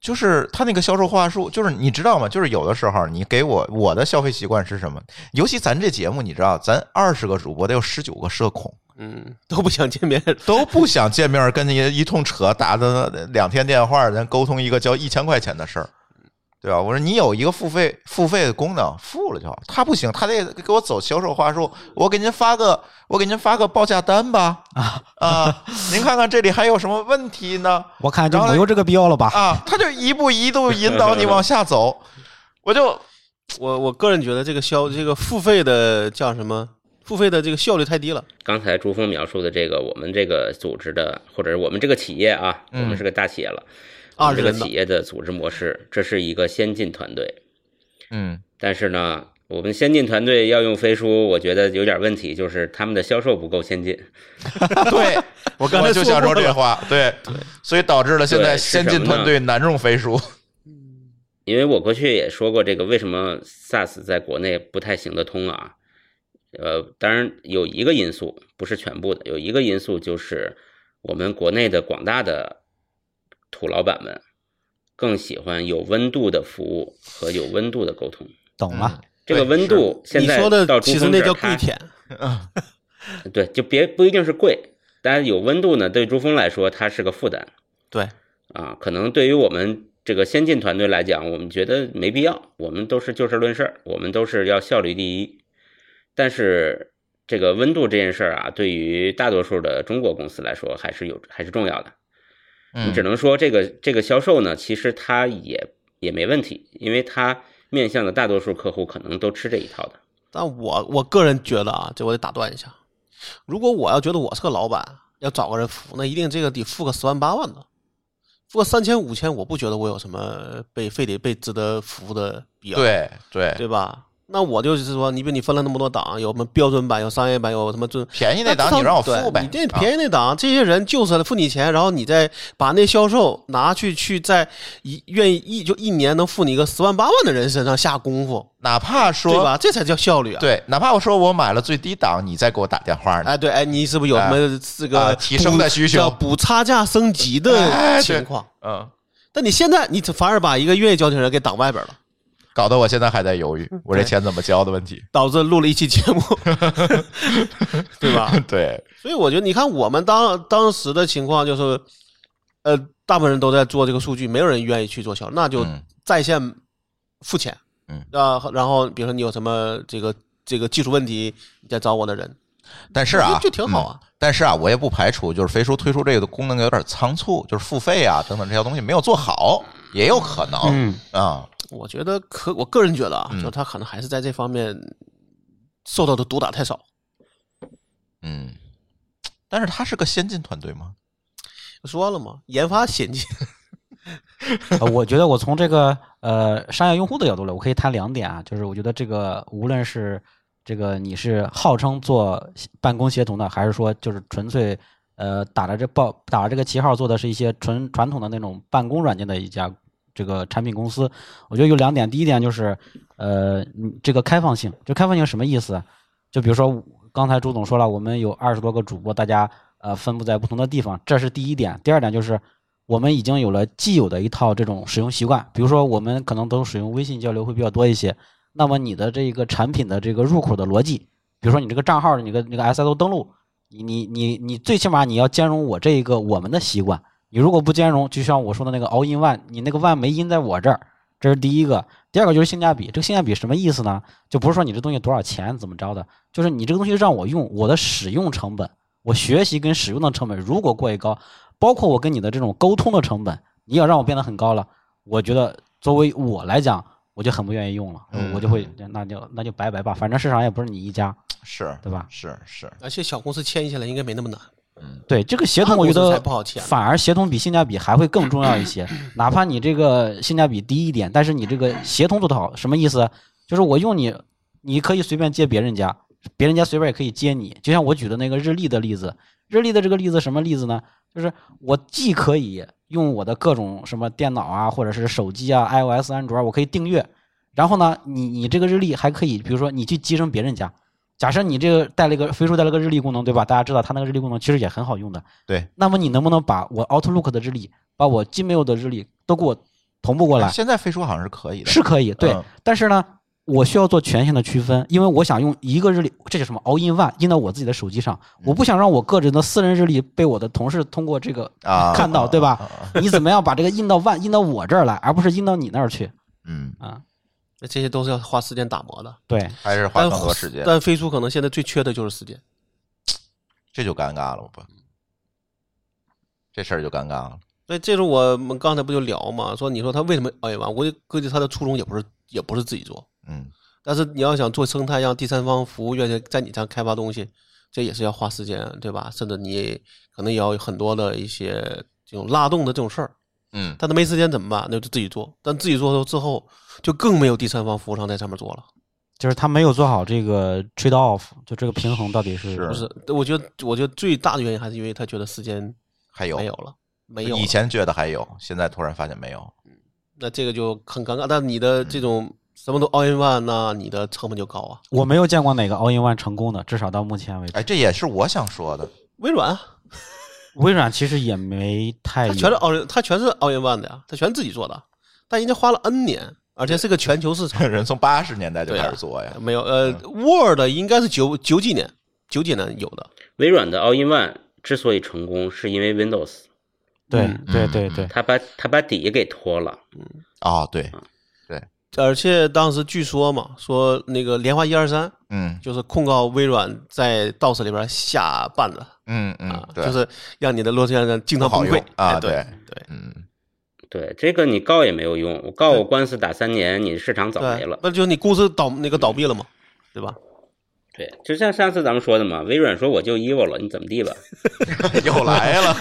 [SPEAKER 3] 就是他那个销售话术，就是你知道吗？就是有的时候你给我我的消费习惯是什么？尤其咱这节目，你知道，咱二十个主播得有十九个社恐，
[SPEAKER 5] 嗯，都不想见面，
[SPEAKER 3] 都不想见面，跟你一通扯，打的两天电话，咱沟通一个交一千块钱的事儿，对吧？我说你有一个付费付费的功能，付了就好。他不行，他得给我走销售话术，我给您发 个我给您发个报价单吧，啊您看看这里还有什么问题呢？
[SPEAKER 4] 我看就
[SPEAKER 3] 然后
[SPEAKER 4] 没有这个必要了吧？
[SPEAKER 3] 啊，他就一步一步引导你往下 走，我就
[SPEAKER 5] 我我个人觉得这个消这个付费的叫什么？付费的这个效率太低了。
[SPEAKER 6] 刚才朱峰描述的这个，我们这个组织的，或者是我们这个企业啊，我们是个大企业了，
[SPEAKER 5] 嗯
[SPEAKER 6] 我
[SPEAKER 5] 二
[SPEAKER 6] 们
[SPEAKER 5] 十
[SPEAKER 6] 这个
[SPEAKER 5] 人的
[SPEAKER 6] 企业的组织模式，这是一个先进团队，
[SPEAKER 3] 嗯
[SPEAKER 6] 但是呢，我们先进团队要用飞书，我觉得有点问题，就是他们的销售不够先进。
[SPEAKER 3] 对，我刚才就想说这话，对，所以导致了现在
[SPEAKER 6] 对是什
[SPEAKER 3] 先
[SPEAKER 6] 么
[SPEAKER 3] 进团队难用飞书。
[SPEAKER 6] 因为我过去也说过这个，为什么 SaaS 在国内不太行得通啊？呃，当然有一个因素，不是全部的，有一个因素就是我们国内的广大的土老板们更喜欢有温度的服务和有温度的沟通。
[SPEAKER 4] 懂
[SPEAKER 3] 嗯
[SPEAKER 4] 了，
[SPEAKER 6] 这个
[SPEAKER 3] 对
[SPEAKER 6] 温度现
[SPEAKER 5] 你
[SPEAKER 6] 在
[SPEAKER 5] 说
[SPEAKER 6] 到
[SPEAKER 5] 的
[SPEAKER 6] 中
[SPEAKER 5] 其实
[SPEAKER 6] 峰
[SPEAKER 5] 那
[SPEAKER 6] 这
[SPEAKER 5] 叫
[SPEAKER 6] 儿
[SPEAKER 5] 跪
[SPEAKER 6] 它
[SPEAKER 5] 舔，
[SPEAKER 6] 对，就别不一定是贵，但是有温度呢，对珠峰来说它是个负担
[SPEAKER 5] 对，
[SPEAKER 6] 啊。可能对于我们这个先进团队来讲，我们觉得没必要，我们都是就事论事儿，我们都是要效率第一。但是这个温度这件事儿啊，对于大多数的中国公司来说，还是有还是重要的。你只能说这个这个销售呢，其实它也也没问题，因为它面向的大多数客户可能都吃这一套的。
[SPEAKER 5] 但我我个人觉得啊，这我得打断一下。如果我要觉得我是个老板，要找个人服，那一定这个得付个十万八万的，付个三千五千，我不觉得我有什么被非得被值得服的必要，
[SPEAKER 3] 嗯对对，
[SPEAKER 5] 对吧？那我就是说，你比如你分了那么多档，有什么标准版，有商业版，有什么准
[SPEAKER 3] 便宜那档
[SPEAKER 5] 至少
[SPEAKER 3] 你让我付呗，啊
[SPEAKER 5] 对你这
[SPEAKER 3] 宜
[SPEAKER 5] 便宜那档，这些人就是付你钱，然后你再把那销售拿去去在一愿意一就一年能付你个十万八万的人身上下功夫，
[SPEAKER 3] 哪怕
[SPEAKER 5] 对
[SPEAKER 3] 说
[SPEAKER 5] 吧？这才叫效率啊！，
[SPEAKER 3] 对，哪怕我说我买了最低档，你再给我打电话呢。
[SPEAKER 5] 哎对，哎，你是不是有什么这
[SPEAKER 3] 啊
[SPEAKER 5] 个
[SPEAKER 3] 提升的需求
[SPEAKER 5] 叫补差价升级
[SPEAKER 3] 哎
[SPEAKER 5] 的
[SPEAKER 3] 对
[SPEAKER 5] 情况？
[SPEAKER 3] 嗯，
[SPEAKER 5] 但你现在你反而把一个愿意交钱人给挡外边了，
[SPEAKER 3] 搞得我现在还在犹豫，我这钱怎么交的问题。
[SPEAKER 5] 导致录了一期节 目，对吧？
[SPEAKER 3] 对，
[SPEAKER 5] 所以我觉得，你看我们当当时的情况就是，呃，大部分人都在做这个数据，没有人愿意去做销售，那就
[SPEAKER 3] 嗯
[SPEAKER 5] 在线付钱，
[SPEAKER 3] 嗯
[SPEAKER 5] 啊，然后比如说你有什么这个这个技术问题，你再找我的人，
[SPEAKER 3] 但是
[SPEAKER 5] 我觉
[SPEAKER 3] 啊
[SPEAKER 5] 得，就挺好啊
[SPEAKER 3] 嗯但是啊，我也不排除就是飞书推出这个功能有点仓促，就是付费啊等等这些东西没有做好，也有可能
[SPEAKER 4] 嗯，
[SPEAKER 3] 啊、
[SPEAKER 5] 我觉得可，我个人觉得啊，
[SPEAKER 3] 嗯
[SPEAKER 5] 就他可能还是在这方面受到的毒打太少，
[SPEAKER 3] 嗯。但是他是个先进团队吗？
[SPEAKER 5] 说了嘛，研发先进，
[SPEAKER 4] 呃我觉得我从这个呃商业用户的角度来，我可以谈两点啊，就是我觉得这个无论是这个你是号称做办公协同的，还是说就是纯粹呃打着这报打着这个旗号做的是一些纯传统的那种办公软件的一家这个产品公司，我觉得有两点，第一点就是呃你这个开放性，这开放性什么意思啊？就比如说刚才朱总说了，我们有二十多个主播，大家呃分布在不同的地方，这是第一点。第二点就是我们已经有了既有的一套这种使用习惯，比如说我们可能都使用微信交流会比较多一些，那么你的这个产品的这个入口的逻辑，比如说你这个账号，你个那个 SSO 登录，你你你你最起码你要兼容我这一个我们的习惯，你如果不兼容，就像我说的那个 all in one，你那个 one 没 in 在我这儿，这是第一个。第二个就是性价比，这个性价比什么意思呢？就不是说你这东西多少钱怎么着的，就是你这个东西让我用，我的使用成本，我学习跟使用的成本如果过于高，包括我跟你的这种沟通的成本，你要让我变得很高了，我觉得作为我来讲，我就很不愿意用了，
[SPEAKER 3] 嗯
[SPEAKER 4] 我就会那就那就拜拜吧，反正市场也不是你一家，
[SPEAKER 3] 是
[SPEAKER 4] 对吧？
[SPEAKER 3] 是是，
[SPEAKER 5] 而且小公司迁移下来应该没那么难，
[SPEAKER 4] 对这个协
[SPEAKER 5] 大
[SPEAKER 4] 同，我觉
[SPEAKER 5] 公司才
[SPEAKER 4] 得
[SPEAKER 5] 不好签
[SPEAKER 4] 反而协同比性价比还会更重要一 些。哪怕你这个性价比低一点，但是你这个协同做得好，什么意思？就是我用你，你可以随便接别人家，别人家随便也可以接你。就像我举的那个日历的例子，日历的这个例子什么例子呢？就是我既可以用我的各种什么电脑啊，或者是手机啊，iOS、安卓啊，我可以订阅。然后呢，你你这个日历还可以，比如说你去集成别人家。假设你这个带了一个飞书带了个日历功能，对吧？大家知道它那个日历功能其实也很好用的。
[SPEAKER 3] 对。
[SPEAKER 4] 那么你能不能把我 Outlook 的日历，把我 Gmail 的日历都给我同步过来？
[SPEAKER 3] 现在飞书好像是可哎以的，
[SPEAKER 4] 是可以，对。
[SPEAKER 3] 嗯
[SPEAKER 4] 但是呢，我需要做全线的区分，因为我想用一个日历，这叫什么 all in one，印到我自己的手机上。
[SPEAKER 3] 嗯
[SPEAKER 4] 我不想让我个人的私人日历被我的同事通过这 个
[SPEAKER 3] 啊，
[SPEAKER 4] 看到，对吧？
[SPEAKER 3] 啊？啊啊
[SPEAKER 4] 你怎么样把这个印到 one，印到我这儿来，而不是印到你那儿去
[SPEAKER 3] 嗯，
[SPEAKER 4] 啊？
[SPEAKER 5] 那这些都是要花时间打磨的。
[SPEAKER 4] 对，
[SPEAKER 3] 还是花
[SPEAKER 5] 但
[SPEAKER 3] 更多时间，
[SPEAKER 5] 但飞书可能现在最缺的就是时间。
[SPEAKER 3] 这就尴尬了，我不，这事儿就尴尬了。
[SPEAKER 5] 所以这是我们刚才不就聊嘛，说你说他为什么哎呀妈，我就估计他的初衷也不是也不是自己做，
[SPEAKER 3] 嗯，
[SPEAKER 5] 但是你要想做生态，让第三方服务愿意在你这开发东西，这也是要花时间，啊对吧？甚至你也可能也要有很多的一些这种拉动的这种事儿，
[SPEAKER 3] 嗯，
[SPEAKER 5] 但他没时间怎么办？那就自己做，但自己做之后就更没有第三方服务商在上面做了。
[SPEAKER 4] 就是他没有做好这个 trade off，就这个平衡到底是
[SPEAKER 3] 是
[SPEAKER 5] 不是，我觉得我觉得最大的原因还是因为他觉得时间
[SPEAKER 3] 还有
[SPEAKER 5] 没有了，没有了
[SPEAKER 3] 以前觉得还有，现在突然发现没有。
[SPEAKER 5] 那这个就很尴尬。但你的这种什么都 all in one，那你的成本就高啊。
[SPEAKER 4] 我没有见过哪个 all in one 成功的，至少到目前为止。
[SPEAKER 3] 哎，这也是我想说的。
[SPEAKER 5] 微软啊，
[SPEAKER 4] 微软其实也没太
[SPEAKER 3] 哎
[SPEAKER 4] 有，
[SPEAKER 5] 它全是 all in，它全是 all in one 的呀，它全自己做的，但人家花了 N 年，而且是个全球 市场。
[SPEAKER 3] 人从八十年代就
[SPEAKER 5] 对啊
[SPEAKER 3] 开始做呀，
[SPEAKER 5] 没有，呃，Word
[SPEAKER 3] 嗯
[SPEAKER 5] 应该是九九几年，九几年有的，
[SPEAKER 6] 微软的 All in One 之所以成功，是因为 Windows，
[SPEAKER 4] 对
[SPEAKER 5] 嗯
[SPEAKER 4] 对对对，
[SPEAKER 6] 它把它把底给拖了。
[SPEAKER 3] 啊、对，
[SPEAKER 5] 而且当时据说嘛，说那个莲花一二三
[SPEAKER 3] 嗯
[SPEAKER 5] 就是控告微软在 DOS 里边下绊子
[SPEAKER 3] 嗯嗯
[SPEAKER 5] 啊，，
[SPEAKER 3] 对，
[SPEAKER 5] 就是让你的洛杉矶经常
[SPEAKER 3] 不好
[SPEAKER 5] 崩
[SPEAKER 3] 用
[SPEAKER 5] 溃
[SPEAKER 3] 啊
[SPEAKER 5] 哎对
[SPEAKER 3] 对
[SPEAKER 5] 对
[SPEAKER 3] 嗯，
[SPEAKER 6] 对，这个你告也没有用，我告我官司打三年，你市场早没
[SPEAKER 5] 对
[SPEAKER 6] 了，。
[SPEAKER 5] 那就是你公司倒那个倒闭了嘛，对吧？
[SPEAKER 6] 对，就像上次咱们说的嘛，微软说我就 evil 了，你怎么地吧？
[SPEAKER 3] 又来 了，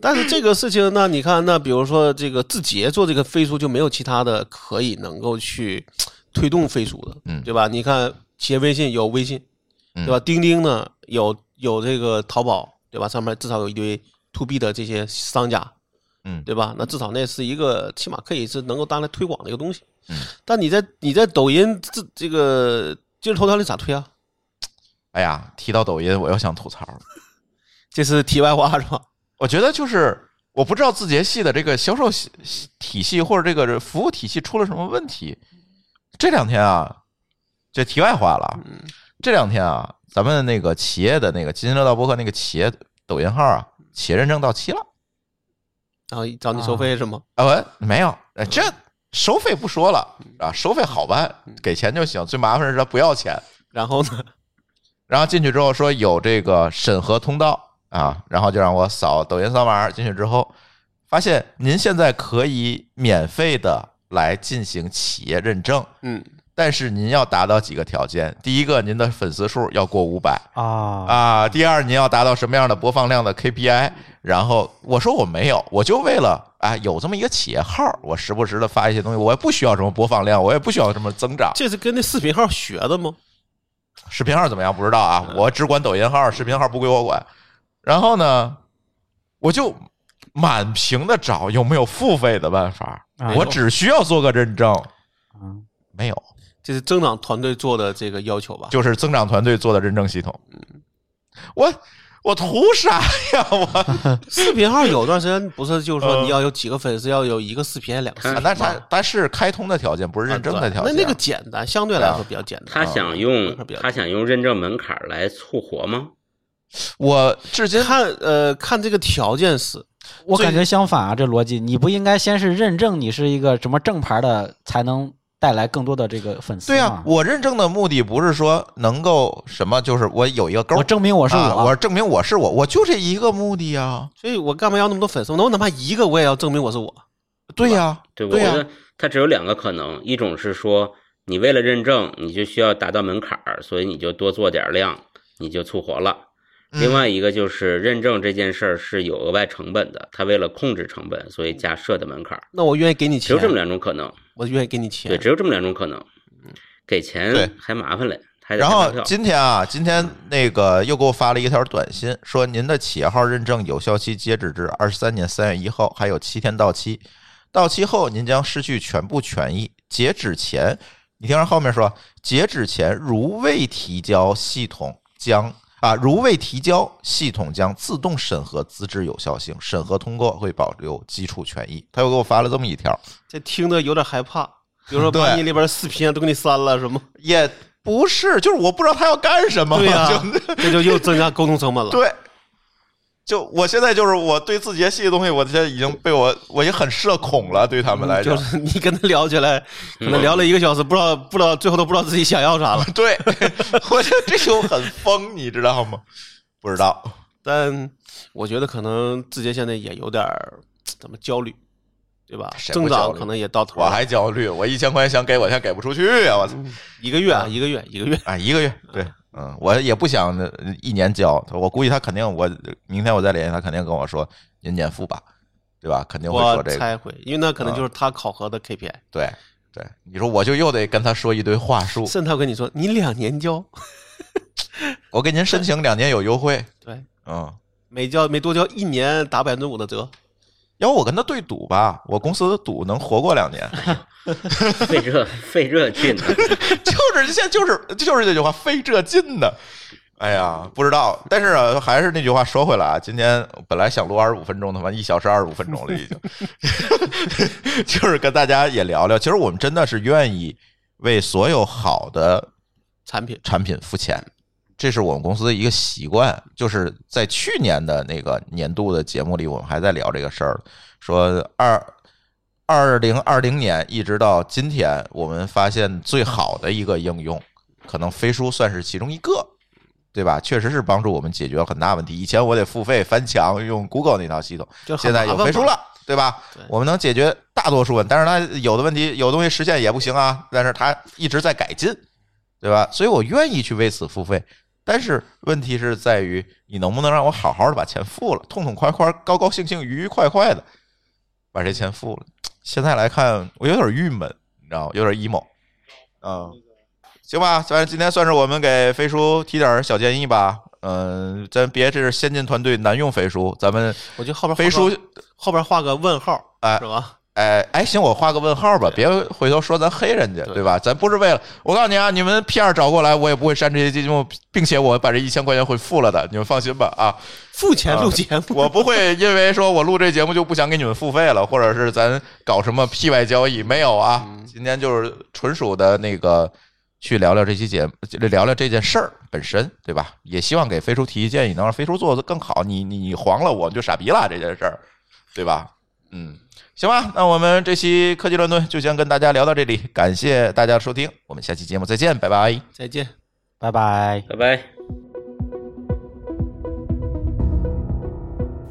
[SPEAKER 5] 但是这个事情，那你看，那比如说这个字节做这个飞书，就没有其他的可以能够去推动飞书的，
[SPEAKER 3] 嗯
[SPEAKER 5] 对吧？你看，企业微信有微信，对吧？钉钉呢有有这个淘宝，对吧？上面至少有一堆 to B 的这些商家，
[SPEAKER 3] 嗯
[SPEAKER 5] 对吧？那至少那是一个起码可以是能够当来推广的一个东西。
[SPEAKER 3] 嗯，
[SPEAKER 5] 但你在你在抖音这这个今日头条里咋推啊？
[SPEAKER 3] 哎呀，提到抖音，我又想吐槽了。
[SPEAKER 5] 这是题外话是吧？
[SPEAKER 3] 我觉得就是我不知道字节系的这个销售系系体系或者这个服务体系出了什么问题。这两天啊，这题外话了。这两天啊，咱们那个企业的那个津津乐道播客那个企业抖音号啊，企业认证到期了。
[SPEAKER 5] 然后找你收费是吗？
[SPEAKER 3] 啊，我没有，哎这收费不说了啊，收费好办，给钱就行。最麻烦是他不要钱，
[SPEAKER 5] 然后呢？
[SPEAKER 3] 然后进去之后说有这个审核通道啊，然后就让我扫抖音扫码进去之后，发现您现在可以免费的来进行企业认证，
[SPEAKER 5] 嗯，
[SPEAKER 3] 但是您要达到几个条件：第一个，您的粉丝数要过五百
[SPEAKER 4] 啊，
[SPEAKER 3] 啊；第二，您要达到什么样的播放量的 KPI。然后我说我没有，我就为了啊有这么一个企业号，我时不时的发一些东西，我也不需要什么播放量，我也不需要什么增长。
[SPEAKER 5] 这是跟那视频号学的吗？
[SPEAKER 3] 视频号怎么样不知道啊，
[SPEAKER 4] 嗯
[SPEAKER 3] 我只管抖音号，视频号不归我管。然后呢，我就满屏的找有没有付费的办法
[SPEAKER 4] 哎，呦
[SPEAKER 3] 我只需要做个认证，
[SPEAKER 4] 嗯，
[SPEAKER 3] 没有，
[SPEAKER 5] 这是增长团队做的这个要求吧？
[SPEAKER 3] 就是增长团队做的认证系统。我我图啥呀？ 我
[SPEAKER 5] 视频号有段时间不是就是说
[SPEAKER 3] 嗯
[SPEAKER 5] 你要有几个粉丝，要有一个视频，两个视频吗，啊
[SPEAKER 3] 那它它是开通的条件，不是呃认证的条
[SPEAKER 5] 那
[SPEAKER 3] 件。
[SPEAKER 5] 嗯那个简单，相对来
[SPEAKER 3] 啊
[SPEAKER 5] 说比较简单。
[SPEAKER 6] 他想用
[SPEAKER 5] 门槛比较低
[SPEAKER 6] 他想用认证门槛来促活吗？
[SPEAKER 3] 我至今
[SPEAKER 5] 看呃看这个条件是，
[SPEAKER 4] 我
[SPEAKER 3] 最
[SPEAKER 4] 感觉相反啊，这逻辑，你不应该先是认证你是一个什么正牌的，才能带来更多的这个粉丝
[SPEAKER 3] 对呀
[SPEAKER 4] 嘛，
[SPEAKER 3] 我认证的目的不是说能够什么，就是我有一个勾儿，
[SPEAKER 4] 我证明我是
[SPEAKER 3] 啊
[SPEAKER 4] 我，
[SPEAKER 3] 我证明我是我，我就这一个目的啊。
[SPEAKER 5] 所以我干嘛要那么多粉丝？我哪怕一个我也要证明我是我。
[SPEAKER 3] 对呀、
[SPEAKER 6] 对，我
[SPEAKER 3] 对呀、
[SPEAKER 6] 觉得它只有两个可能，一种是说你为了认证，你就需要达到门槛儿，所以你就多做点儿量，你就促活了。另外一个就是认证这件事儿是有额外成本的，他为了控制成本，所以加设的门槛儿。
[SPEAKER 5] 那我愿意给你
[SPEAKER 6] 只
[SPEAKER 5] 钱
[SPEAKER 6] 有，这么两种可能，
[SPEAKER 5] 我愿意给你钱。
[SPEAKER 6] 对，只有这么两种可能。
[SPEAKER 3] 对
[SPEAKER 6] 给钱还麻烦嘞，还得
[SPEAKER 3] 然
[SPEAKER 6] 开发
[SPEAKER 3] 后
[SPEAKER 6] 票。
[SPEAKER 3] 今天啊，今天那个又给我发了一条短信，说您的企业号认证有效期截止至二十三年三月一号，还有七天到期。到期后您将失去全部权益。截止前，你听着后面说，截止前如未提交，系统将啊如未提交，系统将自动审核资质有效性，审核通过会保留基础权益。他又给我发了这么一条，
[SPEAKER 5] 这听着有点害怕。比如说把
[SPEAKER 3] 对
[SPEAKER 5] 你里边视频啊都给你删了 什么？
[SPEAKER 3] 也不是，就是我不知道他要干什么，
[SPEAKER 5] 对呀、
[SPEAKER 3] 就
[SPEAKER 5] 这就又增加沟通成本了。
[SPEAKER 3] 对，就我现在就是我对字节系的东西，我现在已经被我我已经很社恐了，对他们来
[SPEAKER 5] 嗯就
[SPEAKER 3] 讲，
[SPEAKER 5] 是你跟他聊起来，可能聊了一个小时，不知道不知道最后都不知道自己想要啥了。
[SPEAKER 3] 对， 我觉得这就很疯，你知道吗？不知道，
[SPEAKER 5] 但我觉得可能字节现在也有点儿怎么焦虑，对吧？
[SPEAKER 3] 谁不
[SPEAKER 5] 增
[SPEAKER 3] 焦
[SPEAKER 5] 长
[SPEAKER 3] 虑
[SPEAKER 5] 可能也到头
[SPEAKER 3] 我
[SPEAKER 5] 了，
[SPEAKER 3] 还焦虑，我一千块钱想给我，现在给不出去啊！我操，
[SPEAKER 5] 一个月啊，一个月，一个月。
[SPEAKER 3] 啊，一个月，对，嗯，我也不想呃一年交，我估计他肯定，我明天我再联系他，肯定跟我说您年付吧，对吧？肯定会说
[SPEAKER 5] 我
[SPEAKER 3] 这个，啊
[SPEAKER 5] 猜会，因为那可能就是他考核的 KPI，
[SPEAKER 3] 对，对，你说我就又得跟他说一堆话术，
[SPEAKER 5] 甚至他跟你说你两年交，
[SPEAKER 3] 我给您申请两年有优惠，
[SPEAKER 5] 对，
[SPEAKER 3] 嗯，
[SPEAKER 5] 每交没多交一年打百分之五的折，
[SPEAKER 3] 要不我跟他对赌吧，我公司赌能活过两年，
[SPEAKER 6] 费这费这劲呢，
[SPEAKER 3] 就是现在就是就是这句话，费这劲呢。哎呀，不知道，但是啊，还是那句话说回来啊，今天本来想录二十五分钟的，他妈一小时二十五分钟了，已经， 就是跟大家也聊聊。其实我们真的是愿意为所有好的
[SPEAKER 5] 产品
[SPEAKER 3] 产品付钱，这是我们公司的一个习惯。就是在去年的那个年度的节目里，我们还在聊这个事儿，说二二零二零年一直到今天，我们发现最好的一个应用，可能飞书算是其中一个。对吧？确实是帮助我们解决了很大问题。以前我得付费翻墙用 Google 那套系统，
[SPEAKER 5] 就很
[SPEAKER 3] 现在有
[SPEAKER 5] 麻烦
[SPEAKER 3] 飞书
[SPEAKER 5] 嘛
[SPEAKER 3] 了，对吧？
[SPEAKER 5] 对
[SPEAKER 3] 我们能解决大多数问题，但是它有的问题，有的东西实现也不行啊。但是它一直在改进，对吧？所以我愿意去为此付费，但是问题是在于你能不能让我好好的把钱付了，痛痛快快、高高兴兴、愉愉快快的把这钱付了。现在来看，我有点郁闷，你知道吗？有点 emo，嗯。行吧，反正今天算是我们给飞叔提点儿小建议吧。嗯、咱别这是先进团队难用飞叔，咱们
[SPEAKER 5] 我觉得后边
[SPEAKER 3] 飞叔
[SPEAKER 5] 书后边画个问号，
[SPEAKER 3] 哎
[SPEAKER 5] 是吧？
[SPEAKER 3] 哎哎，行，我画个问号吧，别回头说咱黑人家，
[SPEAKER 5] 对
[SPEAKER 3] 对吧？咱不是为了，我告诉你啊，你们 P 二找过来，我也不会删这些节目，并且我把这一千块钱会付了的，你们放心吧啊，
[SPEAKER 5] 付钱录节目，
[SPEAKER 3] 我不会因为说我录这节目就不想给你们付费了，或者是咱搞什么 P 外交易没有啊？今天就是纯属的那个去聊聊这期节目，聊聊这件事儿本身，对吧？也希望给飞叔提提建议，能让飞叔做的更好。你你你黄了我，你就傻逼了这件事儿，对吧？嗯，行吧，那我们这期科技乱炖就先跟大家聊到这里，感谢大家的收听，我们下期节目再见，拜拜。
[SPEAKER 5] 再见。
[SPEAKER 4] 拜拜。
[SPEAKER 6] 拜拜。